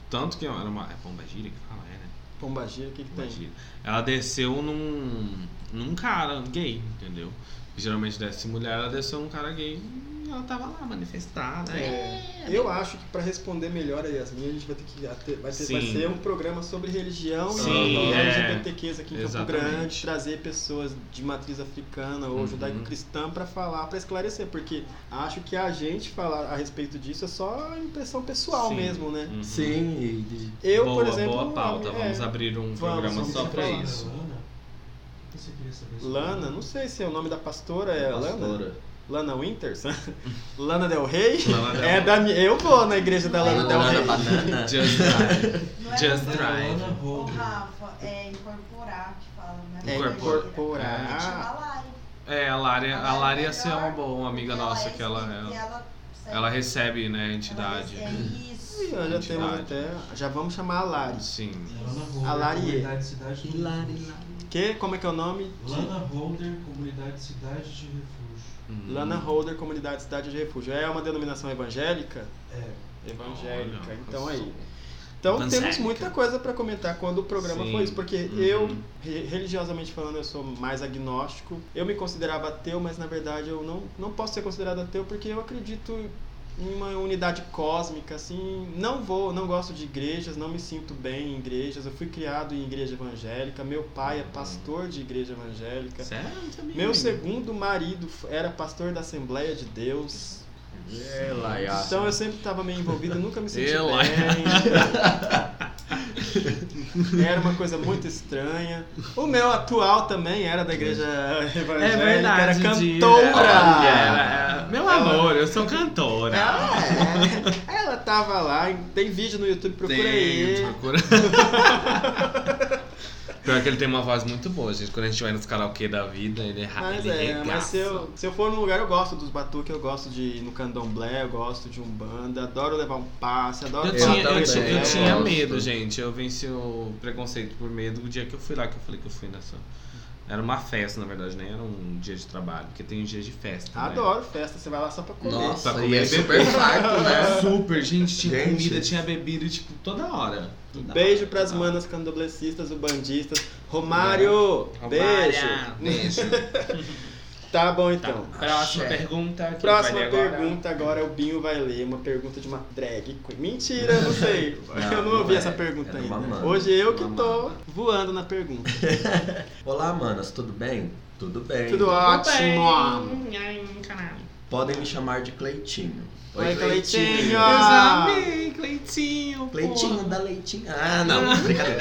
Speaker 3: tanto que era uma é pombagira que fala, é, né?
Speaker 1: Pombagira, o que, que tem?
Speaker 3: Pombagira. Ela desceu num num cara gay, entendeu? Que geralmente desce mulher, ela desceu num cara gay e ela tava lá manifestada.
Speaker 1: É, eu acho que para responder melhor a Yasmin, a gente vai ter que até- vai, ter, vai
Speaker 3: Sim.
Speaker 1: ser um programa sobre religião
Speaker 3: Sim,
Speaker 1: e Uhum.
Speaker 3: é.
Speaker 1: LGBTQs aqui em
Speaker 3: Exatamente.
Speaker 1: Campo Grande, trazer pessoas de matriz africana ou
Speaker 3: Uhum.
Speaker 1: judaico-cristã para falar, para esclarecer, porque acho que a gente falar a respeito disso é só impressão pessoal
Speaker 3: Sim.
Speaker 1: mesmo, né?
Speaker 3: Uhum.
Speaker 2: Sim, e-
Speaker 1: Eu,
Speaker 3: boa,
Speaker 1: por exemplo,
Speaker 3: boa pauta.
Speaker 1: é,
Speaker 3: Vamos abrir um
Speaker 1: vamos,
Speaker 3: programa
Speaker 1: vamos
Speaker 3: só pra
Speaker 1: falar.
Speaker 3: isso.
Speaker 1: Lana, não sei se é o nome da pastora é Lana.
Speaker 2: pastora.
Speaker 1: Lana Winters? Lana Del Rey?
Speaker 3: Lana Del
Speaker 1: É da mi- eu vou na igreja da Lana Del
Speaker 2: Banana,
Speaker 1: Rey.
Speaker 2: banana.
Speaker 3: Just Drive.
Speaker 6: Não é
Speaker 3: Just
Speaker 6: você-
Speaker 3: Drive.
Speaker 6: Ô, Rafa, é incorporar que fala, né?
Speaker 1: É
Speaker 3: Incorpor-
Speaker 1: incorporar.
Speaker 3: É, a Lari, a Lari ia ser
Speaker 6: melhor,
Speaker 3: uma boa uma amiga
Speaker 6: porque
Speaker 3: nossa
Speaker 6: é
Speaker 3: que ela
Speaker 6: espírita e
Speaker 3: ela,
Speaker 6: ela, recebe-
Speaker 3: ela recebe, né, a
Speaker 6: ela
Speaker 3: entidade.
Speaker 6: recebe- É isso.
Speaker 1: Ih, ó, Já temos
Speaker 3: Entidade.
Speaker 1: até. Já vamos chamar a Lari.
Speaker 3: Sim.
Speaker 4: é
Speaker 1: A Lari.
Speaker 2: Hilari,
Speaker 1: Que? Como é que é o nome?
Speaker 7: Lana Holder, comunidade Cidade de Refúgio.
Speaker 3: Hum.
Speaker 1: Lana Holder, Comunidade Cidade de Refúgio. É uma denominação evangélica?
Speaker 7: É.
Speaker 1: Evangélica.
Speaker 3: Olha,
Speaker 1: então aí.
Speaker 3: passou.
Speaker 1: Então temos
Speaker 3: Evangélica.
Speaker 1: muita coisa pra comentar quando o programa
Speaker 3: Sim.
Speaker 1: foi isso, porque
Speaker 3: Uhum.
Speaker 1: eu, re- religiosamente falando, eu sou mais agnóstico. Eu me considerava ateu, mas na verdade eu não, não posso ser considerado ateu porque eu acredito em uma unidade cósmica, assim. Não vou, não gosto de igrejas, não me sinto bem em igrejas. Eu fui criado em igreja evangélica, meu pai
Speaker 3: Uhum.
Speaker 1: é pastor de igreja evangélica.
Speaker 3: Sério? Eu não sabia.
Speaker 1: Meu segundo marido era pastor da Assembleia de Deus.
Speaker 2: É, Laia.
Speaker 1: Então eu sempre tava meio envolvido, nunca me senti
Speaker 3: Eu-
Speaker 1: bem. Era uma coisa muito estranha. O meu atual também era da igreja evangélica,
Speaker 3: É verdade.
Speaker 1: era
Speaker 3: Dira.
Speaker 1: cantora.
Speaker 3: Ah, Olha, ela- é. meu
Speaker 1: é.
Speaker 3: amor, eu sou cantora.
Speaker 1: Ela, é. Ela tava lá, tem vídeo no YouTube, procura
Speaker 3: Tem,
Speaker 1: aí.
Speaker 3: procura. Pior que ele tem uma voz muito boa, gente. Quando a gente vai nos karaokê da vida, ele, ra-
Speaker 1: Mas
Speaker 3: ele
Speaker 1: é, mas
Speaker 3: regaça.
Speaker 1: se eu, se eu for num lugar, eu gosto dos batuques, eu gosto de ir no candomblé, eu gosto de umbanda, adoro levar um passe, adoro um
Speaker 3: Eu
Speaker 2: Eu
Speaker 3: tinha, eu,
Speaker 2: também,
Speaker 3: tinha- eu
Speaker 2: eu
Speaker 3: tinha
Speaker 2: gosto.
Speaker 3: medo, gente. Eu venci o preconceito por medo o dia que eu fui lá, que eu falei que eu fui nessa. Era uma festa, na verdade, nem era um dia de trabalho, porque tem dias de festa. né?
Speaker 1: Adoro festa, você vai lá só pra comer.
Speaker 2: Nossa,
Speaker 3: Pra
Speaker 2: e é
Speaker 3: comer
Speaker 2: super farto, né?
Speaker 3: é Super, gente, tinha
Speaker 2: Gente.
Speaker 3: comida, tinha bebida, tipo, toda hora. Toda
Speaker 1: Beijo
Speaker 3: hora,
Speaker 1: pras
Speaker 3: toda hora.
Speaker 1: manas candomblecistas, ubandistas. Romário, beijo.
Speaker 3: Romária, Beijo.
Speaker 1: Tá bom então.
Speaker 3: Próxima
Speaker 2: Axé.
Speaker 3: pergunta. quem
Speaker 1: Próxima
Speaker 3: vai ler agora?
Speaker 1: pergunta agora, é o Binho vai ler uma pergunta de uma drag queen. Mentira, eu não sei.
Speaker 2: Não,
Speaker 1: eu não
Speaker 2: não
Speaker 1: ouvi
Speaker 2: é.
Speaker 1: essa pergunta
Speaker 2: Era
Speaker 1: ainda.
Speaker 2: uma mana.
Speaker 1: Hoje eu que
Speaker 2: Uma
Speaker 1: tô voando na pergunta.
Speaker 2: Olá, manas, tudo bem? Tudo bem.
Speaker 1: Tudo ótimo.
Speaker 2: Podem me chamar de Cleitinho.
Speaker 1: Oi, Cleitinho.
Speaker 3: Meus
Speaker 1: Ah.
Speaker 3: amigos, Cleitinho.
Speaker 2: Cleitinho
Speaker 3: porra.
Speaker 2: da Leitinho. Ah, não, brincadeira.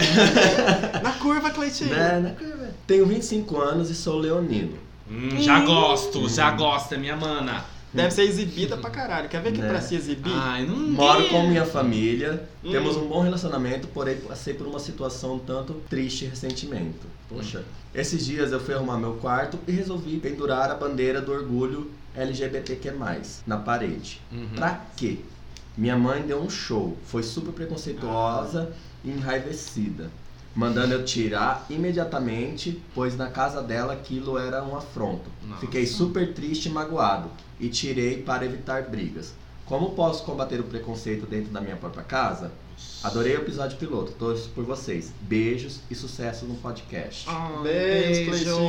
Speaker 1: Na curva, Cleitinho.
Speaker 2: Né, né, cara? Tenho 25 anos e sou leonino.
Speaker 3: Hum, já gosto, já gosto, é minha mana.
Speaker 1: Deve ser exibida pra caralho. Quer ver que
Speaker 2: Né.
Speaker 1: pra se exibir?
Speaker 3: Ai, não
Speaker 2: Moro com minha família,
Speaker 1: Hum.
Speaker 2: temos um bom relacionamento, porém passei por uma situação um tanto triste recentemente. Poxa. Esses dias eu fui arrumar meu quarto e resolvi pendurar a bandeira do orgulho LGBTQ+, na parede.
Speaker 3: Uhum.
Speaker 2: Pra quê? Minha mãe deu um show, foi super preconceituosa
Speaker 1: Ah.
Speaker 2: e enraivecida, mandando eu tirar imediatamente, pois na casa dela aquilo era um afronto.
Speaker 3: Nossa.
Speaker 2: Fiquei super triste e magoado e tirei para evitar brigas. Como posso combater o preconceito dentro da minha própria casa? Adorei o episódio piloto, torço por vocês. Beijos e sucesso no podcast.
Speaker 3: Ai,
Speaker 1: Beijo,
Speaker 2: E
Speaker 1: Cleitinho.
Speaker 2: aí,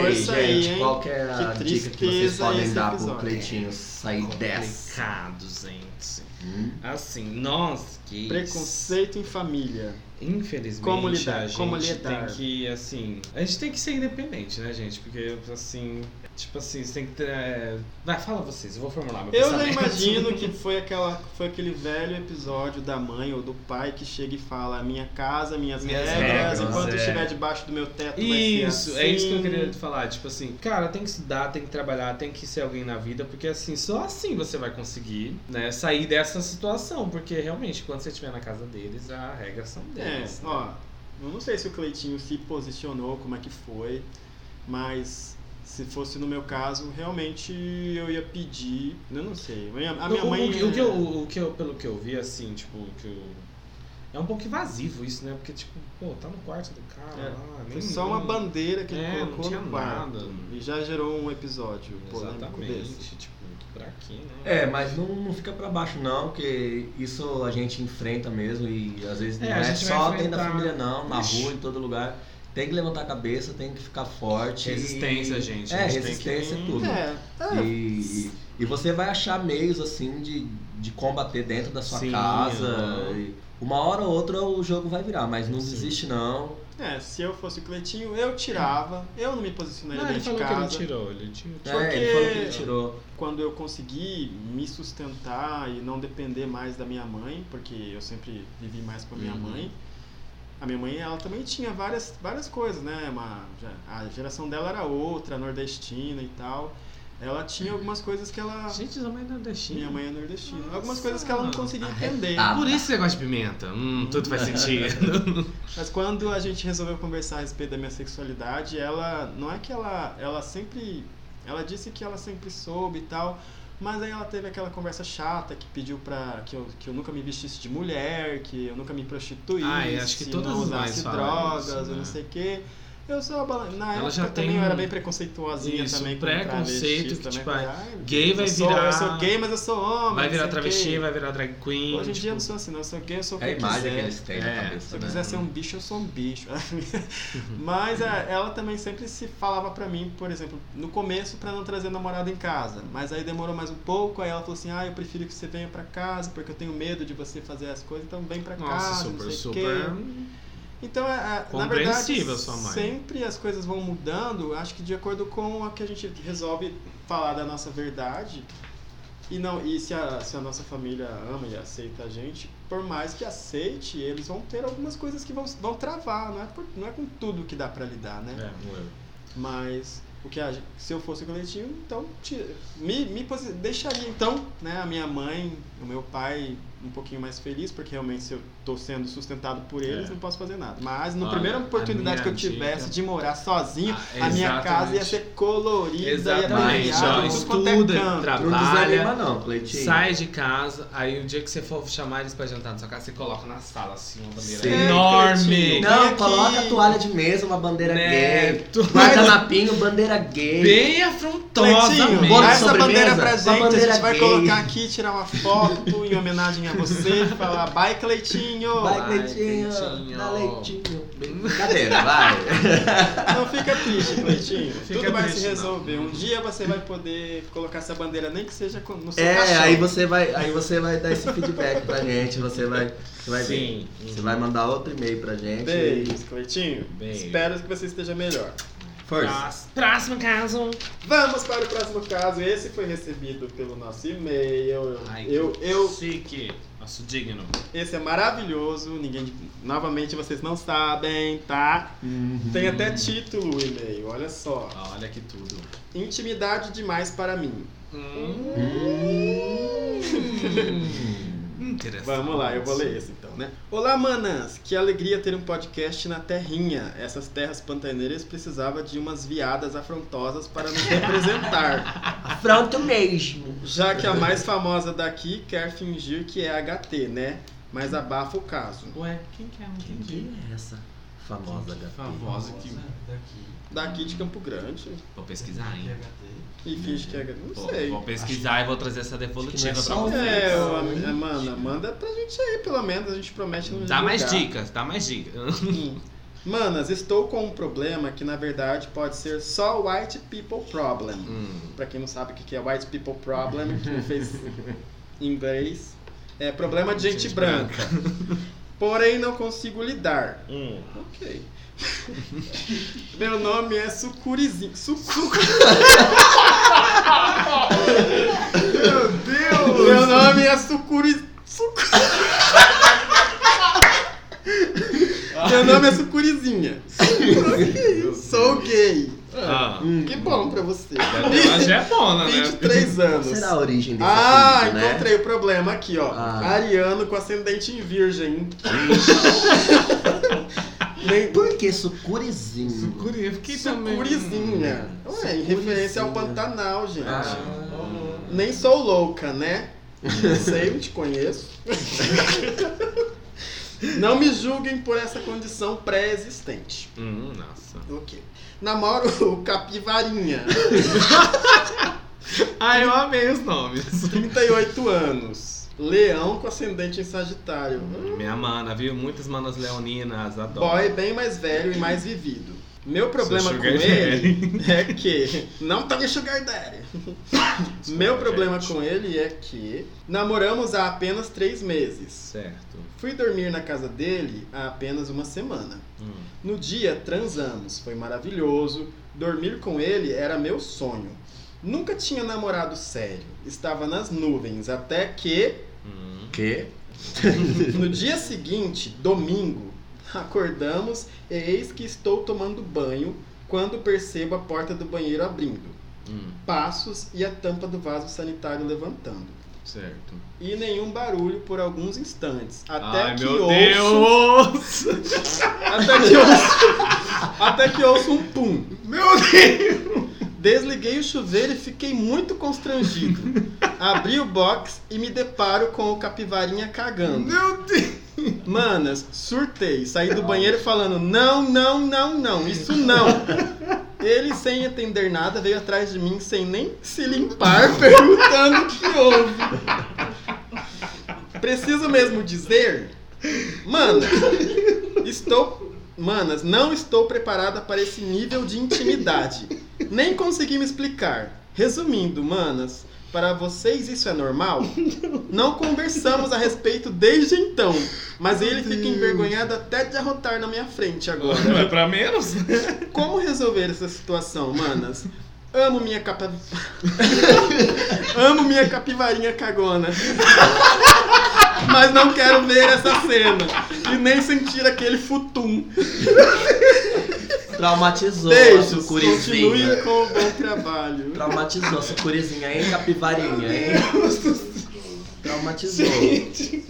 Speaker 1: Ah, Força
Speaker 2: gente,
Speaker 1: aí, hein?
Speaker 2: qual que é a
Speaker 1: Que
Speaker 2: dica que vocês
Speaker 1: tristeza
Speaker 2: podem
Speaker 1: esse
Speaker 2: dar pro
Speaker 1: episódio.
Speaker 2: Cleitinho sair dessa?
Speaker 3: Complicado, gente.
Speaker 2: Hum?
Speaker 3: Assim, nós que.
Speaker 1: Preconceito em família.
Speaker 3: Infelizmente,
Speaker 1: Como lidar,
Speaker 3: a gente
Speaker 1: como lidar.
Speaker 3: tem que, assim. A gente tem que ser independente, né, gente? Porque, assim. Tipo assim, você tem que ter. é, Vai, fala vocês, eu vou formular meu
Speaker 1: Eu já
Speaker 3: pensamento.
Speaker 1: imagino que foi, aquela, foi aquele velho episódio da mãe ou do pai que chega e fala minha casa, minhas,
Speaker 3: Minhas
Speaker 1: regras,
Speaker 2: regras,
Speaker 1: enquanto
Speaker 3: é.
Speaker 1: estiver debaixo do meu teto
Speaker 3: Isso,
Speaker 1: vai ser
Speaker 3: é isso que eu
Speaker 1: assim."
Speaker 3: queria te falar. Tipo assim, cara, tem que estudar, tem que trabalhar, tem que ser alguém na vida, porque assim, só assim você vai conseguir, né, sair dessa situação. Porque realmente, quando você estiver na casa deles, a regra são
Speaker 1: É,
Speaker 3: deles. né?
Speaker 1: ó, eu não sei se o Cleitinho se posicionou, como é que foi, mas se fosse no meu caso, realmente eu ia pedir, eu não sei, a minha, a minha
Speaker 3: o,
Speaker 1: mãe...
Speaker 3: o que- o que eu, o que eu- pelo que eu vi, assim, tipo, que eu- É um pouco invasivo isso, né? Porque, tipo, pô, tá no quarto do cara
Speaker 1: É,
Speaker 3: lá.
Speaker 1: Foi
Speaker 3: Nem,
Speaker 1: só uma
Speaker 3: nem-
Speaker 1: bandeira que ele
Speaker 3: É, não
Speaker 1: colocou
Speaker 3: tinha
Speaker 1: no quarto.
Speaker 3: nada.
Speaker 1: E já gerou um episódio polêmico desse.
Speaker 3: Exatamente, tipo, pra quê, né?
Speaker 2: É, mas não, não fica pra baixo não, porque isso a gente enfrenta mesmo e às vezes
Speaker 3: É,
Speaker 2: não
Speaker 3: a
Speaker 2: é
Speaker 3: gente vai
Speaker 2: só dentro da
Speaker 3: enfrentar.
Speaker 2: família não, na
Speaker 3: Ixi.
Speaker 2: rua, em todo lugar. Tem que levantar a cabeça, tem que ficar forte. e-
Speaker 3: Resistência, gente.
Speaker 2: É,
Speaker 3: A gente tem
Speaker 2: resistência
Speaker 3: que-
Speaker 2: é tudo.
Speaker 1: É, é.
Speaker 2: E, e você vai achar meios assim de, de combater dentro da sua
Speaker 3: Sim,
Speaker 2: casa.
Speaker 3: aham.
Speaker 2: e uma hora ou outra o jogo vai virar, mas não
Speaker 3: Sim.
Speaker 2: desiste não.
Speaker 1: É, se eu fosse o Cleitinho, eu tirava. Eu não me posicionaria
Speaker 3: Não, ele
Speaker 1: dentro de
Speaker 3: falou que ele
Speaker 1: casa.
Speaker 3: tirou, ele tirou. Tipo,
Speaker 2: É,
Speaker 1: Porque-
Speaker 2: ele falou que ele tirou.
Speaker 1: Quando eu consegui me sustentar e não depender mais da minha mãe, porque eu sempre vivi mais com a minha
Speaker 2: Uhum.
Speaker 1: mãe. A minha mãe, ela também tinha várias, várias coisas, né? Uma, já- a geração dela era outra, nordestina e tal. Ela tinha algumas coisas que ela...
Speaker 3: Gente, sua mãe é nordestina.
Speaker 1: Minha mãe é nordestina. Algumas
Speaker 3: Uhum. Nossa.
Speaker 1: coisas que ela não conseguia entender.
Speaker 2: Arretada.
Speaker 3: Por isso você gosta de pimenta. Hum, tudo faz sentido.
Speaker 1: Mas quando a gente resolveu conversar a respeito da minha sexualidade, ela não é que ela ela sempre ela disse que ela sempre soube e tal, mas aí ela teve aquela conversa chata que pediu pra que eu, que eu nunca me vestisse de mulher, que eu nunca me prostituísse,
Speaker 3: Ai, acho que todas
Speaker 1: não
Speaker 3: as
Speaker 1: usasse
Speaker 3: mães falam
Speaker 1: drogas,
Speaker 3: isso,
Speaker 1: eu
Speaker 3: né?
Speaker 1: não sei o quê. Eu sou abala- na
Speaker 3: Ela
Speaker 1: época
Speaker 3: já tem
Speaker 1: também eu era
Speaker 3: um-
Speaker 1: bem preconceituosinha
Speaker 3: isso,
Speaker 1: também com
Speaker 3: preconceito
Speaker 1: travestis
Speaker 3: que,
Speaker 1: também,
Speaker 3: tipo,
Speaker 1: falei,
Speaker 3: ah,
Speaker 1: "Ai,
Speaker 3: gay vai
Speaker 1: eu sou-
Speaker 3: virar-
Speaker 1: Eu sou gay, mas eu sou homem.
Speaker 3: Vai virar
Speaker 1: não sei o quê."
Speaker 3: travesti, vai virar drag queen.
Speaker 1: Hoje em
Speaker 3: tipo,
Speaker 1: dia eu não sou assim, não. Eu sou gay, eu sou o
Speaker 2: É
Speaker 1: que
Speaker 2: a
Speaker 1: eu
Speaker 2: imagem
Speaker 1: quiser.
Speaker 2: que eles têm
Speaker 3: É,
Speaker 2: na cabeça.
Speaker 1: Se eu
Speaker 2: né?
Speaker 1: quiser ser um bicho, eu sou um bicho. Mas a- ela também sempre se falava pra mim, por exemplo, no começo pra não trazer namorada em casa. Mas aí demorou mais um pouco, aí ela falou assim: "Ah, eu prefiro que você venha pra casa, porque eu tenho medo de você fazer as coisas, então vem pra
Speaker 3: Nossa,
Speaker 1: casa". não
Speaker 3: super,
Speaker 1: sei o
Speaker 3: super.
Speaker 1: quê. Então, a- a- na verdade,
Speaker 3: Compreensível a sua mãe.
Speaker 1: sempre as coisas vão mudando, acho que de acordo com a que a gente resolve falar da nossa verdade. E não, e se a, se a nossa família ama e aceita a gente, por mais que aceite, eles vão ter algumas coisas que vão, vão travar, não é, por- não é com tudo que dá pra lidar, né?
Speaker 3: É,
Speaker 1: Mas o que a, gen- se eu fosse coletivo, então ti- me, me posi- deixaria então, né, a minha mãe, o meu pai um pouquinho mais feliz, porque realmente se eu tô sendo sustentado por eles,
Speaker 3: É.
Speaker 1: não posso fazer nada. Mas na
Speaker 3: Olha,
Speaker 1: primeira oportunidade
Speaker 3: a
Speaker 1: que eu
Speaker 3: minha
Speaker 1: tivesse
Speaker 3: dica-
Speaker 1: de morar sozinho,
Speaker 3: Ah,
Speaker 1: a minha casa ia
Speaker 3: exatamente.
Speaker 1: ser colorida,
Speaker 3: Exatamente,
Speaker 1: ia ter viado,
Speaker 3: ó,
Speaker 1: tudo quanto é
Speaker 3: estuda,
Speaker 1: canto.
Speaker 3: tra-
Speaker 2: Não desanima
Speaker 3: Trabalha,
Speaker 2: não, Cleitinho.
Speaker 3: Sai de casa, aí o dia que você for chamar eles pra jantar na sua casa, você coloca na sala assim uma bandeira
Speaker 2: Sim.
Speaker 3: enorme.
Speaker 1: Ei,
Speaker 2: Não,
Speaker 1: aqui.
Speaker 2: coloca a toalha de mesa, uma bandeira
Speaker 3: Né?
Speaker 2: gay.
Speaker 3: Tu-
Speaker 2: Marca napinho, bandeira gay.
Speaker 3: Bem
Speaker 1: Cleitinho,
Speaker 3: afrontosa
Speaker 1: dá
Speaker 2: bora-
Speaker 3: mesmo.
Speaker 1: essa
Speaker 2: sobremesa,
Speaker 1: bandeira pra
Speaker 2: uma
Speaker 1: gente, a
Speaker 2: bandeira
Speaker 1: gente vai
Speaker 2: gay.
Speaker 1: colocar aqui, tirar uma foto em homenagem a você e falar Bye Cleitinho!
Speaker 2: Vai,
Speaker 3: Vai,
Speaker 2: Cleitinho.
Speaker 3: Cleitinho.
Speaker 2: Dá leitinho. Brincadeira, vai.
Speaker 1: Não fica triste, Cleitinho.
Speaker 3: Fica
Speaker 1: Tudo vai se
Speaker 3: triste, não.
Speaker 1: resolver. Um dia você vai poder colocar essa bandeira, nem que seja com- no seu
Speaker 2: É,
Speaker 1: caixão.
Speaker 2: aí você vai, aí você vai dar esse feedback pra gente, você vai, você vai ver.
Speaker 3: Sim.
Speaker 2: Você vai mandar outro e-mail pra gente.
Speaker 1: Beijos, Cleitinho.
Speaker 3: Beijos.
Speaker 1: Espero que você esteja melhor.
Speaker 2: Força.
Speaker 3: Próximo caso.
Speaker 1: Vamos para o próximo caso. Esse foi recebido pelo nosso e-mail.
Speaker 3: Ai,
Speaker 1: Eu,
Speaker 3: que
Speaker 1: eu,
Speaker 3: Chique. Nosso digno.
Speaker 1: esse é maravilhoso. Ninguém, novamente, vocês não sabem, tá?
Speaker 2: Uhum.
Speaker 1: Tem até título o e-mail. Olha só.
Speaker 3: Olha que tudo.
Speaker 1: Intimidade demais para mim.
Speaker 2: Hum.
Speaker 3: Hum, Interessante.
Speaker 1: Vamos lá, eu vou ler esse então, né? Olá, manas! Que alegria ter um podcast na terrinha. Essas terras pantaneiras precisava de umas viadas afrontosas para nos representar.
Speaker 2: Pronto mesmo.
Speaker 1: Já que a mais famosa daqui quer fingir que é HT, né? Mas abafa o caso.
Speaker 3: Ué, quem que é? Não
Speaker 2: Quem
Speaker 3: entendi.
Speaker 2: que é essa famosa
Speaker 3: Quem que é
Speaker 2: HP?
Speaker 3: famosa que-
Speaker 7: Daqui.
Speaker 1: Daqui de Campo Grande.
Speaker 3: Vou pesquisar, hein?
Speaker 7: PHD.
Speaker 1: E finge que é HT. Não
Speaker 3: Vou,
Speaker 1: sei.
Speaker 3: vou pesquisar e vou trazer essa devolutiva
Speaker 2: Acho que
Speaker 3: pra
Speaker 2: não é só
Speaker 3: você.
Speaker 1: É, ô, am- mana, manda pra gente aí, pelo menos. A gente promete não
Speaker 3: Dá mais
Speaker 1: divulgar.
Speaker 3: dicas, dá mais dicas.
Speaker 1: Manas, estou com um problema que na verdade pode ser só white people problem.
Speaker 3: Hum.
Speaker 1: Pra quem não sabe o que que é White People Problem, que me fez em inglês, é problema de gente,
Speaker 3: Gente
Speaker 1: branca. Porém, não consigo lidar.
Speaker 3: Hum.
Speaker 1: Ok. Meu nome é Sucurizinho. Sucu... Meu Deus! Meu nome é Sucuri... Sucu... Meu nome é Sucurizinha. Ok, Sou gay. Hum,
Speaker 3: Ah,
Speaker 1: Que bom pra você.
Speaker 3: ela já é bona, né?
Speaker 1: 23
Speaker 2: Qual
Speaker 1: anos.
Speaker 2: será a origem desse
Speaker 1: Ah,
Speaker 2: apelido, né?
Speaker 1: encontrei o problema aqui, ó.
Speaker 2: Ah.
Speaker 1: Ariano com ascendente em virgem. Nem
Speaker 2: Por que sucurizinho?
Speaker 3: Sucuri, eu fiquei
Speaker 1: é
Speaker 3: também. né?
Speaker 1: Sucurizinha. Ué, é, em
Speaker 2: Sucurizinha.
Speaker 1: referência ao Pantanal, gente.
Speaker 2: Ah.
Speaker 1: Nem sou louca, né? Não sei, não te conheço. Não me julguem por essa condição pré-existente.
Speaker 3: Hum, nossa.
Speaker 1: Ok. Namoro o Capivarinha,
Speaker 3: Ah, eu amei os nomes.
Speaker 1: 38 anos. Leão com ascendente em Sagitário.
Speaker 3: Minha mana, viu? Muitas manas leoninas, adoro.
Speaker 1: Boy bem mais velho e mais vivido. Meu problema
Speaker 3: Seu
Speaker 1: com
Speaker 3: sugar
Speaker 1: ele é que. Não tá de sugar daddy.
Speaker 3: Desculpa,
Speaker 1: Meu problema
Speaker 3: gente.
Speaker 1: com ele é que. Namoramos há apenas três meses.
Speaker 3: Certo.
Speaker 1: Fui dormir na casa dele há apenas uma semana.
Speaker 3: Hum.
Speaker 1: No dia, transamos. Foi maravilhoso. Dormir com ele era meu sonho. Nunca tinha namorado sério. Estava nas nuvens. Até que.
Speaker 3: Hum.
Speaker 2: Que?
Speaker 1: No dia seguinte, domingo, acordamos e eis que estou tomando banho quando percebo a porta do banheiro abrindo,
Speaker 3: Hum.
Speaker 1: passos e a tampa do vaso sanitário levantando.
Speaker 3: Certo.
Speaker 1: E nenhum barulho por alguns instantes. Até
Speaker 3: Ai,
Speaker 1: que
Speaker 3: meu
Speaker 1: ouço.
Speaker 3: Deus!
Speaker 1: Até que ouço. até que ouço um pum. Meu Deus! Desliguei o chuveiro e fiquei muito constrangido. Abri o box e me deparo com o capivarinha cagando. Meu Deus! Manas, surtei. Saí do banheiro falando: não, não, não, não, isso não. Ele, sem entender nada, veio atrás de mim sem nem se limpar, perguntando o que houve. Preciso mesmo dizer? Manas, estou. Manas, não estou preparada para esse nível de intimidade. Nem consegui me explicar. Resumindo, manas, para vocês isso é normal? Não conversamos a respeito desde então, mas ele fica envergonhado até de arrotar na minha frente agora.
Speaker 3: Não é pra menos?
Speaker 1: Como resolver essa situação, manas? Amo minha capa. Amo minha capivarinha cagona. Mas não quero ver essa cena. E nem sentir aquele futum.
Speaker 2: Traumatizou a
Speaker 1: Beijos.
Speaker 2: sucurizinha.
Speaker 1: Continue com o bom trabalho.
Speaker 2: Traumatizou a sucurizinha, hein, capivarinha, hein? traumatizou.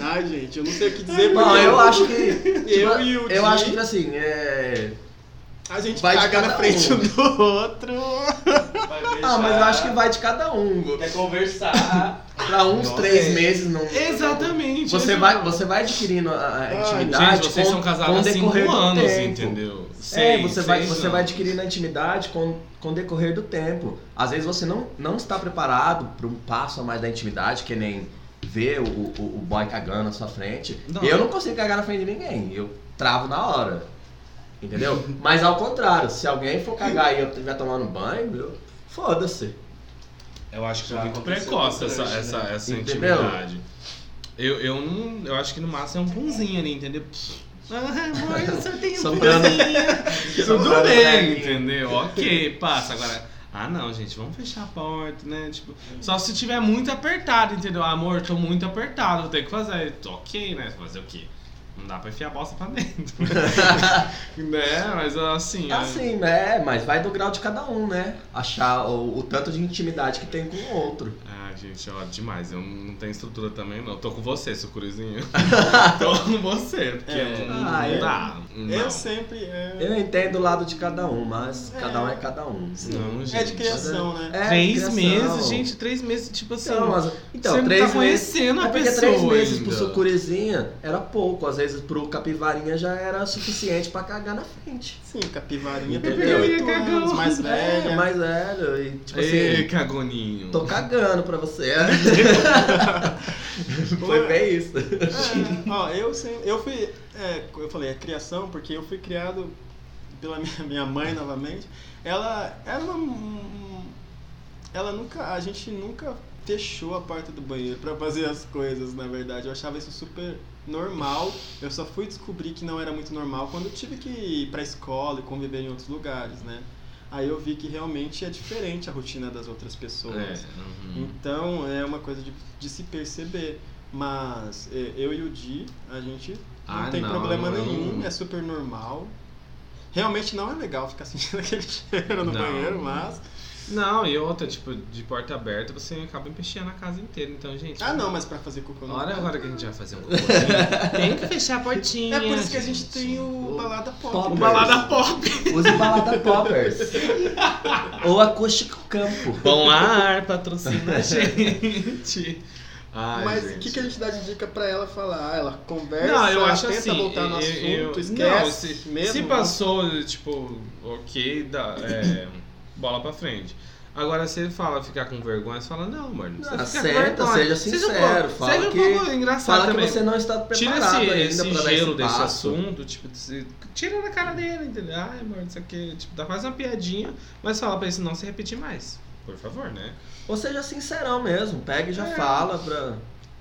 Speaker 1: Ai, gente, eu não sei o que dizer.
Speaker 2: Bom,
Speaker 1: porque
Speaker 2: eu acho que.
Speaker 1: Eu
Speaker 2: tipo,
Speaker 1: e o
Speaker 2: Eu
Speaker 1: Di-
Speaker 2: acho que assim, é.
Speaker 1: A gente
Speaker 2: vai de
Speaker 1: caga na
Speaker 2: cada
Speaker 1: frente
Speaker 2: um.
Speaker 1: um do outro.
Speaker 4: Vai
Speaker 2: Ah, mas eu
Speaker 4: beijar,
Speaker 2: acho que vai de cada um.
Speaker 4: Quer é conversar.
Speaker 2: Pra uns
Speaker 1: Nossa.
Speaker 3: é.
Speaker 2: três meses não.
Speaker 3: Exatamente.
Speaker 2: Você
Speaker 3: esse-
Speaker 2: vai, você vai adquirindo a, a
Speaker 1: Ai,
Speaker 2: intimidade.
Speaker 3: Gente, vocês
Speaker 2: com-
Speaker 3: são
Speaker 2: com o
Speaker 3: casados há cinco
Speaker 2: decorrer do
Speaker 3: anos,
Speaker 2: tempo.
Speaker 3: entendeu?
Speaker 2: É,
Speaker 3: Seis,
Speaker 2: você vai,
Speaker 3: seis
Speaker 2: você vai
Speaker 3: anos.
Speaker 2: adquirindo a intimidade com, com o decorrer do tempo. Às vezes você não, não está preparado para um passo a mais da intimidade, que nem ver o, o, o boy cagando na sua frente.
Speaker 3: Não.
Speaker 2: Eu não consigo cagar na frente de ninguém, eu travo na hora. Entendeu? Mas ao contrário, se alguém for cagar e eu estiver tomando banho, eu- foda-se.
Speaker 3: Eu acho que
Speaker 4: Já
Speaker 3: foi muito
Speaker 4: aconteceu
Speaker 3: precoce essa,
Speaker 4: bastante,
Speaker 3: essa,
Speaker 4: né?
Speaker 3: essa
Speaker 2: Entendeu?
Speaker 3: intimidade. Eu, eu, não, eu acho que no máximo é um punzinho ali, entendeu? Ah, mãe, eu só tenho um
Speaker 2: Sobrando.
Speaker 3: punzinho. Tudo
Speaker 2: Sobrando
Speaker 3: bem,
Speaker 2: velhinho.
Speaker 3: entendeu? Ok, passa. Agora, ah não, gente, vamos fechar a porta, né? Tipo, só se tiver muito apertado, entendeu? Ah, Amor, tô muito apertado, vou ter que fazer. Ok, né? Fazer o quê? Não dá pra enfiar a bosta pra dentro. né? Mas assim. é-
Speaker 2: Assim, né? Mas vai do grau de cada um, né? Achar o, o tanto de intimidade que tem com o outro.
Speaker 3: Ah, gente, ó, demais. Eu não tenho estrutura também, não. Tô com você, sucurizinho. Tô com você, porque
Speaker 1: É.
Speaker 3: não,
Speaker 2: Ah,
Speaker 3: não
Speaker 2: eu-
Speaker 3: dá. Não.
Speaker 1: Eu sempre. É,
Speaker 2: Eu entendo o lado de cada um, mas
Speaker 1: É.
Speaker 2: cada um é cada um.
Speaker 3: Não, gente.
Speaker 1: é de criação, né?
Speaker 2: É,
Speaker 3: três
Speaker 2: criação.
Speaker 3: meses, gente, três meses, tipo assim.
Speaker 2: Então, mas- então,
Speaker 3: você
Speaker 2: três
Speaker 3: não tá
Speaker 2: meses.
Speaker 3: conhecendo
Speaker 2: É
Speaker 3: a
Speaker 2: porque
Speaker 3: pessoa.
Speaker 2: três meses
Speaker 3: ainda.
Speaker 2: pro sucurizinha era pouco, às vezes pro capivarinha já era suficiente pra cagar na frente.
Speaker 1: Sim, capivarinha tem
Speaker 2: Entendeu?
Speaker 1: 8
Speaker 3: Cagão.
Speaker 1: anos, mais velha.
Speaker 2: É, mas era, e tipo
Speaker 3: Ê,
Speaker 2: assim,
Speaker 3: cagoninho.
Speaker 2: tô cagando pra você. Foi
Speaker 1: Ué.
Speaker 2: bem isso.
Speaker 3: Ah.
Speaker 1: É, ó, eu sempre, eu fui, é, eu falei, é criação, porque eu fui criado pela minha, minha mãe novamente. Ela, ela, hum, ela nunca, a gente nunca fechou a porta do banheiro pra fazer as coisas, na verdade. Eu achava isso super normal. Eu só fui descobrir que não era muito normal quando eu tive que ir pra escola e conviver em outros lugares, né? Aí eu vi que realmente é diferente a rotina das outras
Speaker 3: É,
Speaker 1: pessoas.
Speaker 3: uhum.
Speaker 1: Então é uma coisa de, de se perceber. Mas é, eu e o Di, a gente não
Speaker 3: Ah,
Speaker 1: tem
Speaker 3: não,
Speaker 1: problema
Speaker 3: eu não-
Speaker 1: nenhum, é super normal. Realmente não é legal ficar sentindo aquele cheiro no
Speaker 3: Não.
Speaker 1: banheiro, mas.
Speaker 3: Não, e outra, tipo, de porta aberta, você acaba empesteando a casa inteira. Então, gente.
Speaker 1: Ah não, mas pra fazer cocô não.
Speaker 3: Olha agora que a gente vai fazer um cocôzinho. tem que fechar a portinha.
Speaker 1: É por isso que a gente tem o balada pop.
Speaker 2: Pop.
Speaker 3: O balada pop.
Speaker 2: Use balada poppers. Ou acústico campo.
Speaker 3: Bom ar, patrocina a gente. Ai,
Speaker 1: Mas o
Speaker 3: gente.
Speaker 1: que, que a gente dá de dica pra ela falar? "Ah, Ela conversa,
Speaker 3: Não, eu
Speaker 1: ela
Speaker 3: acho
Speaker 1: tenta
Speaker 3: assim.
Speaker 1: voltar no
Speaker 3: eu-
Speaker 1: assunto,
Speaker 3: eu-
Speaker 1: esquece
Speaker 3: não, se,
Speaker 1: mesmo.
Speaker 3: se passou, tipo, ok, dá, é, bola pra frente. Agora, se ele fala ficar com vergonha, você fala, não, mano, não precisa ficar com
Speaker 2: Aceita,
Speaker 3: vergonha.
Speaker 2: Ah, seja
Speaker 3: Seja um
Speaker 2: sincero,
Speaker 3: pouco-
Speaker 2: fala
Speaker 3: seja um
Speaker 2: que-
Speaker 3: pouco engraçado
Speaker 2: Fala
Speaker 3: também.
Speaker 2: que você não está
Speaker 3: Tira
Speaker 2: preparado
Speaker 3: esse,
Speaker 2: ainda
Speaker 3: esse
Speaker 2: pra dar
Speaker 3: gelo
Speaker 2: esse
Speaker 3: desse
Speaker 2: passo.
Speaker 3: assunto, tipo, se- tira da cara dele, entendeu? Ai, amor, isso aqui, tipo, dá faz uma piadinha, mas fala pra isso não se repetir mais. Por favor, né?
Speaker 2: Ou seja, sincerão mesmo. Pega e já
Speaker 3: É.
Speaker 2: fala pra.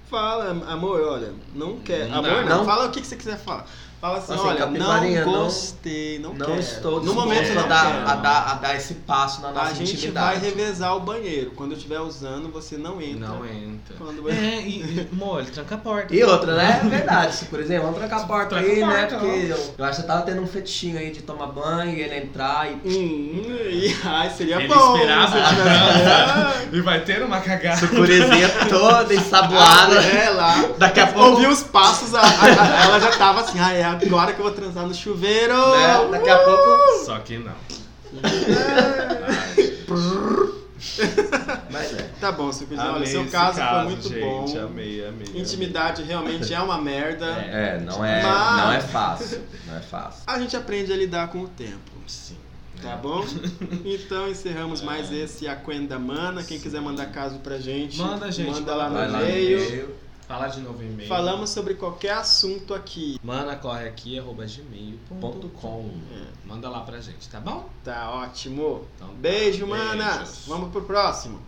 Speaker 1: Fala, amor, olha, não quer.
Speaker 3: Não dá.
Speaker 1: amor, não.
Speaker 2: Não.
Speaker 1: Fala o que, que você quiser falar. Fala assim,
Speaker 2: Assim,
Speaker 1: olha,
Speaker 2: capivarinha,
Speaker 1: não
Speaker 2: não-
Speaker 1: gostei, não,
Speaker 2: Não,
Speaker 1: quero.
Speaker 2: estou
Speaker 1: No momento
Speaker 2: disposto a
Speaker 1: não
Speaker 2: dar,
Speaker 1: quero.
Speaker 2: a, dar, a dar esse passo na nossa
Speaker 1: A gente vai
Speaker 2: intimidade.
Speaker 1: revezar o banheiro. Quando eu estiver usando, você não entra.
Speaker 3: Não entra.
Speaker 1: Quando você...
Speaker 3: É, e, e amor, ele tranca a porta.
Speaker 2: E outra, né? É verdade. Se, por exemplo, vamos trancar a porta
Speaker 3: Tranca a
Speaker 2: aí, né?
Speaker 3: porta,
Speaker 2: Porque
Speaker 3: ó.
Speaker 2: eu, eu acho que você tava tendo um fetichinho aí de tomar banho e ele entrar e.
Speaker 1: Hum, e- ai, seria
Speaker 3: Ele
Speaker 1: bom.
Speaker 3: esperava
Speaker 1: se eu
Speaker 3: a
Speaker 1: tivesse-
Speaker 3: E vai ter uma cagada.
Speaker 2: Sucurezinha toda
Speaker 1: Ah,
Speaker 2: ensaboada. né?
Speaker 1: É lá.
Speaker 2: Daqui a pouco.
Speaker 1: Ouvi os passos, a- a- a- ela já tava assim, ah, é agora que eu vou transar no chuveiro.
Speaker 2: né? Daqui a pouco.
Speaker 3: Só que não.
Speaker 1: É.
Speaker 2: Mas é.
Speaker 1: Tá bom, seu Cris, olha,
Speaker 3: Amei
Speaker 1: seu
Speaker 3: esse
Speaker 1: caso, foi muito
Speaker 3: gente,
Speaker 1: bom.
Speaker 3: Amei, amei. amei.
Speaker 1: Intimidade realmente é uma merda.
Speaker 2: É, não é,
Speaker 1: Mas-
Speaker 2: não é fácil. Não é fácil.
Speaker 1: A gente aprende a lidar com o tempo.
Speaker 3: Sim.
Speaker 1: Tá bom? Então encerramos mais esse Aquenda Mana. Quem quiser mandar caso pra gente,
Speaker 3: Manda, gente,
Speaker 1: manda lá
Speaker 2: Vai
Speaker 1: Tá no
Speaker 2: lá no
Speaker 1: e-mail.
Speaker 2: e-mail.
Speaker 3: Fala de novo e-mail.
Speaker 1: Falamos sobre qualquer assunto aqui.
Speaker 3: Mana corre aqui, arroba gmail.com.
Speaker 1: É.
Speaker 3: Manda lá pra gente, tá bom?
Speaker 1: Tá ótimo.
Speaker 3: Então,
Speaker 1: Beijo,
Speaker 3: beijos.
Speaker 1: manas. Vamos pro próximo.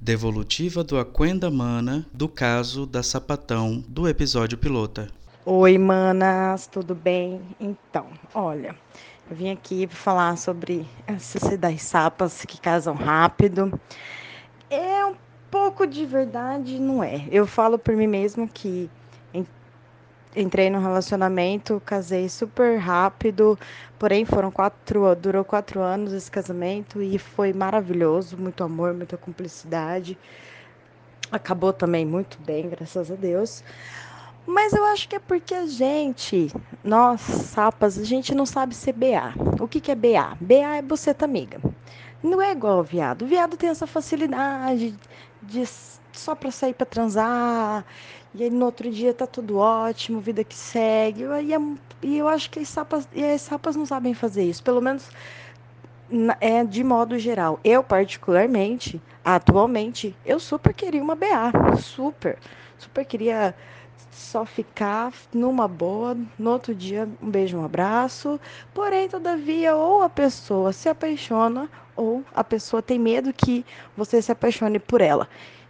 Speaker 5: Devolutiva do Aquenda Mana do caso da Sapatão do episódio pilota.
Speaker 8: Oi, manas, tudo bem? Então, olha, eu vim aqui falar sobre essas das sapas que casam rápido. É um pouco de verdade, não é? Eu falo por mim mesmo que en- entrei num relacionamento, casei super rápido, porém foram quatro, a- durou quatro anos esse casamento e foi maravilhoso, muito amor, muita cumplicidade. Acabou também muito bem, graças a Deus. Mas eu acho que é porque a gente, nós, sapas, a gente não sabe ser BA. O que, que é BA? BA é buceta amiga. Não é igual ao viado. O viado tem essa facilidade de s- só pra sair pra transar. E aí no outro dia tá tudo ótimo, vida que segue. E, aí é- e eu acho que as sapas, e as sapas não sabem fazer isso. Pelo menos na- é de modo geral. Eu, particularmente, atualmente, eu super queria uma BA. Super. Super queria só ficar numa boa, no outro dia um beijo, um abraço. Porém, todavia, ou a pessoa se apaixona ou a pessoa tem medo que você se apaixone por ela.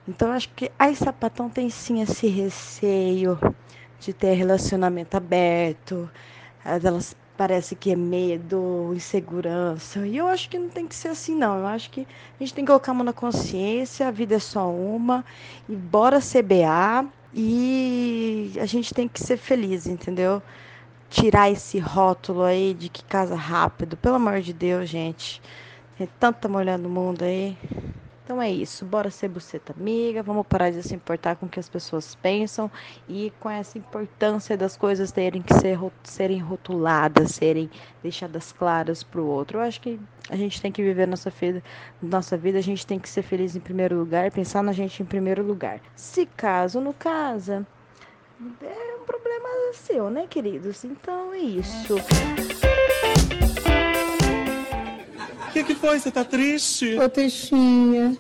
Speaker 8: Então, eu acho que as sapatão tem sim esse receio de ter relacionamento aberto. Ah, Elas parece que é medo, insegurança. E eu acho que não tem que ser assim, não. Eu acho que a gente tem que colocar a mão na consciência, a vida é só uma. E bora CBA. E a gente tem que ser feliz, entendeu? Tirar esse rótulo aí de que casa rápido. Pelo amor de Deus, gente. Tem tanta mulher no mundo aí. Então é isso, bora ser buceta amiga, vamos parar de se importar com o que as pessoas pensam e com essa importância das coisas terem que ser, ro- serem rotuladas, serem deixadas claras para o outro. Eu acho que a gente tem que viver nossa vida, nossa vida, a gente tem que ser feliz em primeiro lugar, pensar na gente em primeiro lugar. Se caso não casa, é um problema seu, né, queridos? Então é isso.
Speaker 9: O que, que foi? Você tá triste?
Speaker 10: Ô, Teixinha.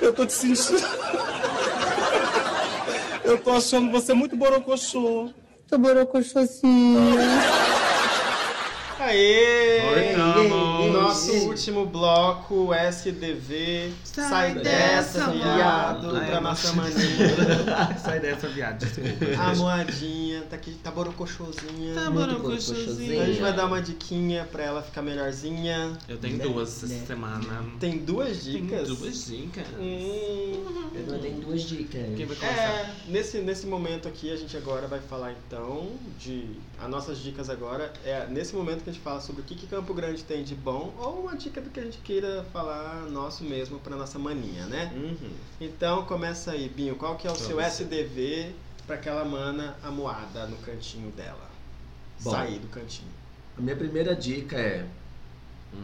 Speaker 9: Eu tô te sentindo. Eu tô achando você muito borocochô.
Speaker 10: Tô borocochosinha.
Speaker 1: Aê!
Speaker 3: Voltamos.
Speaker 1: Nosso último bloco, SDV. Sai, dessa, viado,
Speaker 3: Ai,
Speaker 1: pra
Speaker 3: eu
Speaker 1: nossa
Speaker 3: acho-
Speaker 1: mania.
Speaker 3: Sai dessa, viado. Desculpa.
Speaker 1: A moadinha, tá aqui, tá borocochosinha.
Speaker 3: Tá
Speaker 2: Muito
Speaker 1: A gente
Speaker 2: borocochosinha.
Speaker 1: vai dar uma diquinha pra ela ficar melhorzinha.
Speaker 3: Eu tenho duas essa semana.
Speaker 1: Tem duas dicas?
Speaker 3: Tem duas dicas.
Speaker 1: Hum,
Speaker 2: Eu tenho duas dicas.
Speaker 3: Quem vai começar?
Speaker 1: é, nesse, nesse momento aqui a gente agora vai falar então de. As nossas dicas agora é nesse momento que a gente fala sobre o que, que Campo Grande tem de bom ou uma dica do que a gente queira falar nosso mesmo pra nossa mania, né?
Speaker 3: Uhum.
Speaker 1: Então começa aí, Binho. Qual que é o
Speaker 3: Pra
Speaker 1: seu
Speaker 3: você.
Speaker 1: SDV pra aquela mana amuada no cantinho dela?
Speaker 2: Bom.
Speaker 1: Sair do cantinho.
Speaker 2: A minha primeira dica é
Speaker 3: Hum.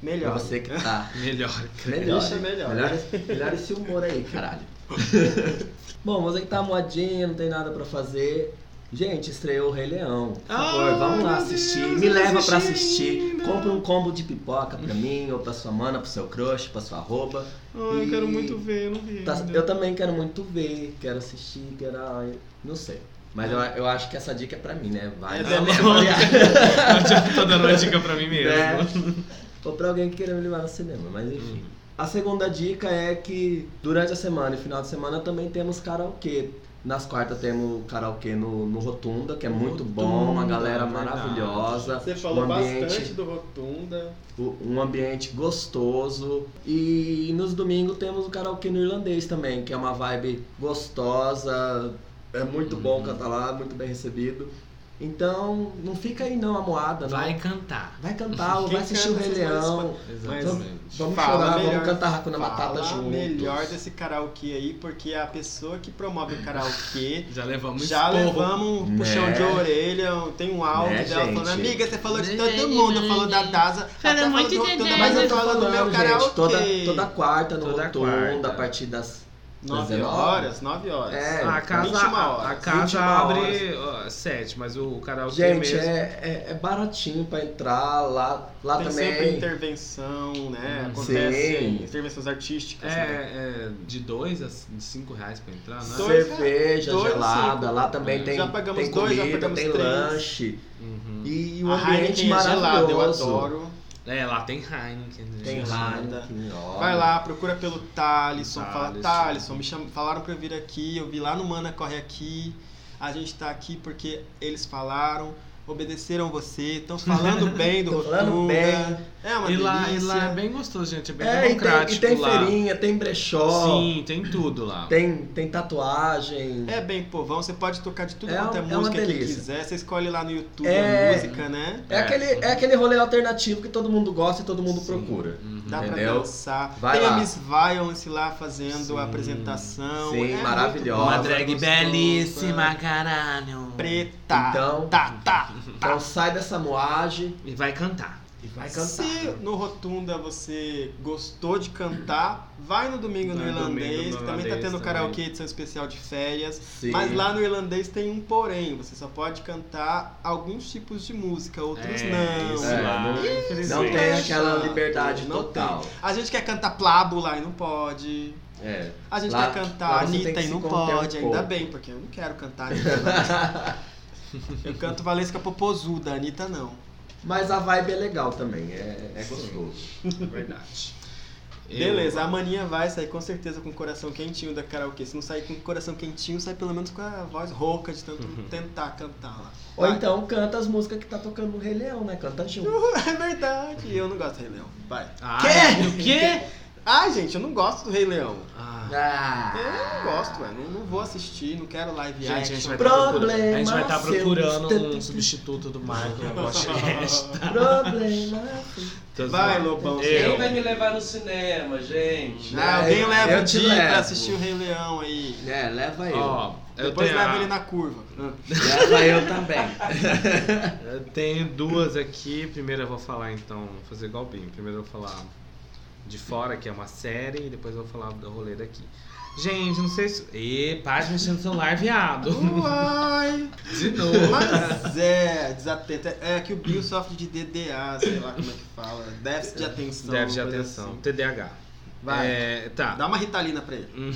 Speaker 2: pra
Speaker 1: Melhor.
Speaker 2: você que tá
Speaker 3: Melhor.
Speaker 2: melhor.
Speaker 1: Deixa melhor.
Speaker 2: Melhor, melhor esse humor aí, caralho. Bom, você que tá moadinha, não tem nada pra fazer. Gente, estreou o Rei Leão. Por favor,
Speaker 3: Ah,
Speaker 2: vamos lá
Speaker 3: meu
Speaker 2: assistir.
Speaker 3: Deus,
Speaker 2: Me
Speaker 3: eu não
Speaker 2: leva pra
Speaker 3: assisti
Speaker 2: assistir.
Speaker 3: ainda.
Speaker 2: Compra um combo de pipoca pra mim, ou pra sua mana, pro seu crush, pra sua roupa.
Speaker 3: Ai,
Speaker 2: E-
Speaker 3: quero muito ver, eu não vi.
Speaker 2: Tá-
Speaker 3: ainda.
Speaker 2: eu também quero muito ver, quero assistir, quero. ai, Não sei. Mas eu,
Speaker 3: Ah.
Speaker 2: eu acho que essa dica é pra mim, né? Vai.
Speaker 1: É
Speaker 2: né?
Speaker 1: da minha
Speaker 3: Eu já tô dando uma dica pra mim mesmo.
Speaker 1: É.
Speaker 2: Né? Ou pra alguém que queira me levar no cinema, mas
Speaker 1: Uhum.
Speaker 2: enfim. A segunda dica é que durante a semana e final de semana também temos karaokê. Nas quartas temos karaokê no, no Rotunda, que é muito bom, uma
Speaker 3: Rotunda,
Speaker 2: galera
Speaker 3: verdade.
Speaker 2: maravilhosa.
Speaker 1: Você falou
Speaker 2: um
Speaker 1: bastante
Speaker 2: ambiente,
Speaker 1: do Rotunda.
Speaker 2: o- um ambiente gostoso. E nos domingos temos o karaokê no irlandês também, que é uma vibe gostosa. É muito
Speaker 1: Uhum.
Speaker 2: bom cantar lá, muito bem recebido. Então, não fica aí não a
Speaker 1: Né?
Speaker 2: moada, não.
Speaker 3: Vai cantar.
Speaker 2: Vai cantar, ou
Speaker 1: Quem
Speaker 2: vai assistir o
Speaker 1: canta
Speaker 2: Rei
Speaker 1: essas coisas
Speaker 2: Leão.
Speaker 3: Exatamente.
Speaker 2: Vamos
Speaker 1: Fala
Speaker 2: chorar,
Speaker 1: melhor.
Speaker 2: vamos cantar Hakuna Matata
Speaker 1: Fala
Speaker 2: juntos.
Speaker 1: melhor desse karaokê aí, porque é a pessoa que promove o karaokê.
Speaker 3: Já levamos
Speaker 1: Já
Speaker 3: esporro.
Speaker 1: levamos um
Speaker 2: Né?
Speaker 1: puxão de orelha, um- tem um áudio
Speaker 2: Né,
Speaker 1: dela falando,
Speaker 2: gente?
Speaker 1: amiga, você falou de
Speaker 3: Né,
Speaker 1: todo
Speaker 3: gente,
Speaker 1: mundo,
Speaker 3: né,
Speaker 1: falou da
Speaker 3: gente?
Speaker 1: Daza, até falou
Speaker 4: muito
Speaker 1: do
Speaker 4: de
Speaker 1: Rotunda,
Speaker 4: Daza.
Speaker 1: mas
Speaker 2: Mas eu
Speaker 1: eu
Speaker 2: tô
Speaker 1: falo do meu
Speaker 2: falando, gente, toda,
Speaker 1: karaokê.
Speaker 2: toda quarta no
Speaker 3: Toda
Speaker 2: Rotunda,
Speaker 3: quarta.
Speaker 2: a partir das...
Speaker 1: 9
Speaker 2: 19?
Speaker 1: horas, 9 horas.
Speaker 2: É,
Speaker 3: A casa,
Speaker 1: 21
Speaker 3: a,
Speaker 1: horas.
Speaker 3: casa
Speaker 2: 21
Speaker 3: abre ó, sete, mas o karaokê
Speaker 2: Gente,
Speaker 3: mesmo.
Speaker 2: é, é, é baratinho pra entrar lá, lá
Speaker 1: Tem sempre
Speaker 2: também.
Speaker 1: intervenção, né?
Speaker 3: Sim.
Speaker 1: Acontecem intervenções artísticas. né?
Speaker 3: É, é de 2 a 5 reais pra entrar, né?
Speaker 1: Dois-
Speaker 2: Cerveja
Speaker 1: dois,
Speaker 2: gelada,
Speaker 1: cinco.
Speaker 2: lá também tem,
Speaker 1: Já pagamos
Speaker 2: tem
Speaker 1: dois, já
Speaker 2: comida,
Speaker 1: pagamos
Speaker 2: tem
Speaker 1: três.
Speaker 2: lanche.
Speaker 3: Uhum.
Speaker 2: E o
Speaker 1: a
Speaker 2: ambiente
Speaker 1: Heineken é gelada, eu
Speaker 2: maravilhoso.
Speaker 1: adoro.
Speaker 3: É, lá tem Heineken. né?
Speaker 2: Tem
Speaker 1: Gelada.
Speaker 2: Heineken, ó.
Speaker 1: Vai lá, procura pelo Thalisson, fala
Speaker 3: Thalisson.
Speaker 1: Thalisson, me cham... falaram pra eu vir aqui, eu vi lá no Mana Corre Aqui, a gente tá aqui porque eles falaram, obedeceram você, estão falando bem do
Speaker 2: Tô falando
Speaker 1: Rotunda.
Speaker 2: bem.
Speaker 1: É uma
Speaker 3: E lá, e
Speaker 1: delícia.
Speaker 3: lá é bem gostoso, gente. É bem
Speaker 2: É, e tem,
Speaker 3: democrático
Speaker 2: e tem
Speaker 3: lá.
Speaker 2: feirinha, tem brechó,
Speaker 3: Sim, tem tudo lá.
Speaker 2: tem, tem tatuagem.
Speaker 1: É bem povão, você pode tocar de tudo
Speaker 2: É
Speaker 1: quanto é
Speaker 2: um- é uma
Speaker 1: música que
Speaker 2: delícia.
Speaker 1: quiser, você escolhe lá no YouTube a
Speaker 2: É.
Speaker 1: música, né?
Speaker 2: É, aquele, é aquele rolê alternativo que todo mundo gosta e todo mundo procura.
Speaker 3: Uhum.
Speaker 1: dá pra
Speaker 2: Entendeu?
Speaker 1: dançar.
Speaker 2: Vai
Speaker 1: Tem a
Speaker 2: lá.
Speaker 1: Miss Violence lá fazendo a apresentação. é
Speaker 2: Sim,
Speaker 1: muito
Speaker 2: maravilhosa.
Speaker 1: boa,
Speaker 3: Uma drag
Speaker 1: gostosa.
Speaker 3: belíssima, caralho.
Speaker 1: Preta.
Speaker 2: Então-
Speaker 1: tá, tá.
Speaker 2: Então sai dessa moagem
Speaker 3: E vai cantar.
Speaker 2: e vai cantar. né?
Speaker 1: Se no Rotunda você gostou de cantar, vai no domingo no
Speaker 3: Vai no
Speaker 1: irlandês,
Speaker 3: domingo
Speaker 1: que
Speaker 3: no
Speaker 1: também tá
Speaker 3: irlandês
Speaker 1: tendo
Speaker 3: também.
Speaker 1: karaokê edição especial de férias.
Speaker 2: Sim.
Speaker 1: Mas lá no irlandês tem um porém, você só pode cantar alguns tipos de música, outros não.
Speaker 3: isso
Speaker 2: É,
Speaker 3: lá,
Speaker 2: não- não
Speaker 3: infelizmente.
Speaker 2: tem aquela liberdade
Speaker 1: Não
Speaker 2: total.
Speaker 1: A gente quer cantar plábulo lá e não pode.
Speaker 2: É.
Speaker 1: A gente
Speaker 2: Lá-
Speaker 1: quer
Speaker 2: lá
Speaker 1: cantar
Speaker 2: você tem
Speaker 1: Anitta
Speaker 2: que
Speaker 1: e
Speaker 2: se
Speaker 1: não
Speaker 2: conter um
Speaker 1: pode, ainda
Speaker 2: pouco.
Speaker 1: bem, porque eu não quero cantar Anitta. não.
Speaker 2: É.
Speaker 1: eu canto Valesca Popozuda, Anitta não.
Speaker 2: Mas a vibe é legal também, é, é gostoso.
Speaker 3: É verdade. Eu-
Speaker 1: Beleza, a maninha vai sair com certeza com o coração quentinho da karaokê. Se não sair com o coração quentinho, sai pelo menos com a voz rouca de tanto
Speaker 3: Uhum.
Speaker 1: tentar cantar lá.
Speaker 2: Ou
Speaker 1: Vai.
Speaker 2: então canta as músicas que tá tocando no Rei Leão, né? Canta junto.
Speaker 1: É verdade, eu não gosto do Rei Leão. Vai.
Speaker 3: Ah,
Speaker 1: Quê?
Speaker 3: O quê?
Speaker 1: Ai, gente, eu não gosto do Rei Leão.
Speaker 3: Ah.
Speaker 1: Eu
Speaker 2: Ah,
Speaker 1: não gosto, ué. Não, não vou assistir, não quero live
Speaker 3: Gente, a gente
Speaker 1: action.
Speaker 3: vai tá procurando, a gente
Speaker 2: Problema
Speaker 3: vai estar
Speaker 2: seu.
Speaker 3: procurando um substituto do Michael no podcast.
Speaker 2: problema.
Speaker 1: Vai, Lobão.
Speaker 4: Quem
Speaker 3: Eu.
Speaker 4: vai me levar no cinema, gente?
Speaker 1: Ah, alguém
Speaker 2: Eu
Speaker 1: leva o
Speaker 2: te
Speaker 1: dia
Speaker 2: levo.
Speaker 1: pra assistir o Rei Leão aí.
Speaker 2: É, leva eu.
Speaker 3: Ó, eu
Speaker 1: Depois
Speaker 3: tenho,
Speaker 1: leva
Speaker 3: a-
Speaker 1: ele na curva.
Speaker 2: Leva eu também.
Speaker 3: eu tenho duas aqui. Primeiro eu vou falar então, vou fazer igual o Bim. Primeiro eu vou falar de fora, que é uma série, e depois eu vou falar do rolê daqui. Gente, não sei se. Ê, para de mexer no celular, viado.
Speaker 1: Uai!
Speaker 3: De novo.
Speaker 1: Mas é, desatento. É que o Bill sofre de DDA, sei lá como é que fala. Déficit de atenção.
Speaker 3: Deve de
Speaker 1: coisa
Speaker 3: atenção.
Speaker 1: assim.
Speaker 3: TDAH.
Speaker 1: Vai.
Speaker 3: É, tá.
Speaker 1: Dá um uma ritalina pra ele.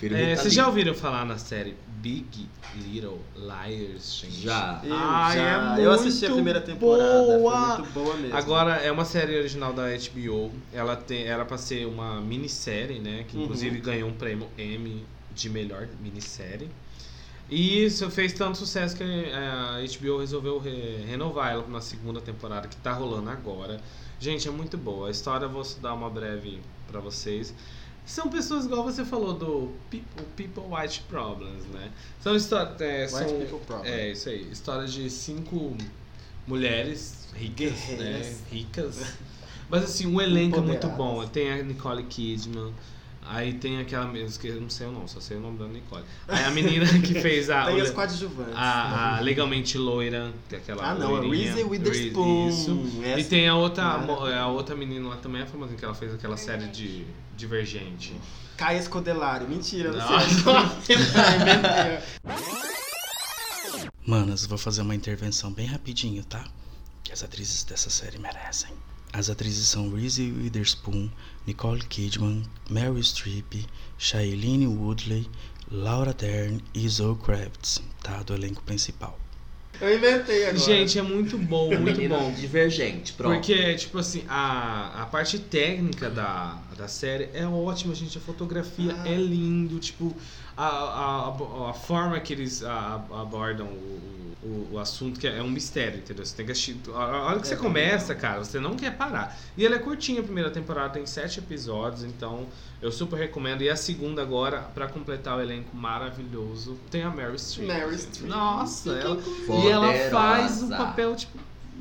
Speaker 2: Filho
Speaker 3: É,
Speaker 2: Rita
Speaker 3: vocês já
Speaker 2: Lee.
Speaker 3: ouviram falar na série Big Little Liars, gente?
Speaker 2: Já.
Speaker 1: Eu,
Speaker 3: Ai,
Speaker 1: já-
Speaker 3: é
Speaker 1: eu assisti a
Speaker 3: muito
Speaker 1: primeira temporada,
Speaker 3: boa.
Speaker 1: foi muito boa mesmo.
Speaker 3: Agora, é uma série original da HBO. Ela tem, era pra ser uma minissérie, né? Que
Speaker 1: Uhum.
Speaker 3: inclusive ganhou um prêmio Emmy de melhor minissérie. E isso fez tanto sucesso que eh, a HBO resolveu re- renovar ela pra uma segunda temporada que tá rolando agora. Gente, é muito boa. A história eu vou dar uma breve pra vocês. São pessoas igual você falou do People, people White Problems, né? São histórias.
Speaker 1: White
Speaker 3: são,
Speaker 1: People Problem.
Speaker 3: é, isso aí. História de cinco mulheres ricas,
Speaker 1: Guerreiras.
Speaker 3: né? Ricas. Mas assim, um elenco é muito
Speaker 1: Empoderadas.
Speaker 3: bom. Tem a Nicole Kidman. Aí tem aquela mesmo que eu não sei o nome, só sei o nome da Nicole. Aí a menina que fez a,
Speaker 1: Tem as coadjuvantes.
Speaker 3: a, a legalmente loira, que é aquela
Speaker 1: Ah, não, é
Speaker 3: Ah, loirinha.
Speaker 1: Reese
Speaker 3: Reese,
Speaker 1: Witherspoon.
Speaker 3: Isso.
Speaker 1: Essa-
Speaker 3: E tem a outra, mo-
Speaker 1: Maravilha.
Speaker 3: a outra menina lá também é famosa, que ela fez aquela série de Divergente.
Speaker 1: Caia Escodelari. Mentira, não,
Speaker 3: Não.
Speaker 1: sei. é Inventei.
Speaker 5: Manas, vou fazer uma intervenção bem rapidinho, tá? Que as atrizes dessa série merecem. As atrizes são Reese Witherspoon, Nicole Kidman, Meryl Streep, Shailene Woodley, Laura Dern e Zoe Kravitz, tá? Do elenco principal.
Speaker 1: Eu inventei agora.
Speaker 3: Gente, é muito bom, muito
Speaker 2: Menino
Speaker 3: bom.
Speaker 2: Divergente, pronto.
Speaker 3: Porque, tipo assim, a, a parte técnica da, da série é ótima, gente. A fotografia
Speaker 1: Ah.
Speaker 3: é lindo, tipo, a, a, a, a forma que eles a- a- abordam o, o, o assunto, que é um mistério, entendeu? Você tem que assistir. A- A hora que
Speaker 1: É
Speaker 3: você começa, cara, você não quer parar. E ela é curtinha, a primeira temporada tem sete episódios, então eu super recomendo. E a segunda agora, pra completar o elenco maravilhoso, tem a Mary Streep.
Speaker 1: Meryl
Speaker 3: gente.
Speaker 1: Streep.
Speaker 3: Nossa, ela e
Speaker 2: Poderosa.
Speaker 3: ela faz um papel, tipo,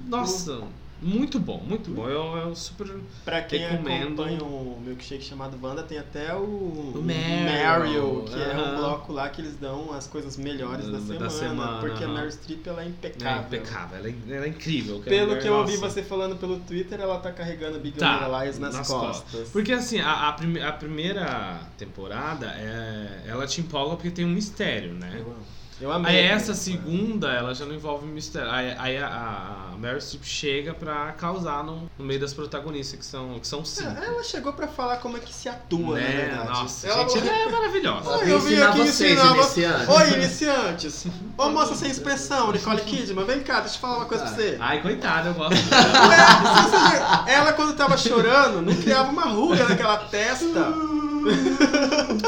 Speaker 3: nossa, Uhum. muito bom, muito bom. Eu, eu super. né,
Speaker 1: Pra quem
Speaker 3: Recomendo.
Speaker 1: acompanha o milkshake chamado Wanda, tem até o, o
Speaker 3: Meryl,
Speaker 1: que é um
Speaker 3: aham.
Speaker 1: bloco lá que eles dão as coisas melhores da,
Speaker 3: Da
Speaker 1: semana,
Speaker 3: semana,
Speaker 1: Porque a
Speaker 3: aham.
Speaker 1: Meryl Streep ela é
Speaker 3: É
Speaker 1: impecável.
Speaker 3: impecável, ela é, ela é incrível. cara.
Speaker 1: Pelo que eu ouvi
Speaker 3: Nossa.
Speaker 1: você falando pelo Twitter, ela tá carregando Big
Speaker 3: Tá,
Speaker 1: Little Lies nas,
Speaker 3: nas
Speaker 1: costas.
Speaker 3: costas. Porque assim, a, a prime- a primeira temporada, é, ela te empolga porque tem um mistério, né?
Speaker 1: Eu amo. Eu amei.
Speaker 3: Aí essa segunda, ela já não envolve mistério. Aí, aí a, a- a Meryl Streep chega pra causar no, no meio das protagonistas, que são, que são cinco.
Speaker 1: É, Ela chegou pra falar como é que se atua, na
Speaker 3: né?
Speaker 1: verdade.
Speaker 3: Nossa,
Speaker 1: ela
Speaker 3: gente, ela é maravilhosa.
Speaker 1: Oi,
Speaker 2: Ela
Speaker 1: eu
Speaker 2: eu
Speaker 1: vim
Speaker 2: ensinar
Speaker 1: aqui
Speaker 2: vocês,
Speaker 1: ensinar vo-
Speaker 2: iniciantes.
Speaker 1: Oi, iniciantes! Ô, moça sem expressão, Nicole Kidman, vem cá, deixa eu falar uma coisa pra você.
Speaker 3: Ai, coitada, eu gosto.
Speaker 1: Ué, se você já- Né? ela, quando tava chorando, não criava uma ruga naquela testa.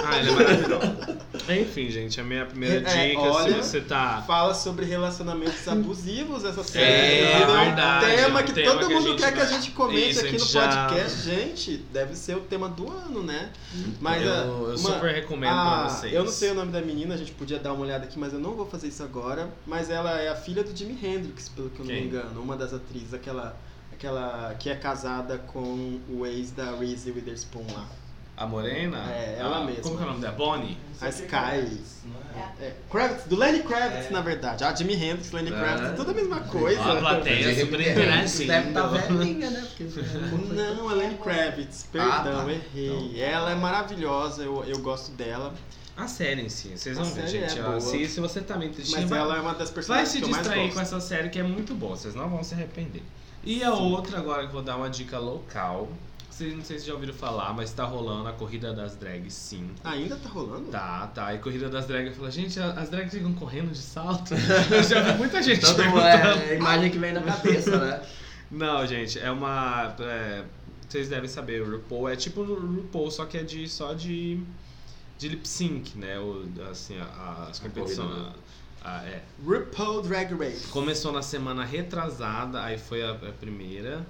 Speaker 3: Ah, ele é maravilhoso. Enfim, gente, a minha primeira dica,
Speaker 1: É, olha-
Speaker 3: se você tá.
Speaker 1: Fala sobre relacionamentos abusivos, essa série.
Speaker 3: É,
Speaker 1: inclusive,
Speaker 3: verdade,
Speaker 1: Um tema
Speaker 3: é um
Speaker 1: que
Speaker 3: tema
Speaker 1: todo
Speaker 3: que a
Speaker 1: mundo
Speaker 3: gente
Speaker 1: quer que a
Speaker 3: vai-
Speaker 1: gente comente
Speaker 3: Isso, a
Speaker 1: aqui no
Speaker 3: gente já-
Speaker 1: podcast. Gente, deve ser o tema do ano, né? Mas
Speaker 3: eu
Speaker 1: ah,
Speaker 3: eu
Speaker 1: uma-
Speaker 3: super recomendo
Speaker 1: ah,
Speaker 3: pra vocês.
Speaker 1: Eu não sei o nome da menina, a gente podia dar uma olhada aqui, mas eu não vou fazer isso agora. Mas ela é a filha do Jimi Hendrix, pelo que eu não
Speaker 3: Quem?
Speaker 1: me engano. Uma das atrizes, aquela. Aquela que é casada com o ex da Reese Witherspoon lá.
Speaker 3: A morena?
Speaker 1: É, ela
Speaker 3: a,
Speaker 1: mesma.
Speaker 3: Como que é o nome dela? Bonnie?
Speaker 1: A Sky. É, Kravitz, do Lenny Kravitz, na verdade. A Jimi Hendrix, Lenny Kravitz, é tudo a mesma coisa.
Speaker 3: É. A plateia
Speaker 1: Jimi
Speaker 3: super
Speaker 1: Hendrix
Speaker 2: né?
Speaker 3: interessa.
Speaker 1: deve tá
Speaker 2: velhinha, né? Porque...
Speaker 1: Não, a Lenny Kravitz,
Speaker 3: Ah,
Speaker 1: perdão,
Speaker 3: tá.
Speaker 1: errei. Ela é maravilhosa, eu, eu gosto dela.
Speaker 3: A série em si, vocês
Speaker 1: A
Speaker 3: vão ver,
Speaker 1: série é
Speaker 3: gente.
Speaker 1: boa.
Speaker 3: ó, se, se você tá meio tristinho,
Speaker 1: Mas
Speaker 3: vai,
Speaker 1: ela é uma das
Speaker 3: vai
Speaker 1: personagens
Speaker 3: se
Speaker 1: que eu mais
Speaker 3: distrair
Speaker 1: gosto.
Speaker 3: com essa série que é muito boa, vocês não vão se arrepender. E a outra agora que eu vou dar uma dica local. Vocês não sei se já ouviram falar, mas tá rolando a Corrida das Drags 5.
Speaker 1: Ainda tá rolando?
Speaker 3: Tá, tá. E Corrida das Drags, eu falo, gente, a- as drags ficam correndo de salto? Eu já vi muita gente
Speaker 2: Todo mundo,
Speaker 3: perguntando.
Speaker 2: é a imagem que vem na cabeça, né?
Speaker 3: Não, gente, é uma. é, vocês devem saber, o RuPaul é tipo o RuPaul, só que é de, só de, de lip sync, né? O, assim, a- a- as competições.
Speaker 2: corrida, né?
Speaker 3: a- a- é.
Speaker 1: RuPaul Drag Race.
Speaker 3: Começou na semana retrasada, aí foi a, a primeira.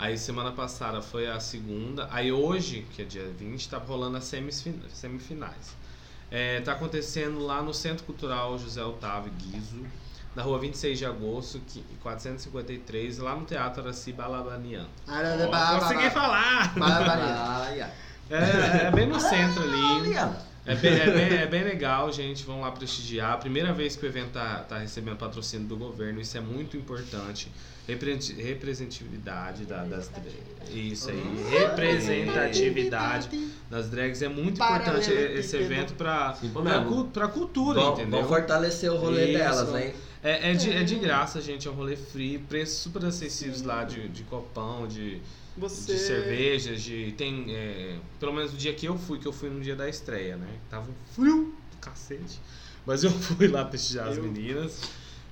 Speaker 3: Aí semana passada foi a segunda. Aí hoje, que é dia 20, tá rolando as semisfin- semifinais. É, tá acontecendo lá no Centro Cultural José Otávio Guizo, na rua 26 de agosto, que- 453, lá no Teatro Araci Balabanian. Ó, Consegui falar!
Speaker 2: Ai, ai.
Speaker 3: É, é bem no centro ali.
Speaker 2: Olha.
Speaker 3: É bem, é bem- é bem legal, gente. Vão lá prestigiar. Primeira vez que o evento tá, tá recebendo patrocínio do governo, isso é muito importante. Represen- Representatividade da- das drags. Isso aí. Representatividade das drags é muito importante esse evento pra,
Speaker 2: Sim,
Speaker 3: pra,
Speaker 2: mesmo.
Speaker 3: cu- pra cultura,
Speaker 2: Vão-
Speaker 3: entendeu?
Speaker 2: Vão fortalecer o rolê
Speaker 3: Isso.
Speaker 2: delas, hein?
Speaker 3: É, é de, é de graça, gente. É um rolê free, preços super acessíveis lá de, de copão, de,
Speaker 1: Você.
Speaker 3: de cervejas, de. Tem. é, pelo menos o dia que eu fui, que eu fui no dia da estreia, né? Tava um frio do cacete. Mas eu fui lá prestigiar as
Speaker 1: Eu-
Speaker 3: meninas.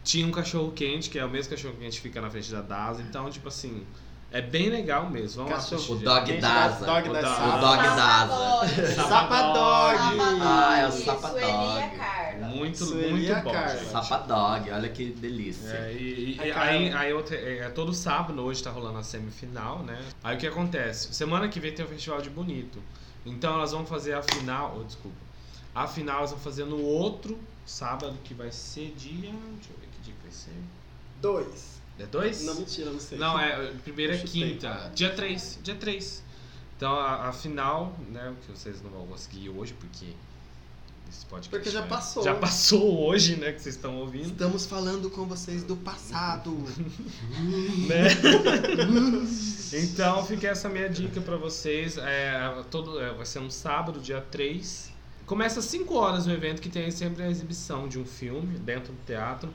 Speaker 3: Tinha um cachorro quente, que é o mesmo cachorro quente que fica na frente da DAS. Então, tipo assim, é bem legal mesmo. Vamos
Speaker 1: Cachorro-
Speaker 3: lá
Speaker 2: O
Speaker 3: assistir.
Speaker 2: Dog
Speaker 1: Gente,
Speaker 2: Daza.
Speaker 1: Dog
Speaker 3: O
Speaker 1: da
Speaker 3: Dog-
Speaker 1: Sapa.
Speaker 2: o Dog
Speaker 1: Sapadog.
Speaker 2: Ah, é o
Speaker 6: Sueli
Speaker 2: Sapadog.
Speaker 6: e a Carla.
Speaker 3: é Muito,
Speaker 1: Sueli e a
Speaker 3: muito bom.
Speaker 1: Carla.
Speaker 3: gente.
Speaker 2: Sapadog, olha que delícia.
Speaker 3: É, e, e-
Speaker 1: Aí,
Speaker 3: e
Speaker 1: cara,
Speaker 3: aí, aí outra- é, é todo sábado, hoje tá rolando a semifinal, né? Aí o que acontece? Semana que vem tem o Festival de Bonito. Então elas vão fazer a final. Oh, desculpa. A final elas vão fazer no outro sábado, que vai ser dia. Deixa eu ver que dia que vai ser.
Speaker 1: Dois.
Speaker 3: É dois?
Speaker 1: Não, mentira, não sei.
Speaker 3: Não, é. Primeiro é
Speaker 1: Eu chutei.
Speaker 3: quinta. Dia 3. Dia 3. Então a, a final, né? Que vocês não vão conseguir hoje, porque. Esse podcast.
Speaker 1: Porque já
Speaker 3: né,
Speaker 1: passou.
Speaker 3: Já passou hoje, né? Que vocês estão ouvindo.
Speaker 1: Estamos falando com vocês do passado.
Speaker 3: né? então fica essa minha dica pra vocês. É, todo, é, vai ser um sábado, dia 3. Começa às 5 horas o evento, que tem sempre a exibição de um filme dentro do teatro.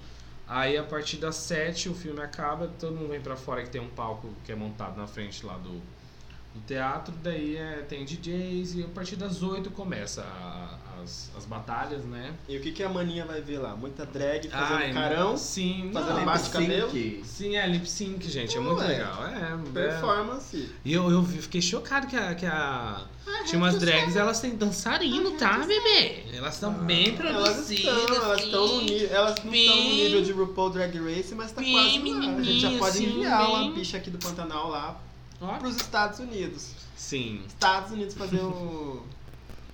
Speaker 3: Aí a partir das 7 o filme acaba, todo mundo vem pra fora que tem um palco que é montado na frente lá do, do teatro. Daí é, tem DJs e a partir das 8 começa a- as, as batalhas, né?
Speaker 1: E o que, que a maninha vai ver lá? Muita drag fazendo
Speaker 3: Ai,
Speaker 1: carão,
Speaker 3: Sim,
Speaker 1: fazendo
Speaker 3: não,
Speaker 1: embaixo do
Speaker 2: assim
Speaker 1: cabelo.
Speaker 2: Sync.
Speaker 3: Sim, é lip sync, gente. É muito
Speaker 1: Ué,
Speaker 3: legal. É, é,
Speaker 1: Performance.
Speaker 3: e eu, eu fiquei chocado que a. Que a... Tinha umas drags, elas têm dançarino, tá, bebê? Elas são bem
Speaker 1: Elas
Speaker 3: produzidas. assim.
Speaker 1: estão, elas estão no
Speaker 3: sim.
Speaker 1: nível. Elas não estão no
Speaker 3: Sim.
Speaker 1: nível de RuPaul Drag Race, mas tá
Speaker 3: Sim,
Speaker 1: quase lá. A gente já
Speaker 3: menininha,
Speaker 1: pode
Speaker 3: sim,
Speaker 1: enviar uma
Speaker 3: bem.
Speaker 1: bicha aqui do Pantanal lá
Speaker 3: Ó.
Speaker 1: pros Estados Unidos.
Speaker 3: Sim.
Speaker 1: Estados Unidos fazer um.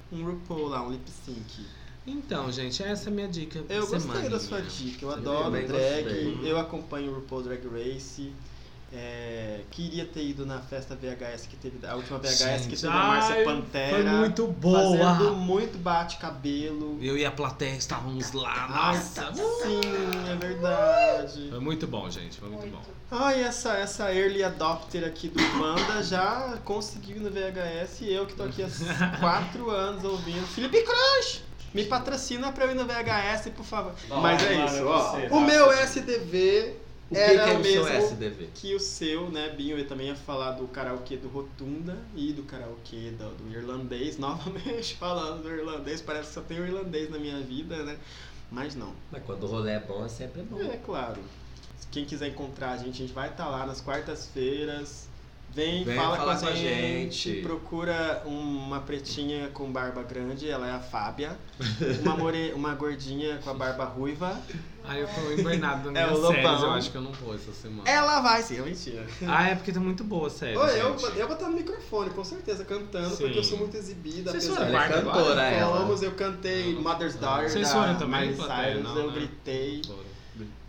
Speaker 1: Um RuPaul lá, um lip sync.
Speaker 3: Então, gente, essa é a minha dica. pra
Speaker 1: Eu gostei
Speaker 3: semana.
Speaker 1: da sua dica, eu adoro
Speaker 2: também
Speaker 1: drag,
Speaker 2: gostei.
Speaker 1: eu acompanho o RuPaul Drag Race. é, queria ter ido na festa VHS que teve, a última VHS que
Speaker 3: Gente,
Speaker 1: teve a Márcia
Speaker 3: ai, Foi
Speaker 1: Pantera.
Speaker 3: muito boa.
Speaker 1: Fazendo muito bate-cabelo.
Speaker 3: Eu e a plateia estávamos lá.
Speaker 1: Nossa,
Speaker 3: Nossa.
Speaker 1: sim, é verdade.
Speaker 3: Foi muito bom, gente. Foi muito bom.
Speaker 1: Ai, Ah, essa, essa early adopter aqui do Wanda já conseguiu no VHS e eu que tô aqui há quatro anos ouvindo. Felipe Cruz! Me patrocina pra eu ir no VHS, por favor.
Speaker 4: Vai,
Speaker 1: Mas é
Speaker 4: vai,
Speaker 1: isso,
Speaker 4: vai
Speaker 1: ó.
Speaker 4: você,
Speaker 1: o
Speaker 4: vai.
Speaker 1: meu SDV
Speaker 2: O que,
Speaker 1: era
Speaker 2: que é
Speaker 1: o
Speaker 2: o
Speaker 1: mesmo
Speaker 2: seu SDV?
Speaker 1: que o seu, né, Binho? Eu também ia falar do karaokê do Rotunda e do karaokê do, do irlandês. Novamente falando do irlandês, parece que só tem o irlandês na minha vida, né? Mas não.
Speaker 2: Mas quando o rolê é bom, é sempre bom.
Speaker 1: É claro. Quem quiser encontrar a gente, a gente vai estar lá nas quartas-feiras. Vem,
Speaker 2: Vem
Speaker 1: fala com a,
Speaker 2: falar com a
Speaker 1: gente,
Speaker 2: gente.
Speaker 1: Procura uma pretinha com barba grande, ela é a Fábia. Uma, more... uma gordinha com a barba ruiva.
Speaker 3: Aí eu fui embernado
Speaker 1: É, o
Speaker 3: na minha
Speaker 1: Lobão.
Speaker 3: série. Eu acho que eu não vou essa semana.
Speaker 1: Ela vai sim, é mentira.
Speaker 3: Ah, é porque tá muito boa a série.
Speaker 1: Ô, eu,
Speaker 3: gente.
Speaker 1: eu vou estar no microfone, com certeza, cantando,
Speaker 3: Sim.
Speaker 1: porque eu sou muito exibida.
Speaker 3: Vocês
Speaker 1: apesar
Speaker 3: foram
Speaker 1: de
Speaker 2: Ela é
Speaker 3: Guarda,
Speaker 2: cantora,
Speaker 3: guarda.
Speaker 2: ela.
Speaker 1: Falamos, eu cantei Mother's Daughter
Speaker 3: Vocês
Speaker 1: da
Speaker 3: foram também,
Speaker 1: Miley
Speaker 3: plateia?
Speaker 1: Cyrus,
Speaker 3: Não,
Speaker 1: eu
Speaker 3: né?
Speaker 1: gritei.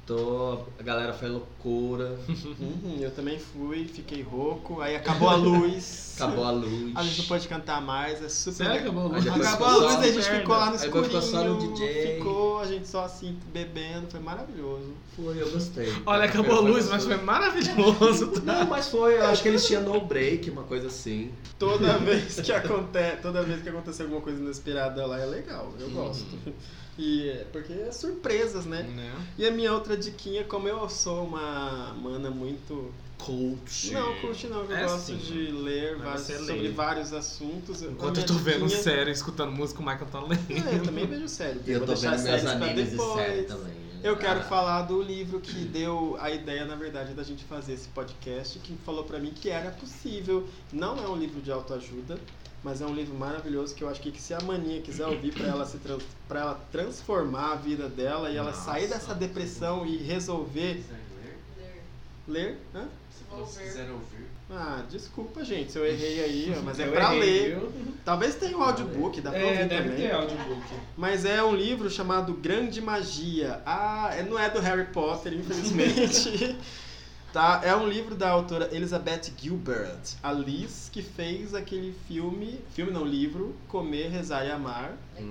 Speaker 2: Tô, a galera foi loucura.
Speaker 1: Uhum, eu também fui, fiquei rouco, aí acabou a luz.
Speaker 2: Acabou a luz.
Speaker 1: A gente não pode cantar mais, é super.
Speaker 3: Sério, acabou a luz?
Speaker 2: Aí depois
Speaker 1: Acabou a
Speaker 2: ficou
Speaker 1: luz,
Speaker 2: só-
Speaker 1: a gente ficou lá no
Speaker 2: Aí depois
Speaker 1: escurinho.
Speaker 2: ficou só no DJ.
Speaker 1: Ficou, a gente só assim, bebendo, foi maravilhoso.
Speaker 2: Foi, eu gostei.
Speaker 3: Olha, acabou a luz, mas foi maravilhoso.
Speaker 2: Não, mas foi, eu acho que eles tinham no break, uma coisa assim.
Speaker 1: Toda vez que acontece, toda vez que acontece alguma coisa inesperada lá é legal, eu gosto. né? E é porque é surpresas, né?
Speaker 3: Né?
Speaker 1: E a minha outra diquinha, como eu sou uma mana muito
Speaker 3: Coach.
Speaker 1: Não, curte não. Eu
Speaker 3: É
Speaker 1: gosto
Speaker 3: sim.
Speaker 2: assim, né?
Speaker 1: de ler
Speaker 3: Mas
Speaker 1: vários-
Speaker 3: você lê.
Speaker 1: sobre vários assuntos.
Speaker 3: Enquanto
Speaker 1: A
Speaker 3: eu tô
Speaker 1: é minha
Speaker 3: vendo
Speaker 1: diquinha-
Speaker 3: série, escutando música, o Michael tá
Speaker 1: É, eu
Speaker 3: lendo.
Speaker 1: também vejo série.
Speaker 2: E eu
Speaker 1: vou
Speaker 2: tô
Speaker 1: deixar
Speaker 2: vendo meus
Speaker 1: séries pra
Speaker 2: animes e
Speaker 1: depois.
Speaker 2: série também.
Speaker 1: Eu quero
Speaker 2: Ah,
Speaker 1: falar do livro que deu a ideia, na verdade, da gente fazer esse podcast, que falou pra mim que era possível. Não é um livro de autoajuda, mas é um livro maravilhoso que eu acho que se a maninha quiser ouvir pra ela se trans, pra ela transformar a vida dela e ela
Speaker 3: Nossa.
Speaker 1: sair dessa depressão e resolver
Speaker 4: quiser ler,
Speaker 1: ler, hã?
Speaker 4: se vocês quiserem ouvir.
Speaker 1: Ah, desculpa, gente, se eu errei aí, ó, mas é
Speaker 3: Eu
Speaker 1: pra
Speaker 3: errei,
Speaker 1: ler.
Speaker 3: viu?
Speaker 1: Talvez tenha um audiobook, dá pra
Speaker 7: É,
Speaker 1: ouvir
Speaker 7: deve
Speaker 1: também.
Speaker 7: ter audiobook.
Speaker 1: Mas é um livro chamado Grande Magia. Ah, é- não é do Harry Potter, infelizmente. tá? É um livro da autora Elizabeth Gilbert, a Liz, que fez aquele filme, filme não, livro, Comer, Rezar e Amar.
Speaker 3: Hum.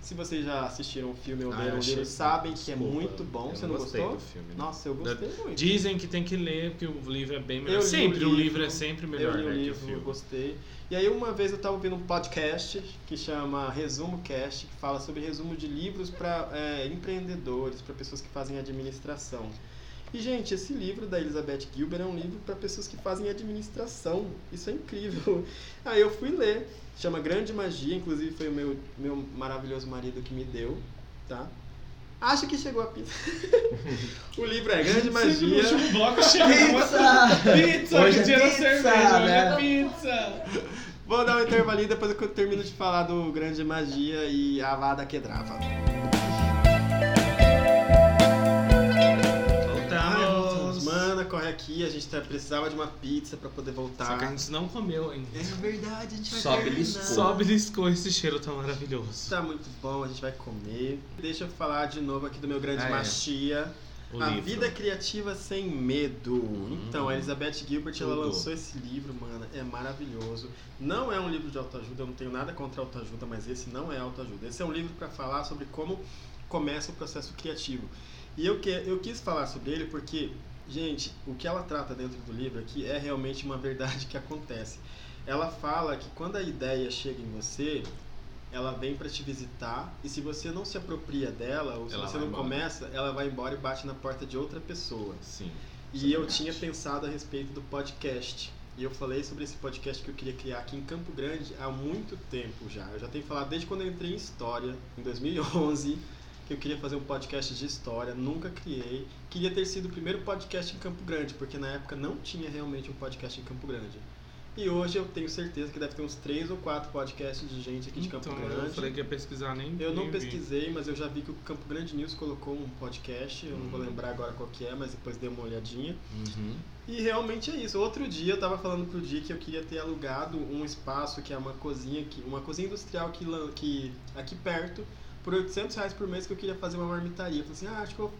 Speaker 1: Se vocês já assistiram o filme ou
Speaker 3: Ah,
Speaker 1: leram
Speaker 3: eu
Speaker 1: o livro,
Speaker 3: achei-
Speaker 1: sabem que é
Speaker 3: desculpa,
Speaker 1: muito bom.
Speaker 3: eu
Speaker 1: Você não
Speaker 3: gostei
Speaker 1: gostou?
Speaker 3: do filme, não.
Speaker 1: Nossa, eu gostei muito.
Speaker 3: Dizem que tem que ler, porque o livro é bem melhor.
Speaker 1: Eu li o
Speaker 3: sempre, o
Speaker 1: livro.
Speaker 3: livro é sempre melhor
Speaker 1: eu li o
Speaker 3: né, que o
Speaker 1: livro, eu
Speaker 3: filme.
Speaker 1: gostei. E aí uma vez eu tava ouvindo um podcast que chama Resumo Cast, que fala sobre resumo de livros para empreendedores, para pessoas que fazem administração. E gente, esse livro da Elizabeth Gilbert é um livro para pessoas que fazem administração. Isso é incrível. Aí eu fui ler. Chama Grande Magia, inclusive foi o meu meu maravilhoso marido que me deu, tá? Acha que chegou a pizza. o livro é Grande Magia.
Speaker 7: O bloco chegou.
Speaker 2: Pizza!
Speaker 7: Pizza!
Speaker 2: Hoje
Speaker 7: que
Speaker 2: é
Speaker 7: dia da
Speaker 2: pizza,
Speaker 7: cerveja, hoje
Speaker 2: né?
Speaker 7: é pizza!
Speaker 1: Vou dar um intervalinho depois que eu termino de falar do Grande Magia e a Vada Quedrava.
Speaker 3: Voltamos.
Speaker 1: Mana, corre aqui, a gente tá- precisava de uma pizza pra poder
Speaker 3: Só que a
Speaker 1: voltar.
Speaker 3: gente não comeu ainda.
Speaker 1: É verdade, a gente vai
Speaker 2: Só
Speaker 1: terminar.
Speaker 2: beliscou.
Speaker 3: Só beliscou esse cheiro tão maravilhoso.
Speaker 1: Tá muito bom, a gente vai comer. Deixa eu falar de novo aqui do meu grande
Speaker 3: Ah, é.
Speaker 1: Magia.
Speaker 3: O
Speaker 1: a
Speaker 3: livro. Hum.
Speaker 1: Vida Criativa Sem Medo. Então, a Elizabeth Gilbert, ela
Speaker 2: tudo.
Speaker 1: lançou esse livro, mano, é maravilhoso. Não é um livro de autoajuda, eu não tenho nada contra autoajuda, mas esse não é autoajuda. Esse é um livro para falar sobre como começa o processo criativo. E eu, que, eu quis falar sobre ele porque, gente, o que ela trata dentro do livro aqui é realmente uma verdade que acontece. Ela fala que quando a ideia chega em você, ela vem para te visitar e se você não se apropria dela ou se
Speaker 3: Ela
Speaker 1: você
Speaker 3: vai
Speaker 1: não
Speaker 3: embora.
Speaker 1: começa, ela vai embora e bate na porta de outra pessoa.
Speaker 3: Sim.
Speaker 1: E eu tinha pensado a respeito do podcast. E eu falei sobre esse podcast que eu queria criar aqui em Campo Grande há muito tempo já. Eu já tenho falado desde quando eu entrei em História, em 2011, que eu queria fazer um podcast de História. Nunca criei. Queria ter sido o primeiro podcast em Campo Grande, porque na época não tinha realmente um podcast em Campo Grande. E hoje eu tenho certeza que deve ter uns três ou quatro podcasts de gente aqui de
Speaker 3: Então,
Speaker 1: Campo
Speaker 3: eu
Speaker 1: Grande.
Speaker 3: falei que ia pesquisar nem
Speaker 1: Eu não
Speaker 3: nem vi.
Speaker 1: pesquisei, mas eu já vi que o Campo Grande News colocou um podcast, eu não
Speaker 3: Hum.
Speaker 1: vou lembrar agora qual que é, mas depois dei uma olhadinha.
Speaker 3: Uhum.
Speaker 1: E realmente é isso. Outro dia eu tava falando pro Di que eu queria ter alugado um espaço que é uma cozinha, que, uma cozinha industrial que, lan- que aqui perto, por 800 reais por mês que eu queria fazer uma marmitaria. Eu falei assim, ah, acho que eu vou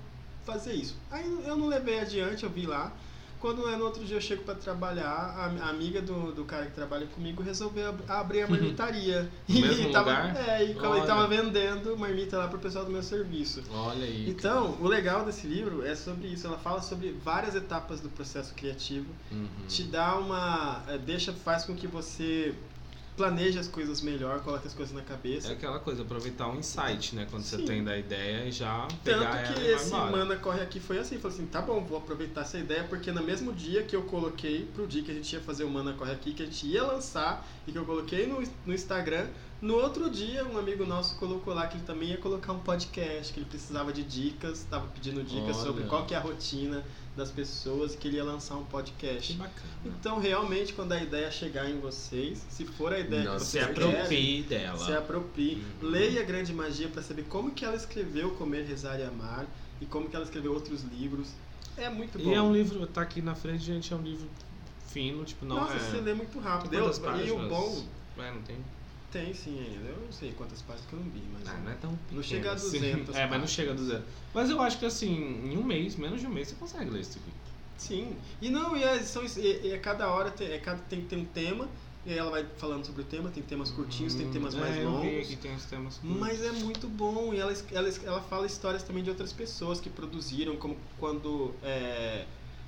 Speaker 1: fazer isso. Aí eu não levei adiante, eu vi lá. Quando é no outro dia eu chego pra trabalhar, a, a amiga do, do cara que trabalha comigo resolveu ab- abrir a marmitaria.
Speaker 3: No mesmo
Speaker 1: e tava,
Speaker 3: lugar?
Speaker 1: É, e tava-
Speaker 3: Olha.
Speaker 1: e tava vendendo marmita lá pro pessoal do meu serviço.
Speaker 3: Olha aí.
Speaker 1: Então, o legal desse livro é sobre isso. Ela fala sobre várias etapas do processo criativo.
Speaker 3: Uhum.
Speaker 1: Te dá uma. eh, Deixa, faz com que você planeje as coisas melhor, coloque as coisas na
Speaker 3: É
Speaker 1: cabeça.
Speaker 3: aquela coisa, aproveitar o insight, né? Quando você
Speaker 1: Sim.
Speaker 3: tem da ideia e já pegar
Speaker 1: Tanto
Speaker 3: ela
Speaker 1: que
Speaker 3: e vai
Speaker 1: esse
Speaker 3: embora.
Speaker 1: Mana Corre Aqui foi assim, falou assim, tá bom, vou aproveitar essa ideia, porque no mesmo dia que eu coloquei, pro dia que a gente ia fazer o Mana Corre Aqui, que a gente ia lançar, e que eu coloquei no, no Instagram, no outro dia um amigo nosso colocou lá que ele também ia colocar um podcast, que ele precisava de dicas, tava pedindo dicas
Speaker 3: Olha.
Speaker 1: sobre qual que é a rotina das pessoas, e que ele ia lançar um podcast.
Speaker 3: Que bacana.
Speaker 1: Então, realmente, quando a ideia chegar em vocês, se for a ideia
Speaker 2: Não
Speaker 1: que
Speaker 3: Se
Speaker 1: vocês querem,
Speaker 3: aproprie
Speaker 1: se
Speaker 3: dela.
Speaker 1: aproprie.
Speaker 3: Uhum.
Speaker 1: Leia a Grande Magia para saber como que ela escreveu Comer, Rezar e Amar e como que ela escreveu outros livros. É muito bom.
Speaker 3: E é um livro, tá aqui na frente, gente, é um livro fino, tipo, não
Speaker 1: Nossa,
Speaker 3: é...
Speaker 1: você lê muito rápido.
Speaker 3: Quantas
Speaker 1: Eu- e o
Speaker 3: páginas?
Speaker 1: bom
Speaker 3: Ué, não tem?
Speaker 1: Tem sim ainda. Eu não sei quantas páginas que eu não vi, mas.
Speaker 3: Ah, não é tão pequeno,
Speaker 1: Não chega a
Speaker 3: assim.
Speaker 1: 200.
Speaker 3: É, mas não
Speaker 1: páginas.
Speaker 3: chega a 200. Mas eu acho que assim, em um mês, menos de um mês, você consegue ler isso aqui.
Speaker 1: Sim. E não, e, é, são, e, e a cada hora tem, é, cada, tem que ter um tema. E aí ela vai falando sobre o tema. Tem temas curtinhos, tem temas
Speaker 3: É,
Speaker 1: mais
Speaker 3: eu vi
Speaker 1: longos.
Speaker 3: aqui, tem os temas curtos.
Speaker 1: Mas é muito bom e ela, es- ela, es- ela fala histórias também de outras pessoas que produziram, como quando é,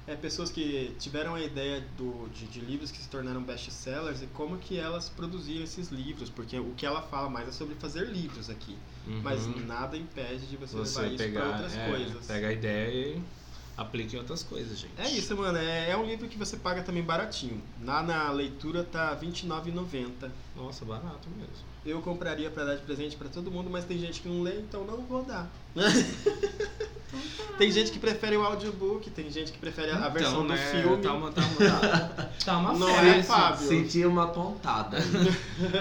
Speaker 1: é, pessoas que tiveram a ideia do, de, de livros que se tornaram best-sellers e como que elas produziram esses livros, porque o que ela fala mais é sobre fazer livros aqui,
Speaker 3: Uhum.
Speaker 1: mas nada impede de você, levar isso para outras
Speaker 3: é,
Speaker 1: coisas.
Speaker 3: pega a ideia e aplica em outras coisas, gente.
Speaker 1: É isso, mano. É, é um livro que você paga também baratinho. Lá na leitura tá R$29,90.
Speaker 3: Nossa, barato mesmo.
Speaker 1: Eu compraria pra dar de presente pra todo mundo, mas tem gente que não lê, então não vou dar. tem gente que prefere o audiobook, tem gente que prefere a a versão do
Speaker 3: né,
Speaker 1: filme.
Speaker 3: Tá uma, tá uma, tá uma
Speaker 1: Não
Speaker 3: febre.
Speaker 1: é,
Speaker 3: esse-
Speaker 1: Fábio?
Speaker 2: Senti uma pontada.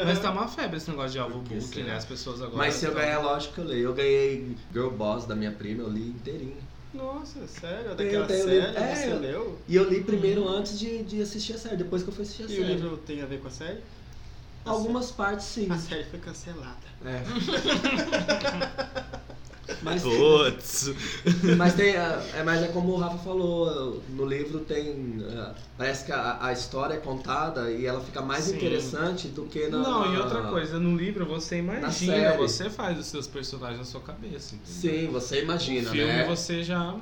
Speaker 3: Mas tá uma febre esse negócio de
Speaker 2: que
Speaker 3: audiobook,
Speaker 2: será?
Speaker 3: né? As pessoas agora.
Speaker 2: é. Mas se eu
Speaker 3: tão-
Speaker 2: ganhar, lógico que eu leio. Eu ganhei Girl Boss da minha prima, eu li inteirinho.
Speaker 1: Nossa, sério?
Speaker 2: Tem,
Speaker 1: Daquela
Speaker 2: tem o
Speaker 1: série
Speaker 2: livro- é,
Speaker 1: você
Speaker 2: eu-
Speaker 1: leu?
Speaker 2: E eu li primeiro antes de, de assistir a série, depois que eu fui assistir a
Speaker 1: Hum. E o
Speaker 2: série.
Speaker 1: livro tem a ver com a série? A
Speaker 2: Algumas partes sim.
Speaker 1: sé- A série foi cancelada.
Speaker 2: É. Mas,
Speaker 3: Putz.
Speaker 2: mas tem. ah, É, mas é como o Rafa falou, no livro tem. ah, Parece que a, a história é contada e ela fica mais
Speaker 3: Sim.
Speaker 2: interessante do que na.
Speaker 3: Não, e outra coisa, no livro você imagina,
Speaker 2: série.
Speaker 3: você faz os seus personagens na sua cabeça, entendeu?
Speaker 2: Sim, você imagina,
Speaker 3: no filme
Speaker 2: né?
Speaker 3: você já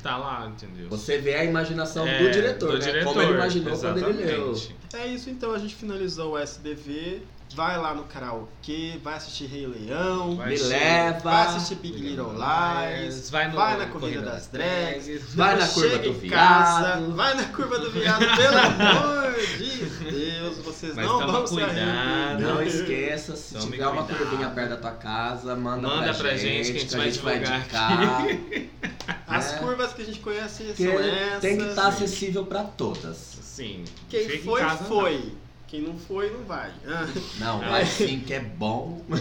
Speaker 3: tá lá, entendeu?
Speaker 2: Você vê a imaginação
Speaker 3: É,
Speaker 2: do diretor, né? Como ele imaginou quando ele leu.
Speaker 3: exatamente.
Speaker 1: É isso então, a gente finalizou o SDV. Vai lá no karaokê, vai assistir Rei Leão,
Speaker 3: Vai
Speaker 2: Me
Speaker 3: assistir-
Speaker 2: leva.
Speaker 1: vai assistir Big Little Lies,
Speaker 3: Mas vai, no-
Speaker 1: vai na Corrida das Drags,
Speaker 2: Vai na
Speaker 1: Chega
Speaker 2: curva do
Speaker 1: em casa,
Speaker 2: viado.
Speaker 1: Vai na curva do viado, pelo amor de Deus, vocês
Speaker 3: Mas
Speaker 1: não
Speaker 3: toma
Speaker 1: vão se
Speaker 3: cuidado.
Speaker 1: arrepender.
Speaker 2: Não esqueça, se
Speaker 3: Tome
Speaker 2: tiver uma
Speaker 3: cuidado.
Speaker 2: curvinha perto da tua casa, manda,
Speaker 3: Manda
Speaker 2: pra,
Speaker 3: pra
Speaker 2: gente,
Speaker 3: gente,
Speaker 2: que a gente vai
Speaker 3: divulgar
Speaker 2: indicar.
Speaker 1: As
Speaker 2: É.
Speaker 1: curvas que a gente conhece
Speaker 2: Porque
Speaker 1: são essas.
Speaker 2: tem que tá estar acessível pra todas.
Speaker 3: Sim.
Speaker 1: Quem
Speaker 3: Fica em
Speaker 1: foi,
Speaker 3: casa,
Speaker 1: foi. Quem não foi, não vai. Ah,
Speaker 2: Não,
Speaker 3: Ah.
Speaker 2: vai sim que é bom.
Speaker 3: não.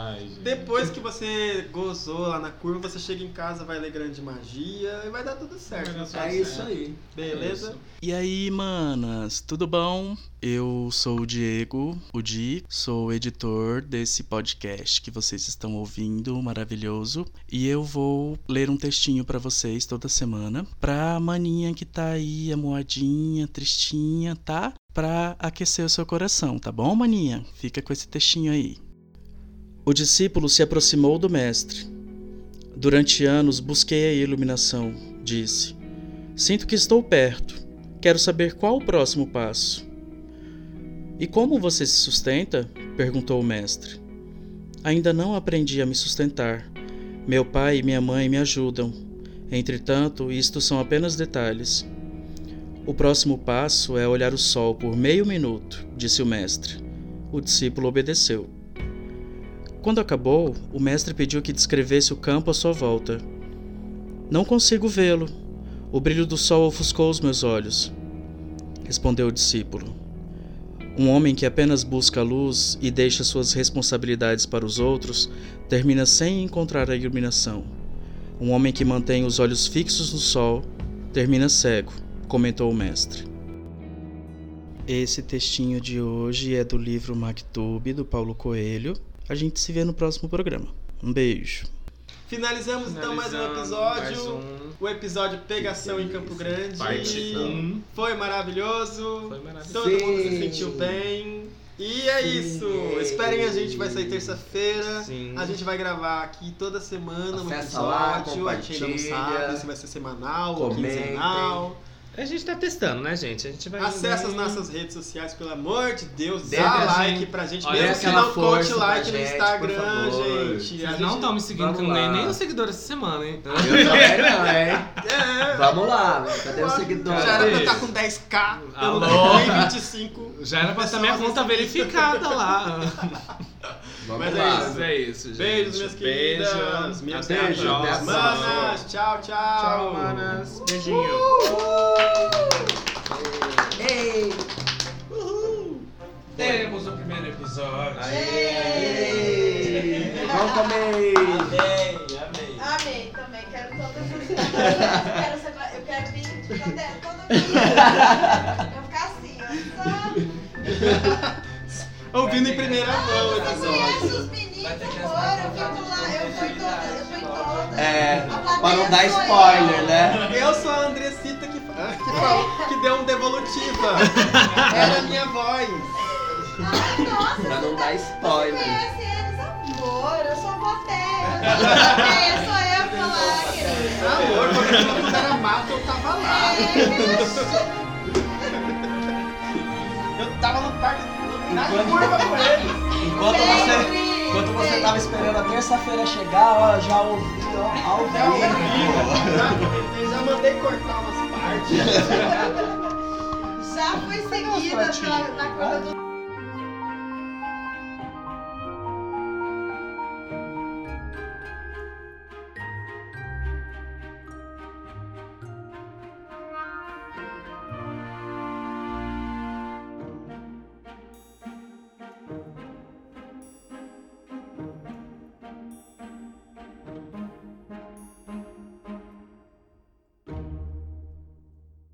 Speaker 3: Ai, gente.
Speaker 1: Depois que você gozou lá na curva, você chega em casa, vai ler grande magia e vai dar tudo tá certo. na sua
Speaker 2: É
Speaker 1: vida.
Speaker 2: isso aí.
Speaker 1: Beleza?
Speaker 5: E aí, manas, tudo bom? Eu sou o Diego, o Di, sou o editor desse podcast que vocês estão ouvindo, maravilhoso, e eu vou ler um textinho pra vocês toda semana, pra maninha que tá aí amuadinha, tristinha, tá? Pra aquecer o seu coração, tá bom, maninha? Fica com esse textinho aí. O discípulo se aproximou do mestre. Durante anos busquei a iluminação, disse. Sinto que estou perto. Quero saber qual o próximo passo. E como você se sustenta? perguntou o mestre. Ainda não aprendi a me sustentar. Meu pai e minha mãe me ajudam. Entretanto, isto são apenas detalhes. O próximo passo é olhar o sol por meio minuto, disse o mestre. O discípulo obedeceu. Quando acabou, o mestre pediu que descrevesse o campo à sua volta. Não consigo vê-lo, o brilho do sol ofuscou os meus olhos. Respondeu o discípulo. Um homem que apenas busca a luz e deixa suas responsabilidades para os outros termina sem encontrar a iluminação. Um homem que mantém os olhos fixos no sol termina cego, comentou o mestre. Esse textinho de hoje é do livro Mactub, do Paulo Coelho. A gente se vê no próximo programa. Um beijo.
Speaker 1: Finalizamos, então mais um
Speaker 3: Finalizando,
Speaker 1: episódio.
Speaker 3: mais um.
Speaker 1: O episódio Pegação em Campo Grande.
Speaker 3: Parte 1.
Speaker 1: Foi maravilhoso.
Speaker 3: Foi maravilhoso.
Speaker 1: Todo mundo se
Speaker 2: Sim.
Speaker 1: sentiu bem. E é
Speaker 2: Sim.
Speaker 1: isso. Esperem a gente, vai sair terça-feira.
Speaker 3: Sim.
Speaker 1: A gente vai gravar aqui toda semana um
Speaker 2: Acessa
Speaker 1: episódio.
Speaker 2: lá,
Speaker 1: a gente ainda não
Speaker 2: compartilha.
Speaker 1: sabe se vai ser semanal ou
Speaker 2: Comentem.
Speaker 1: quinzenal.
Speaker 3: A gente tá testando, né, gente? A gente vai.
Speaker 1: Acesse as nossas redes sociais, pelo amor de Deus.
Speaker 2: Dê
Speaker 1: Dá
Speaker 2: a
Speaker 1: like
Speaker 2: gente-
Speaker 1: pra gente,
Speaker 3: olha
Speaker 1: mesmo se
Speaker 2: aquela
Speaker 1: não
Speaker 2: força
Speaker 1: conte
Speaker 2: pra
Speaker 1: like no
Speaker 2: gente, por
Speaker 1: Instagram,
Speaker 2: favor.
Speaker 1: gente. A
Speaker 3: Vocês
Speaker 1: gente
Speaker 3: não estão me seguindo,
Speaker 2: Vamos
Speaker 3: que eu não ganhei
Speaker 2: lá.
Speaker 3: nem os seguidores essa semana, hein?
Speaker 2: Eu também não, hein?
Speaker 1: É,
Speaker 2: Vamos lá, cadê os
Speaker 1: já
Speaker 2: seguidores?
Speaker 1: era pra
Speaker 3: Cadê?
Speaker 1: estar tá com 10k. Eu
Speaker 3: Alô?
Speaker 1: não tenho nem 25.
Speaker 3: Já era pra estar minha conta verificada lá.
Speaker 2: Vamos
Speaker 1: Mas é
Speaker 2: lá.
Speaker 1: isso.
Speaker 3: é isso, gente.
Speaker 1: Beijos, minhas queridas. Minhas
Speaker 3: Até a
Speaker 2: queridas.
Speaker 3: próxima.
Speaker 1: Manas, tchau, tchau.
Speaker 3: Tchau, manas. Beijinho.
Speaker 2: Ei!
Speaker 4: Temos o primeiro episódio.
Speaker 2: Ei! é Vamos comer!
Speaker 6: Amei também, quero todas as quero essa gla- Eu quero vir tipo, até todo dia. Eu vou ficar assim, ó. Só...
Speaker 1: Ou ouvindo em primeira mão o
Speaker 6: conheço os
Speaker 1: episódio.
Speaker 6: meninos agora, eu fui lá, eu fui toda, eu fui toda.
Speaker 2: É,
Speaker 6: A plateia
Speaker 2: pra não dar
Speaker 6: sou eu.
Speaker 2: spoiler, né?
Speaker 1: Eu sou a Andressita que, fa- que, falou- que deu um devolutiva. Era a minha voz.
Speaker 6: Ai, nossa,
Speaker 2: Pra não dar
Speaker 6: você
Speaker 2: spoiler.
Speaker 6: conhece eles, amor, eu sou plateia, eu sou plateia, sou eu que tô lá, querida.
Speaker 1: Amor, Tá quando aquela puta era mata, eu tava lá.
Speaker 2: Eu tava no parque na curva com ele. Enquanto você, enquanto você tava esperando a terça-feira chegar, ó, já ouvi, ó, ao vivo.
Speaker 1: Eu já mandei cortar umas partes.
Speaker 6: Já fui seguida pela, na coisa do...